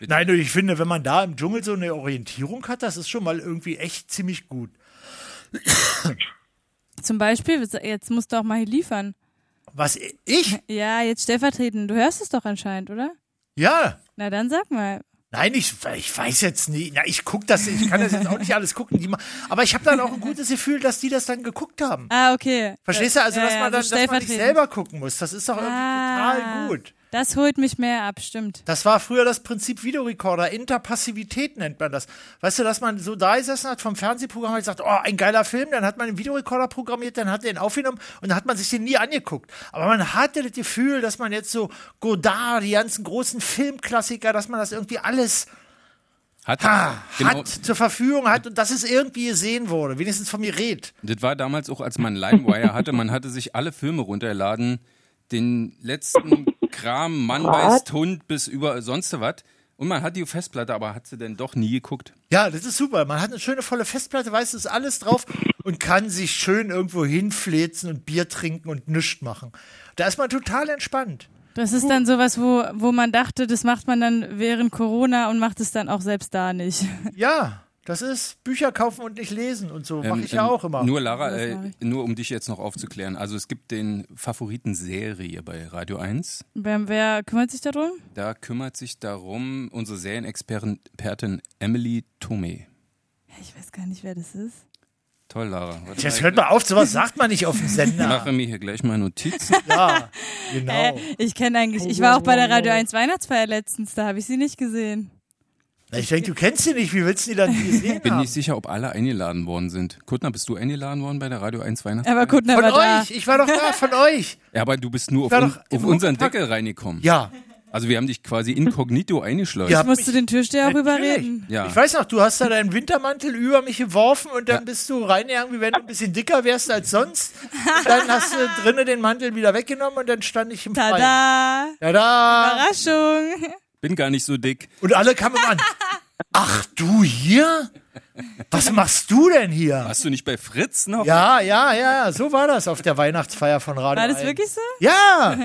[SPEAKER 8] Nein, du, ich finde, wenn man da im Dschungel so eine Orientierung hat, das ist schon mal irgendwie echt ziemlich gut.
[SPEAKER 1] Zum Beispiel, jetzt musst du auch mal hier liefern.
[SPEAKER 8] Was, ich?
[SPEAKER 1] Ja, jetzt stellvertretend. Du hörst es doch anscheinend, oder?
[SPEAKER 8] Ja.
[SPEAKER 1] Na dann sag mal.
[SPEAKER 8] Nein, ich, ich weiß jetzt nicht. Na, ich guck das, ich kann das jetzt auch nicht alles gucken. Die, ma- aber ich habe dann auch ein gutes Gefühl, dass die das dann geguckt haben.
[SPEAKER 1] Ah, okay.
[SPEAKER 8] Verstehst du? Also,
[SPEAKER 1] Ja,
[SPEAKER 8] dass,
[SPEAKER 1] ja,
[SPEAKER 8] man dann,
[SPEAKER 1] so
[SPEAKER 8] dass man nicht
[SPEAKER 1] stellvertretend.
[SPEAKER 8] selber gucken muss. Das ist doch irgendwie
[SPEAKER 1] Ah.
[SPEAKER 8] total gut.
[SPEAKER 1] Das holt mich mehr ab, stimmt.
[SPEAKER 8] Das war früher das Prinzip Videorekorder. Interpassivität nennt man das. Weißt du, dass man so da gesessen hat vom Fernsehprogramm und gesagt, oh, ein geiler Film, dann hat man den Videorekorder programmiert, dann hat er ihn aufgenommen und dann hat man sich den nie angeguckt. Aber man hatte das Gefühl, dass man jetzt so Godard, die ganzen großen Filmklassiker, dass man das irgendwie alles
[SPEAKER 12] Hat,
[SPEAKER 8] ha,
[SPEAKER 12] genau,
[SPEAKER 8] hat zur Verfügung hat und dass es irgendwie gesehen wurde, wenigstens von mir redet.
[SPEAKER 12] Das war damals auch, als man LimeWire hatte. Man hatte sich alle Filme runtergeladen, den letzten Kram, Mann beißt Hund bis über sonst was. Und man hat die Festplatte, aber hat sie denn doch nie geguckt.
[SPEAKER 8] Ja, das ist super. Man hat eine schöne volle Festplatte, weiß, es ist alles drauf und kann sich schön irgendwo hinfläzen und Bier trinken und nichts machen. Da ist man total entspannt.
[SPEAKER 1] Das ist dann sowas, wo, wo man dachte, das macht man dann während Corona und macht es dann auch selbst da nicht.
[SPEAKER 8] Ja, das ist Bücher kaufen und nicht lesen und so. Mache
[SPEAKER 12] Ähm,
[SPEAKER 8] ich ja
[SPEAKER 12] ähm,
[SPEAKER 8] auch immer.
[SPEAKER 12] Nur Lara,
[SPEAKER 8] Das
[SPEAKER 12] äh,
[SPEAKER 8] mach
[SPEAKER 12] nur um dich jetzt noch aufzuklären. Also es gibt den Favoriten-Serie bei Radio 1.
[SPEAKER 1] Wer, wer kümmert sich darum?
[SPEAKER 12] Da kümmert sich darum unsere Serienexpertin Emily Tomei.
[SPEAKER 1] Ich weiß gar nicht, wer das ist.
[SPEAKER 12] Toll, Lara. Warte
[SPEAKER 8] Jetzt
[SPEAKER 12] ich-
[SPEAKER 8] hört mal auf, sowas sagt man nicht auf dem
[SPEAKER 12] Ich
[SPEAKER 8] Sender.
[SPEAKER 12] mache mir hier gleich mal Notiz.
[SPEAKER 8] Ja, genau.
[SPEAKER 1] Äh, ich kenne eigentlich, ich war auch bei der Radio 1 Weihnachtsfeier letztens, da habe ich sie nicht gesehen.
[SPEAKER 8] Ich denke, du kennst sie nicht. Wie willst du die dann gesehen
[SPEAKER 12] Bin
[SPEAKER 8] haben?
[SPEAKER 12] nicht sicher, ob alle eingeladen worden sind. Kuttner, bist du eingeladen worden bei der Radio 1 Weihnachten?
[SPEAKER 1] Aber Kuttner
[SPEAKER 8] Hm. Von
[SPEAKER 1] war da.
[SPEAKER 8] euch. Ich war doch da, von euch.
[SPEAKER 12] Ja, aber du bist nur auf,
[SPEAKER 8] war
[SPEAKER 12] un
[SPEAKER 8] doch im
[SPEAKER 12] auf unseren Deckel reingekommen.
[SPEAKER 8] Ja.
[SPEAKER 12] Also wir haben dich quasi inkognito eingeschleust.
[SPEAKER 8] Ihr habt
[SPEAKER 1] Musst du den Türsteher auch überreden?
[SPEAKER 12] ja.
[SPEAKER 8] Ich weiß noch, du hast da deinen Wintermantel über mich geworfen und dann bist du reingegangen, wie wenn du ein bisschen dicker wärst als sonst. Und dann hast du drinnen den Mantel wieder weggenommen und dann stand ich im Freien.
[SPEAKER 1] Tada!
[SPEAKER 8] Tada!
[SPEAKER 1] Überraschung!
[SPEAKER 2] Bin gar nicht so dick.
[SPEAKER 8] Und alle kamen an. Ach, du hier? Was machst du denn hier?
[SPEAKER 2] Warst du nicht bei Fritz noch?
[SPEAKER 8] Ja, ja, ja, ja, so war das auf der Weihnachtsfeier von Radio
[SPEAKER 1] War das
[SPEAKER 8] 1.
[SPEAKER 1] wirklich so?
[SPEAKER 8] Ja!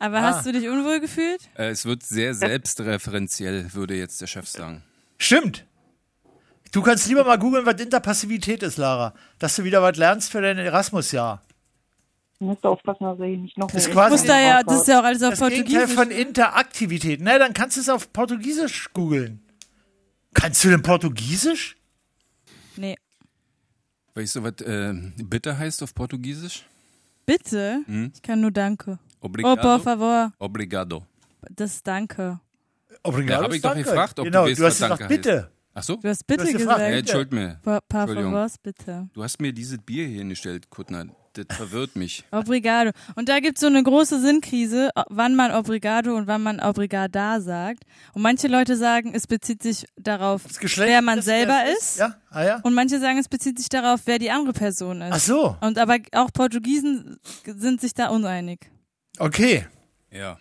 [SPEAKER 1] Aber hast du dich unwohl gefühlt?
[SPEAKER 2] Äh, es wird sehr selbstreferenziell, würde jetzt der Chef sagen.
[SPEAKER 8] Stimmt. Du kannst lieber mal googeln, was Interpassivität ist, Lara. Dass du wieder was lernst für dein Erasmus-Jahr.
[SPEAKER 10] Ich musste aufpassen, dass ich nicht noch
[SPEAKER 8] Das ist
[SPEAKER 10] mehr-
[SPEAKER 8] quasi-
[SPEAKER 1] Muss da ja, das ist ja auch alles auf
[SPEAKER 8] Das Gegenteil
[SPEAKER 1] Portugiesisch. ne?
[SPEAKER 8] von Interaktivität. Na, dann kannst du es auf Portugiesisch googeln. Kannst du denn Portugiesisch?
[SPEAKER 1] Nee.
[SPEAKER 2] Weißt du, was äh, bitte heißt auf Portugiesisch?
[SPEAKER 1] Bitte?
[SPEAKER 2] Hm?
[SPEAKER 1] Ich kann nur Danke.
[SPEAKER 2] Obrigado.
[SPEAKER 1] Oh, por favor.
[SPEAKER 2] Obrigado.
[SPEAKER 1] Das ist Danke.
[SPEAKER 2] Ja, habe ich doch gefragt, ob
[SPEAKER 8] Genau,
[SPEAKER 2] du, weißt,
[SPEAKER 8] du hast
[SPEAKER 2] was
[SPEAKER 8] gesagt,
[SPEAKER 2] Danke
[SPEAKER 8] bitte.
[SPEAKER 2] Heißt. Ach so?
[SPEAKER 1] Du hast bitte
[SPEAKER 8] hast gefragt,
[SPEAKER 1] gesagt.
[SPEAKER 2] Ja, entschuld mir.
[SPEAKER 1] Por, por
[SPEAKER 2] Entschuldigung.
[SPEAKER 1] favor, bitte.
[SPEAKER 2] Du hast mir dieses Bier hier hingestellt, Kuttner. Das verwirrt mich.
[SPEAKER 1] Obrigado. Und da gibt's so eine große Sinnkrise, äh, wann man Obrigado und wann man Obrigada sagt. Und manche Leute sagen, es bezieht sich darauf,
[SPEAKER 8] Geschlecht,
[SPEAKER 1] wer man
[SPEAKER 8] das-
[SPEAKER 1] selber
[SPEAKER 8] das
[SPEAKER 1] ist.
[SPEAKER 8] Ja, ah ja.
[SPEAKER 1] Und manche sagen, es bezieht sich darauf, wer die andere Person ist.
[SPEAKER 8] Ach so.
[SPEAKER 1] Und aber auch Portugiesen sind sich da uneinig.
[SPEAKER 8] Okay.
[SPEAKER 2] Ja.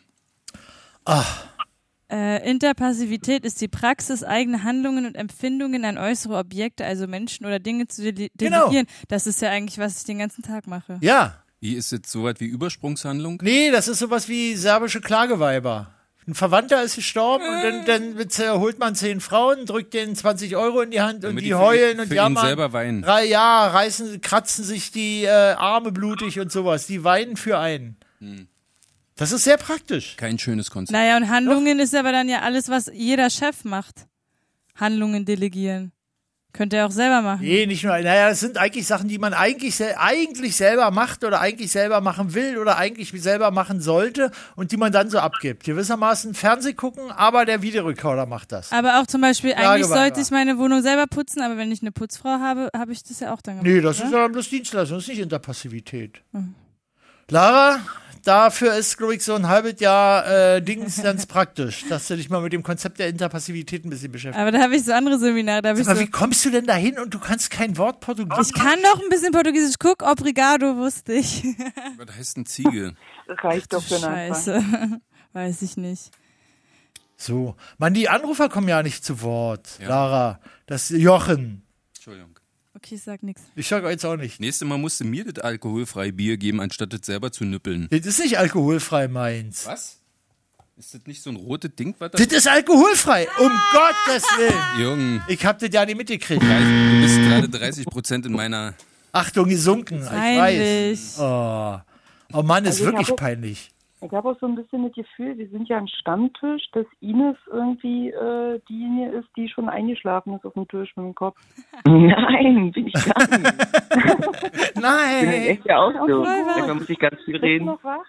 [SPEAKER 1] Äh, Interpassivität ist die Praxis, eigene Handlungen und Empfindungen an äußere Objekte, also Menschen oder Dinge zu dele-
[SPEAKER 8] Genau.
[SPEAKER 1] delegieren. Das ist ja eigentlich, was ich den ganzen Tag mache.
[SPEAKER 8] Ja.
[SPEAKER 2] Wie ist jetzt soweit wie Übersprungshandlung?
[SPEAKER 8] Nee, das ist sowas wie serbische Klageweiber. Ein Verwandter ist gestorben und dann, dann mit- äh, holt man zehn Frauen, drückt denen 20 Euro in die Hand und
[SPEAKER 2] Damit
[SPEAKER 8] die
[SPEAKER 2] die für
[SPEAKER 8] heulen
[SPEAKER 2] ihn-
[SPEAKER 8] und
[SPEAKER 2] für ihn
[SPEAKER 8] jammern.
[SPEAKER 2] selber
[SPEAKER 12] Hm.
[SPEAKER 2] weinen.
[SPEAKER 8] Drei, ja, reißen, kratzen sich die äh, Arme blutig und sowas. Die weinen für einen. Das ist sehr praktisch.
[SPEAKER 2] Kein schönes Konzept.
[SPEAKER 1] Naja, und Handlungen ist aber dann ja alles, was jeder Chef macht. Handlungen delegieren. Könnte er auch selber machen.
[SPEAKER 8] Nee, nicht nur. Naja, das sind eigentlich Sachen, die man eigentlich, sel eigentlich selber macht oder eigentlich selber machen will oder eigentlich selber machen sollte und die man dann so abgibt. Gewissermaßen Fernseh gucken, aber der Videorekorder macht das.
[SPEAKER 1] Aber auch zum Beispiel,
[SPEAKER 8] Frage
[SPEAKER 1] eigentlich
[SPEAKER 8] war
[SPEAKER 1] sollte
[SPEAKER 8] da.
[SPEAKER 1] ich meine Wohnung selber putzen, aber wenn ich eine Putzfrau habe, habe ich das ja auch dann gemacht.
[SPEAKER 8] Nee, das
[SPEAKER 1] oder?
[SPEAKER 8] ist ja dann bloß Dienstleistung, das ist nicht Interpassivität. Lara, dafür ist, glaube ich, so ein halbes Jahr äh, Dings ganz praktisch, dass du dich mal mit dem Konzept der Interpassivität ein bisschen beschäftigst.
[SPEAKER 1] Aber da habe ich so andere Seminare. Da habe ich so,
[SPEAKER 8] Aber wie kommst du denn da hin und du kannst kein Wort Portugiesisch?
[SPEAKER 1] ich kann doch ein bisschen Portugiesisch. Guck, obrigado wusste ich.
[SPEAKER 2] Was heißt ein Ziegel?
[SPEAKER 10] Das reicht doch für einen Anfang.
[SPEAKER 1] Scheiße. Weiß ich nicht.
[SPEAKER 8] So, Mann, die Anrufer kommen ja nicht zu Wort, Lara. Das ist Jochen.
[SPEAKER 2] Entschuldigung.
[SPEAKER 1] Okay, ich sag nichts.
[SPEAKER 8] Ich sag jetzt auch nicht.
[SPEAKER 2] Nächstes Mal musst du mir das alkoholfreie Bier geben, anstatt das selber zu nüppeln.
[SPEAKER 8] Das ist nicht alkoholfrei, meins.
[SPEAKER 2] Was? Ist das nicht so ein rotes Ding, was da...
[SPEAKER 8] Das ist alkoholfrei, um Gottes Willen.
[SPEAKER 2] Jürgen,
[SPEAKER 8] Ich hab das ja nicht mitgekriegt.
[SPEAKER 2] du bist gerade 30% in meiner...
[SPEAKER 8] Achtung, gesunken, ich
[SPEAKER 1] Peinlich.
[SPEAKER 8] weiß. Oh, oh Mann, ist
[SPEAKER 10] Also ich
[SPEAKER 8] wirklich
[SPEAKER 10] habe-
[SPEAKER 8] peinlich.
[SPEAKER 10] Ich habe auch so ein bisschen das Gefühl, wir sind ja am Stammtisch, dass Ines irgendwie äh, diejenige ist, die schon eingeschlafen ist auf dem Tisch mit dem Kopf. Nein, bin ich gar nicht.
[SPEAKER 7] bin ich
[SPEAKER 8] Nein.
[SPEAKER 7] echt ja auch so.
[SPEAKER 10] Voll wahr.
[SPEAKER 7] Manchmal muss ich ganz viel
[SPEAKER 10] Bist du
[SPEAKER 7] reden.
[SPEAKER 10] noch wach?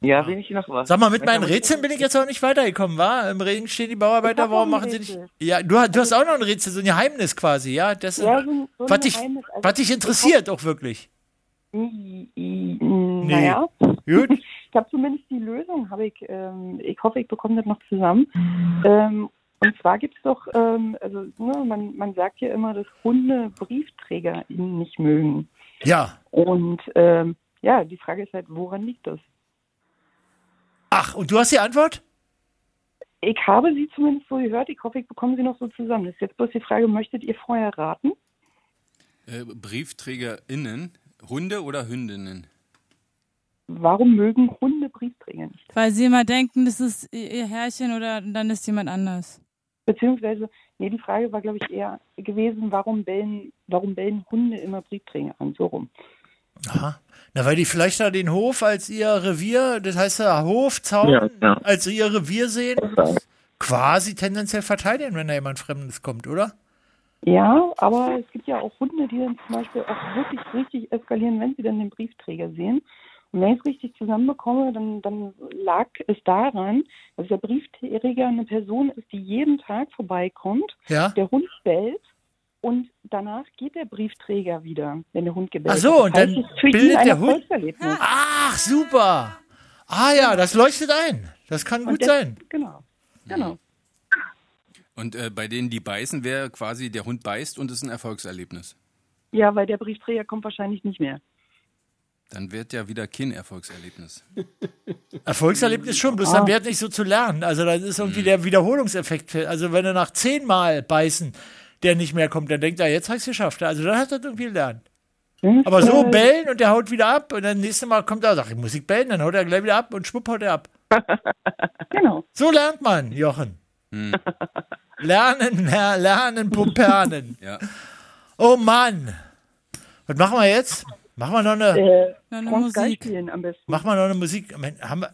[SPEAKER 7] Ja, bin ich noch was.
[SPEAKER 8] Sag mal, mit meinen Rätseln bin ich jetzt auch nicht weitergekommen, war? Im Regen stehen die Bauarbeiter,
[SPEAKER 10] hab
[SPEAKER 8] warum
[SPEAKER 10] noch
[SPEAKER 8] machen
[SPEAKER 10] ein
[SPEAKER 8] sie nicht.
[SPEAKER 10] Rätsel.
[SPEAKER 8] Ja, du, hast- du hast auch noch ein Rätsel, so ein Geheimnis quasi, ja? Das ist,
[SPEAKER 10] Ja, so ein- so ein
[SPEAKER 8] was, dich,
[SPEAKER 10] Geheimnis. Also
[SPEAKER 8] was dich
[SPEAKER 10] ich
[SPEAKER 8] interessiert auch wirklich.
[SPEAKER 10] I- I- Naja,
[SPEAKER 8] Gut.
[SPEAKER 10] ich habe zumindest die Lösung, habe ich, ähm, ich hoffe, ich bekomme das noch zusammen. Ähm, und zwar gibt es doch, ähm, also ne, man, man sagt ja immer, dass Hunde Briefträger ihn nicht mögen.
[SPEAKER 8] Ja.
[SPEAKER 10] Und ähm, ja, die Frage ist halt, woran liegt das?
[SPEAKER 8] Ach, und du hast die Antwort?
[SPEAKER 10] Ich habe sie zumindest so gehört, ich hoffe, ich bekomme sie noch so zusammen. Das ist jetzt bloß die Frage, möchtet ihr vorher raten?
[SPEAKER 2] Äh, BriefträgerInnen, Hunde oder Hündinnen?
[SPEAKER 10] Warum mögen Hunde Briefträger nicht?
[SPEAKER 1] Weil sie immer denken, das ist ihr ihr Herrchen oder dann ist jemand anders.
[SPEAKER 10] Beziehungsweise, nee, die Frage war, glaube ich, eher gewesen, warum bellen, warum bellen Hunde immer Briefträger an? So rum.
[SPEAKER 8] Aha. Na, weil die vielleicht da den Hof als ihr Revier, das heißt ja Hof, Zaun,
[SPEAKER 7] Ja, genau.
[SPEAKER 8] als ihr Revier sehen, quasi tendenziell verteidigen, wenn da jemand Fremdes kommt, oder?
[SPEAKER 10] Ja, aber es gibt ja auch Hunde, die dann zum Beispiel auch wirklich richtig eskalieren, wenn sie dann den Briefträger sehen. Und wenn ich es richtig zusammenbekomme, dann, dann lag es daran, dass der Briefträger eine Person ist, die jeden Tag vorbeikommt,
[SPEAKER 8] Ja.
[SPEAKER 10] der Hund bellt und danach geht der Briefträger wieder, wenn der Hund gebellt
[SPEAKER 8] Ach so,
[SPEAKER 10] hat.
[SPEAKER 8] und
[SPEAKER 10] Das heißt,
[SPEAKER 8] dann
[SPEAKER 10] es ist für ihn
[SPEAKER 8] bildet
[SPEAKER 10] ein
[SPEAKER 8] der Hund- Ah,
[SPEAKER 10] Erfolgserlebnis.
[SPEAKER 8] Ach, super. Ah ja, das leuchtet ein. Das kann
[SPEAKER 10] Und
[SPEAKER 8] gut
[SPEAKER 10] das-
[SPEAKER 8] sein. Hm.
[SPEAKER 10] Genau. Genau.
[SPEAKER 2] Und äh, bei denen, die beißen, wäre quasi der Hund beißt und es ist ein Erfolgserlebnis.
[SPEAKER 10] Ja, weil der Briefträger kommt wahrscheinlich nicht mehr.
[SPEAKER 2] Dann wird ja wieder kein Erfolgserlebnis.
[SPEAKER 8] Erfolgserlebnis schon, bloß dann
[SPEAKER 2] Ah.
[SPEAKER 8] wäre nicht so zu lernen. Also dann ist irgendwie der Wiederholungseffekt. fe- Also wenn du nach zehnmal beißen, der nicht mehr kommt, dann denkt er, jetzt habe ich es geschafft. Also dann hat er irgendwie gelernt. Aber so
[SPEAKER 14] Äh.
[SPEAKER 8] bellen und der haut wieder ab und dann nächste Mal kommt er, sagt, ich muss nicht bellen, dann haut er gleich wieder ab und schwupp haut er ab.
[SPEAKER 10] genau.
[SPEAKER 8] So lernt man, Jochen. Lernen, ler- lernen, pupernen.
[SPEAKER 2] Ja.
[SPEAKER 8] Oh Mann. Was machen wir jetzt? Machen wir noch eine...
[SPEAKER 10] Äh, Franz Gall spielen am besten.
[SPEAKER 8] Machen wir noch eine Musik. Moment, haben wir,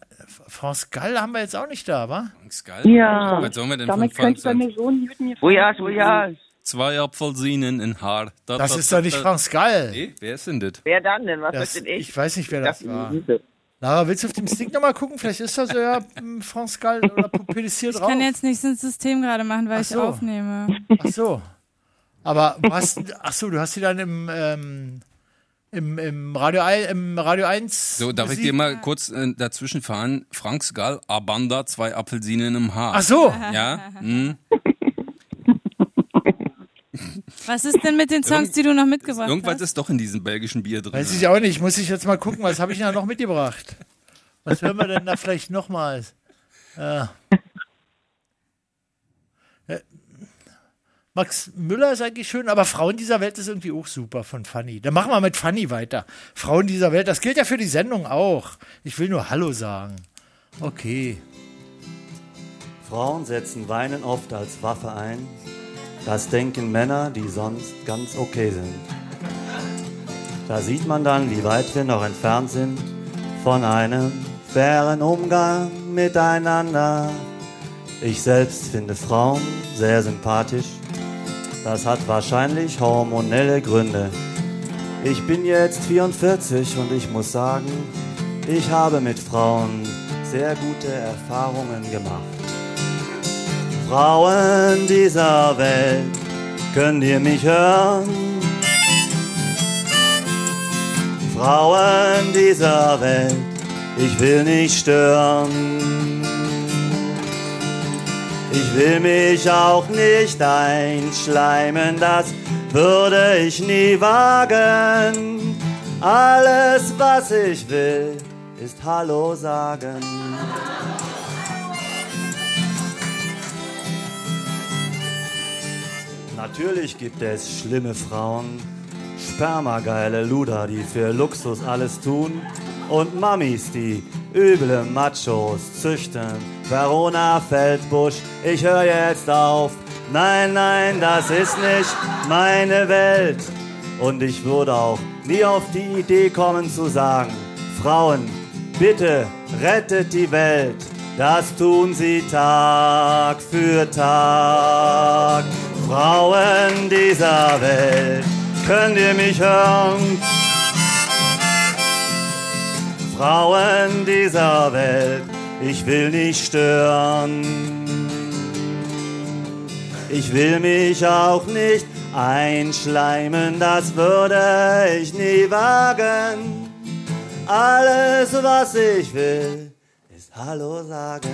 [SPEAKER 8] France Gall haben wir jetzt auch nicht da, wa?
[SPEAKER 2] France Gall?
[SPEAKER 10] Ja.
[SPEAKER 2] Was sollen wir denn
[SPEAKER 10] Damit
[SPEAKER 2] von
[SPEAKER 10] könnte ich bei
[SPEAKER 2] Frank
[SPEAKER 10] mir so einen Hüten hier
[SPEAKER 7] Oh
[SPEAKER 2] Voyage,
[SPEAKER 10] vorstellen.
[SPEAKER 2] voyage. Zwei Apfelsinen in Haar. Da,
[SPEAKER 8] Das
[SPEAKER 2] da,
[SPEAKER 8] ist
[SPEAKER 2] da,
[SPEAKER 8] doch nicht
[SPEAKER 2] da.
[SPEAKER 8] Franz Gall.
[SPEAKER 2] Nee, wer ist denn das?
[SPEAKER 15] Wer dann denn? Was
[SPEAKER 8] Das,
[SPEAKER 15] das, denn ich?
[SPEAKER 8] ich weiß nicht, wer das war. Lara, willst du auf dem Stick nochmal gucken? Vielleicht ist das ja m, France Gall oder Pupilisier
[SPEAKER 1] Ich
[SPEAKER 8] drauf.
[SPEAKER 1] kann jetzt nichts ins System gerade machen, weil
[SPEAKER 8] Ach
[SPEAKER 1] ich
[SPEAKER 8] so.
[SPEAKER 1] aufnehme.
[SPEAKER 8] Ach so. Aber du hast, ach so, du hast sie dann im, ähm, im, im, Radio, Ei- im Radio 1.
[SPEAKER 2] So, darf ich
[SPEAKER 8] besiegt.
[SPEAKER 2] dir mal kurz äh, dazwischen fahren? Franks Gall, Abanda, zwei Apfelsinen im Haar.
[SPEAKER 8] Ach so.
[SPEAKER 2] Ja? Hm.
[SPEAKER 1] Was ist denn mit den Songs, die du noch mitgebracht
[SPEAKER 2] Irgendwas
[SPEAKER 1] hast?
[SPEAKER 2] ist doch in diesem belgischen Bier drin.
[SPEAKER 8] Weiß ich auch nicht, muss ich jetzt mal gucken, was habe ich denn da noch mitgebracht? Was hören wir denn da vielleicht nochmals? Ja. Äh, Max Müller ist eigentlich schön, aber Frauen dieser Welt ist irgendwie auch super von Fanny. Dann machen wir mit Fanny weiter. Frauen dieser Welt, das gilt ja für die Sendung auch. Ich will nur Hallo sagen. Okay.
[SPEAKER 5] Frauen setzen Weinen oft als Waffe ein. Das denken Männer, die sonst ganz okay sind. Da sieht man dann, wie weit wir noch entfernt sind von einem fairen Umgang miteinander. Ich selbst finde Frauen sehr sympathisch. Das hat wahrscheinlich hormonelle Gründe. Ich bin jetzt 44 und ich muss sagen, ich habe mit Frauen sehr gute Erfahrungen gemacht. Frauen dieser Welt, könnt ihr mich hören? Frauen dieser Welt, ich will nicht stören. Ich will mich auch nicht einschleimen, das würde ich nie wagen. Alles, was ich will, ist Hallo sagen. Natürlich gibt es schlimme Frauen, spermageile Luder, die für Luxus alles tun und Mamis, die üble Machos züchten. Verona Feldbusch, ich höre jetzt auf. Nein, nein, das ist nicht meine Welt. Und ich würde auch nie auf die Idee kommen zu sagen, Frauen, bitte rettet die Welt. Das tun sie Tag für Tag. Frauen dieser Welt, könnt ihr mich hören? Frauen dieser Welt, ich will nicht stören. Ich will mich auch nicht einschleimen, das würde ich nie wagen. Alles, was ich will, ist Hallo sagen.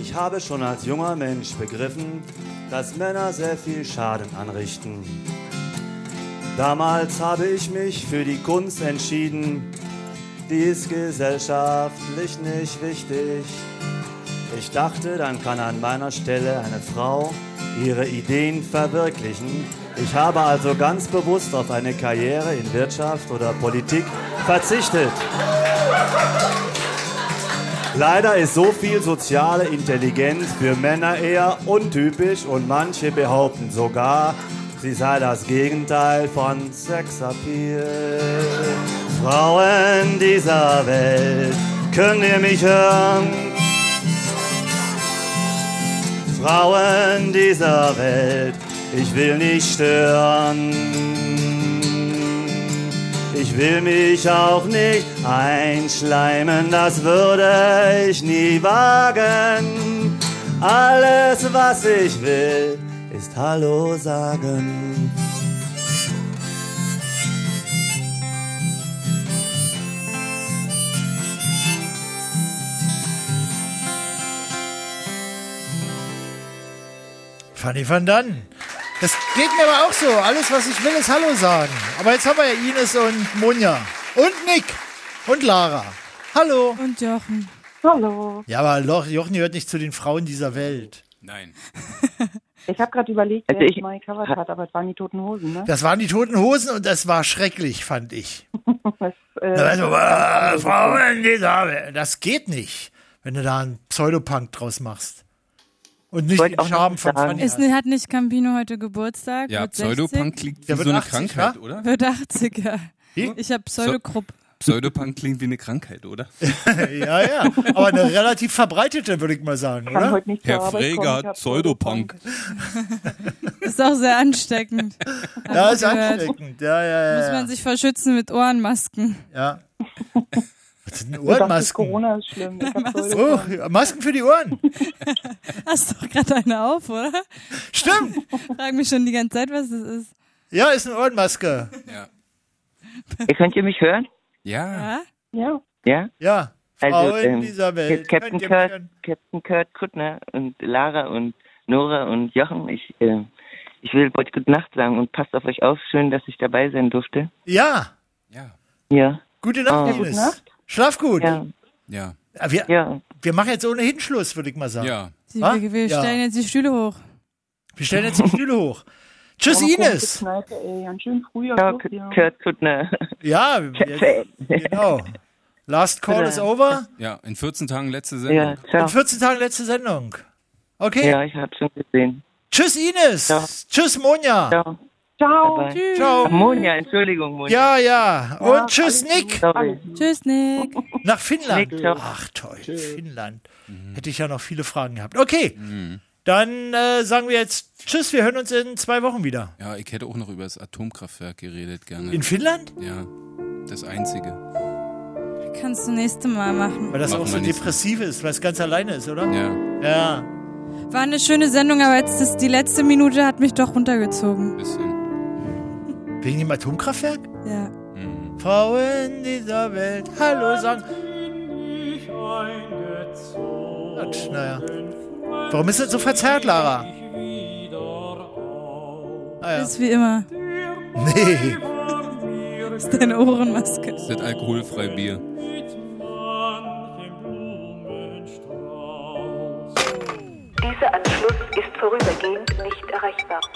[SPEAKER 5] Ich habe schon als junger Mensch begriffen, dass Männer sehr viel Schaden anrichten. Damals habe ich mich für die Kunst entschieden, die ist gesellschaftlich nicht wichtig. Ich dachte, dann kann an meiner Stelle eine Frau ihre Ideen verwirklichen. Ich habe also ganz bewusst auf eine Karriere in Wirtschaft oder Politik verzichtet. Leider ist so viel soziale Intelligenz für Männer eher untypisch und manche behaupten sogar, sie sei das Gegenteil von Sexappeal. Frauen dieser Welt, könnt ihr mich hören? Frauen dieser Welt, ich will nicht stören. Ich will mich auch nicht einschleimen, das würde ich nie wagen. Alles, was ich will, ist Hallo sagen.
[SPEAKER 8] Fanny van Dann. Das geht mir aber auch so. Alles, was ich will, ist Hallo sagen. Aber jetzt haben wir ja Ines und Monja. Und Nick. Und Lara. Hallo.
[SPEAKER 1] Und Jochen.
[SPEAKER 10] Hallo.
[SPEAKER 8] Ja, aber Lo- Jochen gehört nicht zu den Frauen dieser Welt.
[SPEAKER 12] Nein.
[SPEAKER 10] Ich habe gerade überlegt,
[SPEAKER 8] Also
[SPEAKER 10] wer
[SPEAKER 8] ich-
[SPEAKER 10] ich mal gecovert hat, aber es waren die Toten Hosen, ne?
[SPEAKER 8] Das waren die toten Hosen und das war schrecklich, fand ich.
[SPEAKER 10] äh,
[SPEAKER 8] Da war so, "Ah, Frauen dieser Welt. Das geht nicht, wenn du da einen Pseudopunk draus machst. Und nicht den Charme von Fanny.
[SPEAKER 1] Ist,
[SPEAKER 8] hat.
[SPEAKER 1] hat nicht Campino heute Geburtstag?
[SPEAKER 12] Ja,
[SPEAKER 1] Wird
[SPEAKER 12] Pseudopunk
[SPEAKER 1] 60?
[SPEAKER 12] klingt wie
[SPEAKER 8] Der
[SPEAKER 12] so
[SPEAKER 8] wird
[SPEAKER 12] eine
[SPEAKER 8] 80,
[SPEAKER 12] Krankheit,
[SPEAKER 8] wa?
[SPEAKER 12] oder?
[SPEAKER 1] Wird 80, ja. Ich habe
[SPEAKER 12] Pseu-
[SPEAKER 1] Pseudokrupp.
[SPEAKER 12] Pseudopunk klingt wie eine Krankheit, oder?
[SPEAKER 8] ja, ja. Aber eine relativ verbreitete, würde ich mal sagen,
[SPEAKER 1] Kann
[SPEAKER 8] oder?
[SPEAKER 1] heute nicht zur Herr Arbeit Freger kommen, hat ich hab Pseudopunk. Ist auch sehr ansteckend. Hab
[SPEAKER 8] Ja,
[SPEAKER 1] ich
[SPEAKER 8] ist
[SPEAKER 1] gehört.
[SPEAKER 8] ansteckend. Ja, ja, ja.
[SPEAKER 1] Muss man sich verschützen mit Ohrenmasken.
[SPEAKER 8] Ja. Was sind denn
[SPEAKER 1] Du dachtest,
[SPEAKER 8] Ohrenmasken?
[SPEAKER 10] Corona ist schlimm. Ich hab
[SPEAKER 8] Oh, Masken für die Ohren.
[SPEAKER 1] Hast doch gerade eine auf, oder?
[SPEAKER 8] Stimmt.
[SPEAKER 1] Frag mich schon die ganze Zeit, was das ist.
[SPEAKER 8] Ja, ist eine Ohrenmaske.
[SPEAKER 7] Ihr könnt ihr mich hören?
[SPEAKER 12] Ja.
[SPEAKER 10] Ja.
[SPEAKER 7] Ja?
[SPEAKER 8] Ja. Frauen
[SPEAKER 7] ähm,
[SPEAKER 8] dieser Welt.
[SPEAKER 7] hier ist Captain
[SPEAKER 8] Äh, Könnt ihr
[SPEAKER 7] Kurt,
[SPEAKER 8] hören?
[SPEAKER 7] Captain Kurt Kuttner und Lara und Nora und Jochen. Ich, äh, ich will bald Gute Nacht sagen und passt auf euch auf. Schön, dass ich dabei sein durfte.
[SPEAKER 8] Ja.
[SPEAKER 7] Ja.
[SPEAKER 8] Gute Nacht,
[SPEAKER 7] Oh.
[SPEAKER 8] Ines. Schlaf gut. Äh,
[SPEAKER 7] Ja.
[SPEAKER 12] Ja.
[SPEAKER 8] Wir, wir machen jetzt ohnehin Schluss, würde ich mal sagen.
[SPEAKER 12] Ja.
[SPEAKER 1] Sie,
[SPEAKER 8] Wa?
[SPEAKER 1] wir wir
[SPEAKER 8] Ja.
[SPEAKER 1] stellen jetzt die Stühle hoch.
[SPEAKER 8] Wir stellen jetzt die Stühle hoch. Tschüss, Ines.
[SPEAKER 10] Kneipe, ey. Ganz schön früh.
[SPEAKER 7] Ciao,
[SPEAKER 10] aber
[SPEAKER 7] K-
[SPEAKER 10] ja.
[SPEAKER 7] Kurt Kuttner.
[SPEAKER 8] Ja, wir, genau. Last call is over.
[SPEAKER 12] Ja, in 14 Tagen letzte Sendung.
[SPEAKER 8] In 14 Tagen letzte Sendung. Okay.
[SPEAKER 7] Ja, ich hab's schon gesehen.
[SPEAKER 8] Tschüss, Ines. Tschüss, Monja.
[SPEAKER 7] Ciao.
[SPEAKER 10] Ciao.
[SPEAKER 7] Bye-bye.
[SPEAKER 8] Ciao.
[SPEAKER 7] Ach, Monja, Entschuldigung, Monja.
[SPEAKER 8] Ja, ja. Und
[SPEAKER 7] Ja,
[SPEAKER 8] tschüss,
[SPEAKER 7] alles
[SPEAKER 8] Nick.
[SPEAKER 7] gut. Sorry.
[SPEAKER 1] Tschüss, Nick.
[SPEAKER 8] Nach Finnland.
[SPEAKER 7] Nick, ciao.
[SPEAKER 8] Ach, toll. Finnland. Hätte ich ja noch viele Fragen gehabt. Okay. Dann äh, sagen wir jetzt Tschüss. Wir hören uns in zwei Wochen wieder.
[SPEAKER 12] Ja, ich hätte auch noch über das Atomkraftwerk geredet gerne.
[SPEAKER 8] In Finnland?
[SPEAKER 12] Ja, das einzige.
[SPEAKER 1] Kannst du nächste Mal machen.
[SPEAKER 8] Weil das
[SPEAKER 12] Machen
[SPEAKER 8] auch so
[SPEAKER 12] wir nicht.
[SPEAKER 8] depressiv ist, weil es ganz alleine ist, oder?
[SPEAKER 12] Ja.
[SPEAKER 8] Ja.
[SPEAKER 1] War eine schöne Sendung, aber jetzt ist die letzte Minute hat mich doch runtergezogen.
[SPEAKER 12] Bisschen.
[SPEAKER 8] Wegen dem Atomkraftwerk?
[SPEAKER 1] Ja.
[SPEAKER 8] Frauen dieser Welt, hallo sagen. Quatsch, naja. Warum ist das so verzerrt, Lara? Ah, ja.
[SPEAKER 1] Ist wie immer.
[SPEAKER 8] Nee.
[SPEAKER 1] Ist deine Ohrenmaske.
[SPEAKER 12] Das ist alkoholfrei Bier.
[SPEAKER 16] Dieser Anschluss ist vorübergehend nicht erreichbar.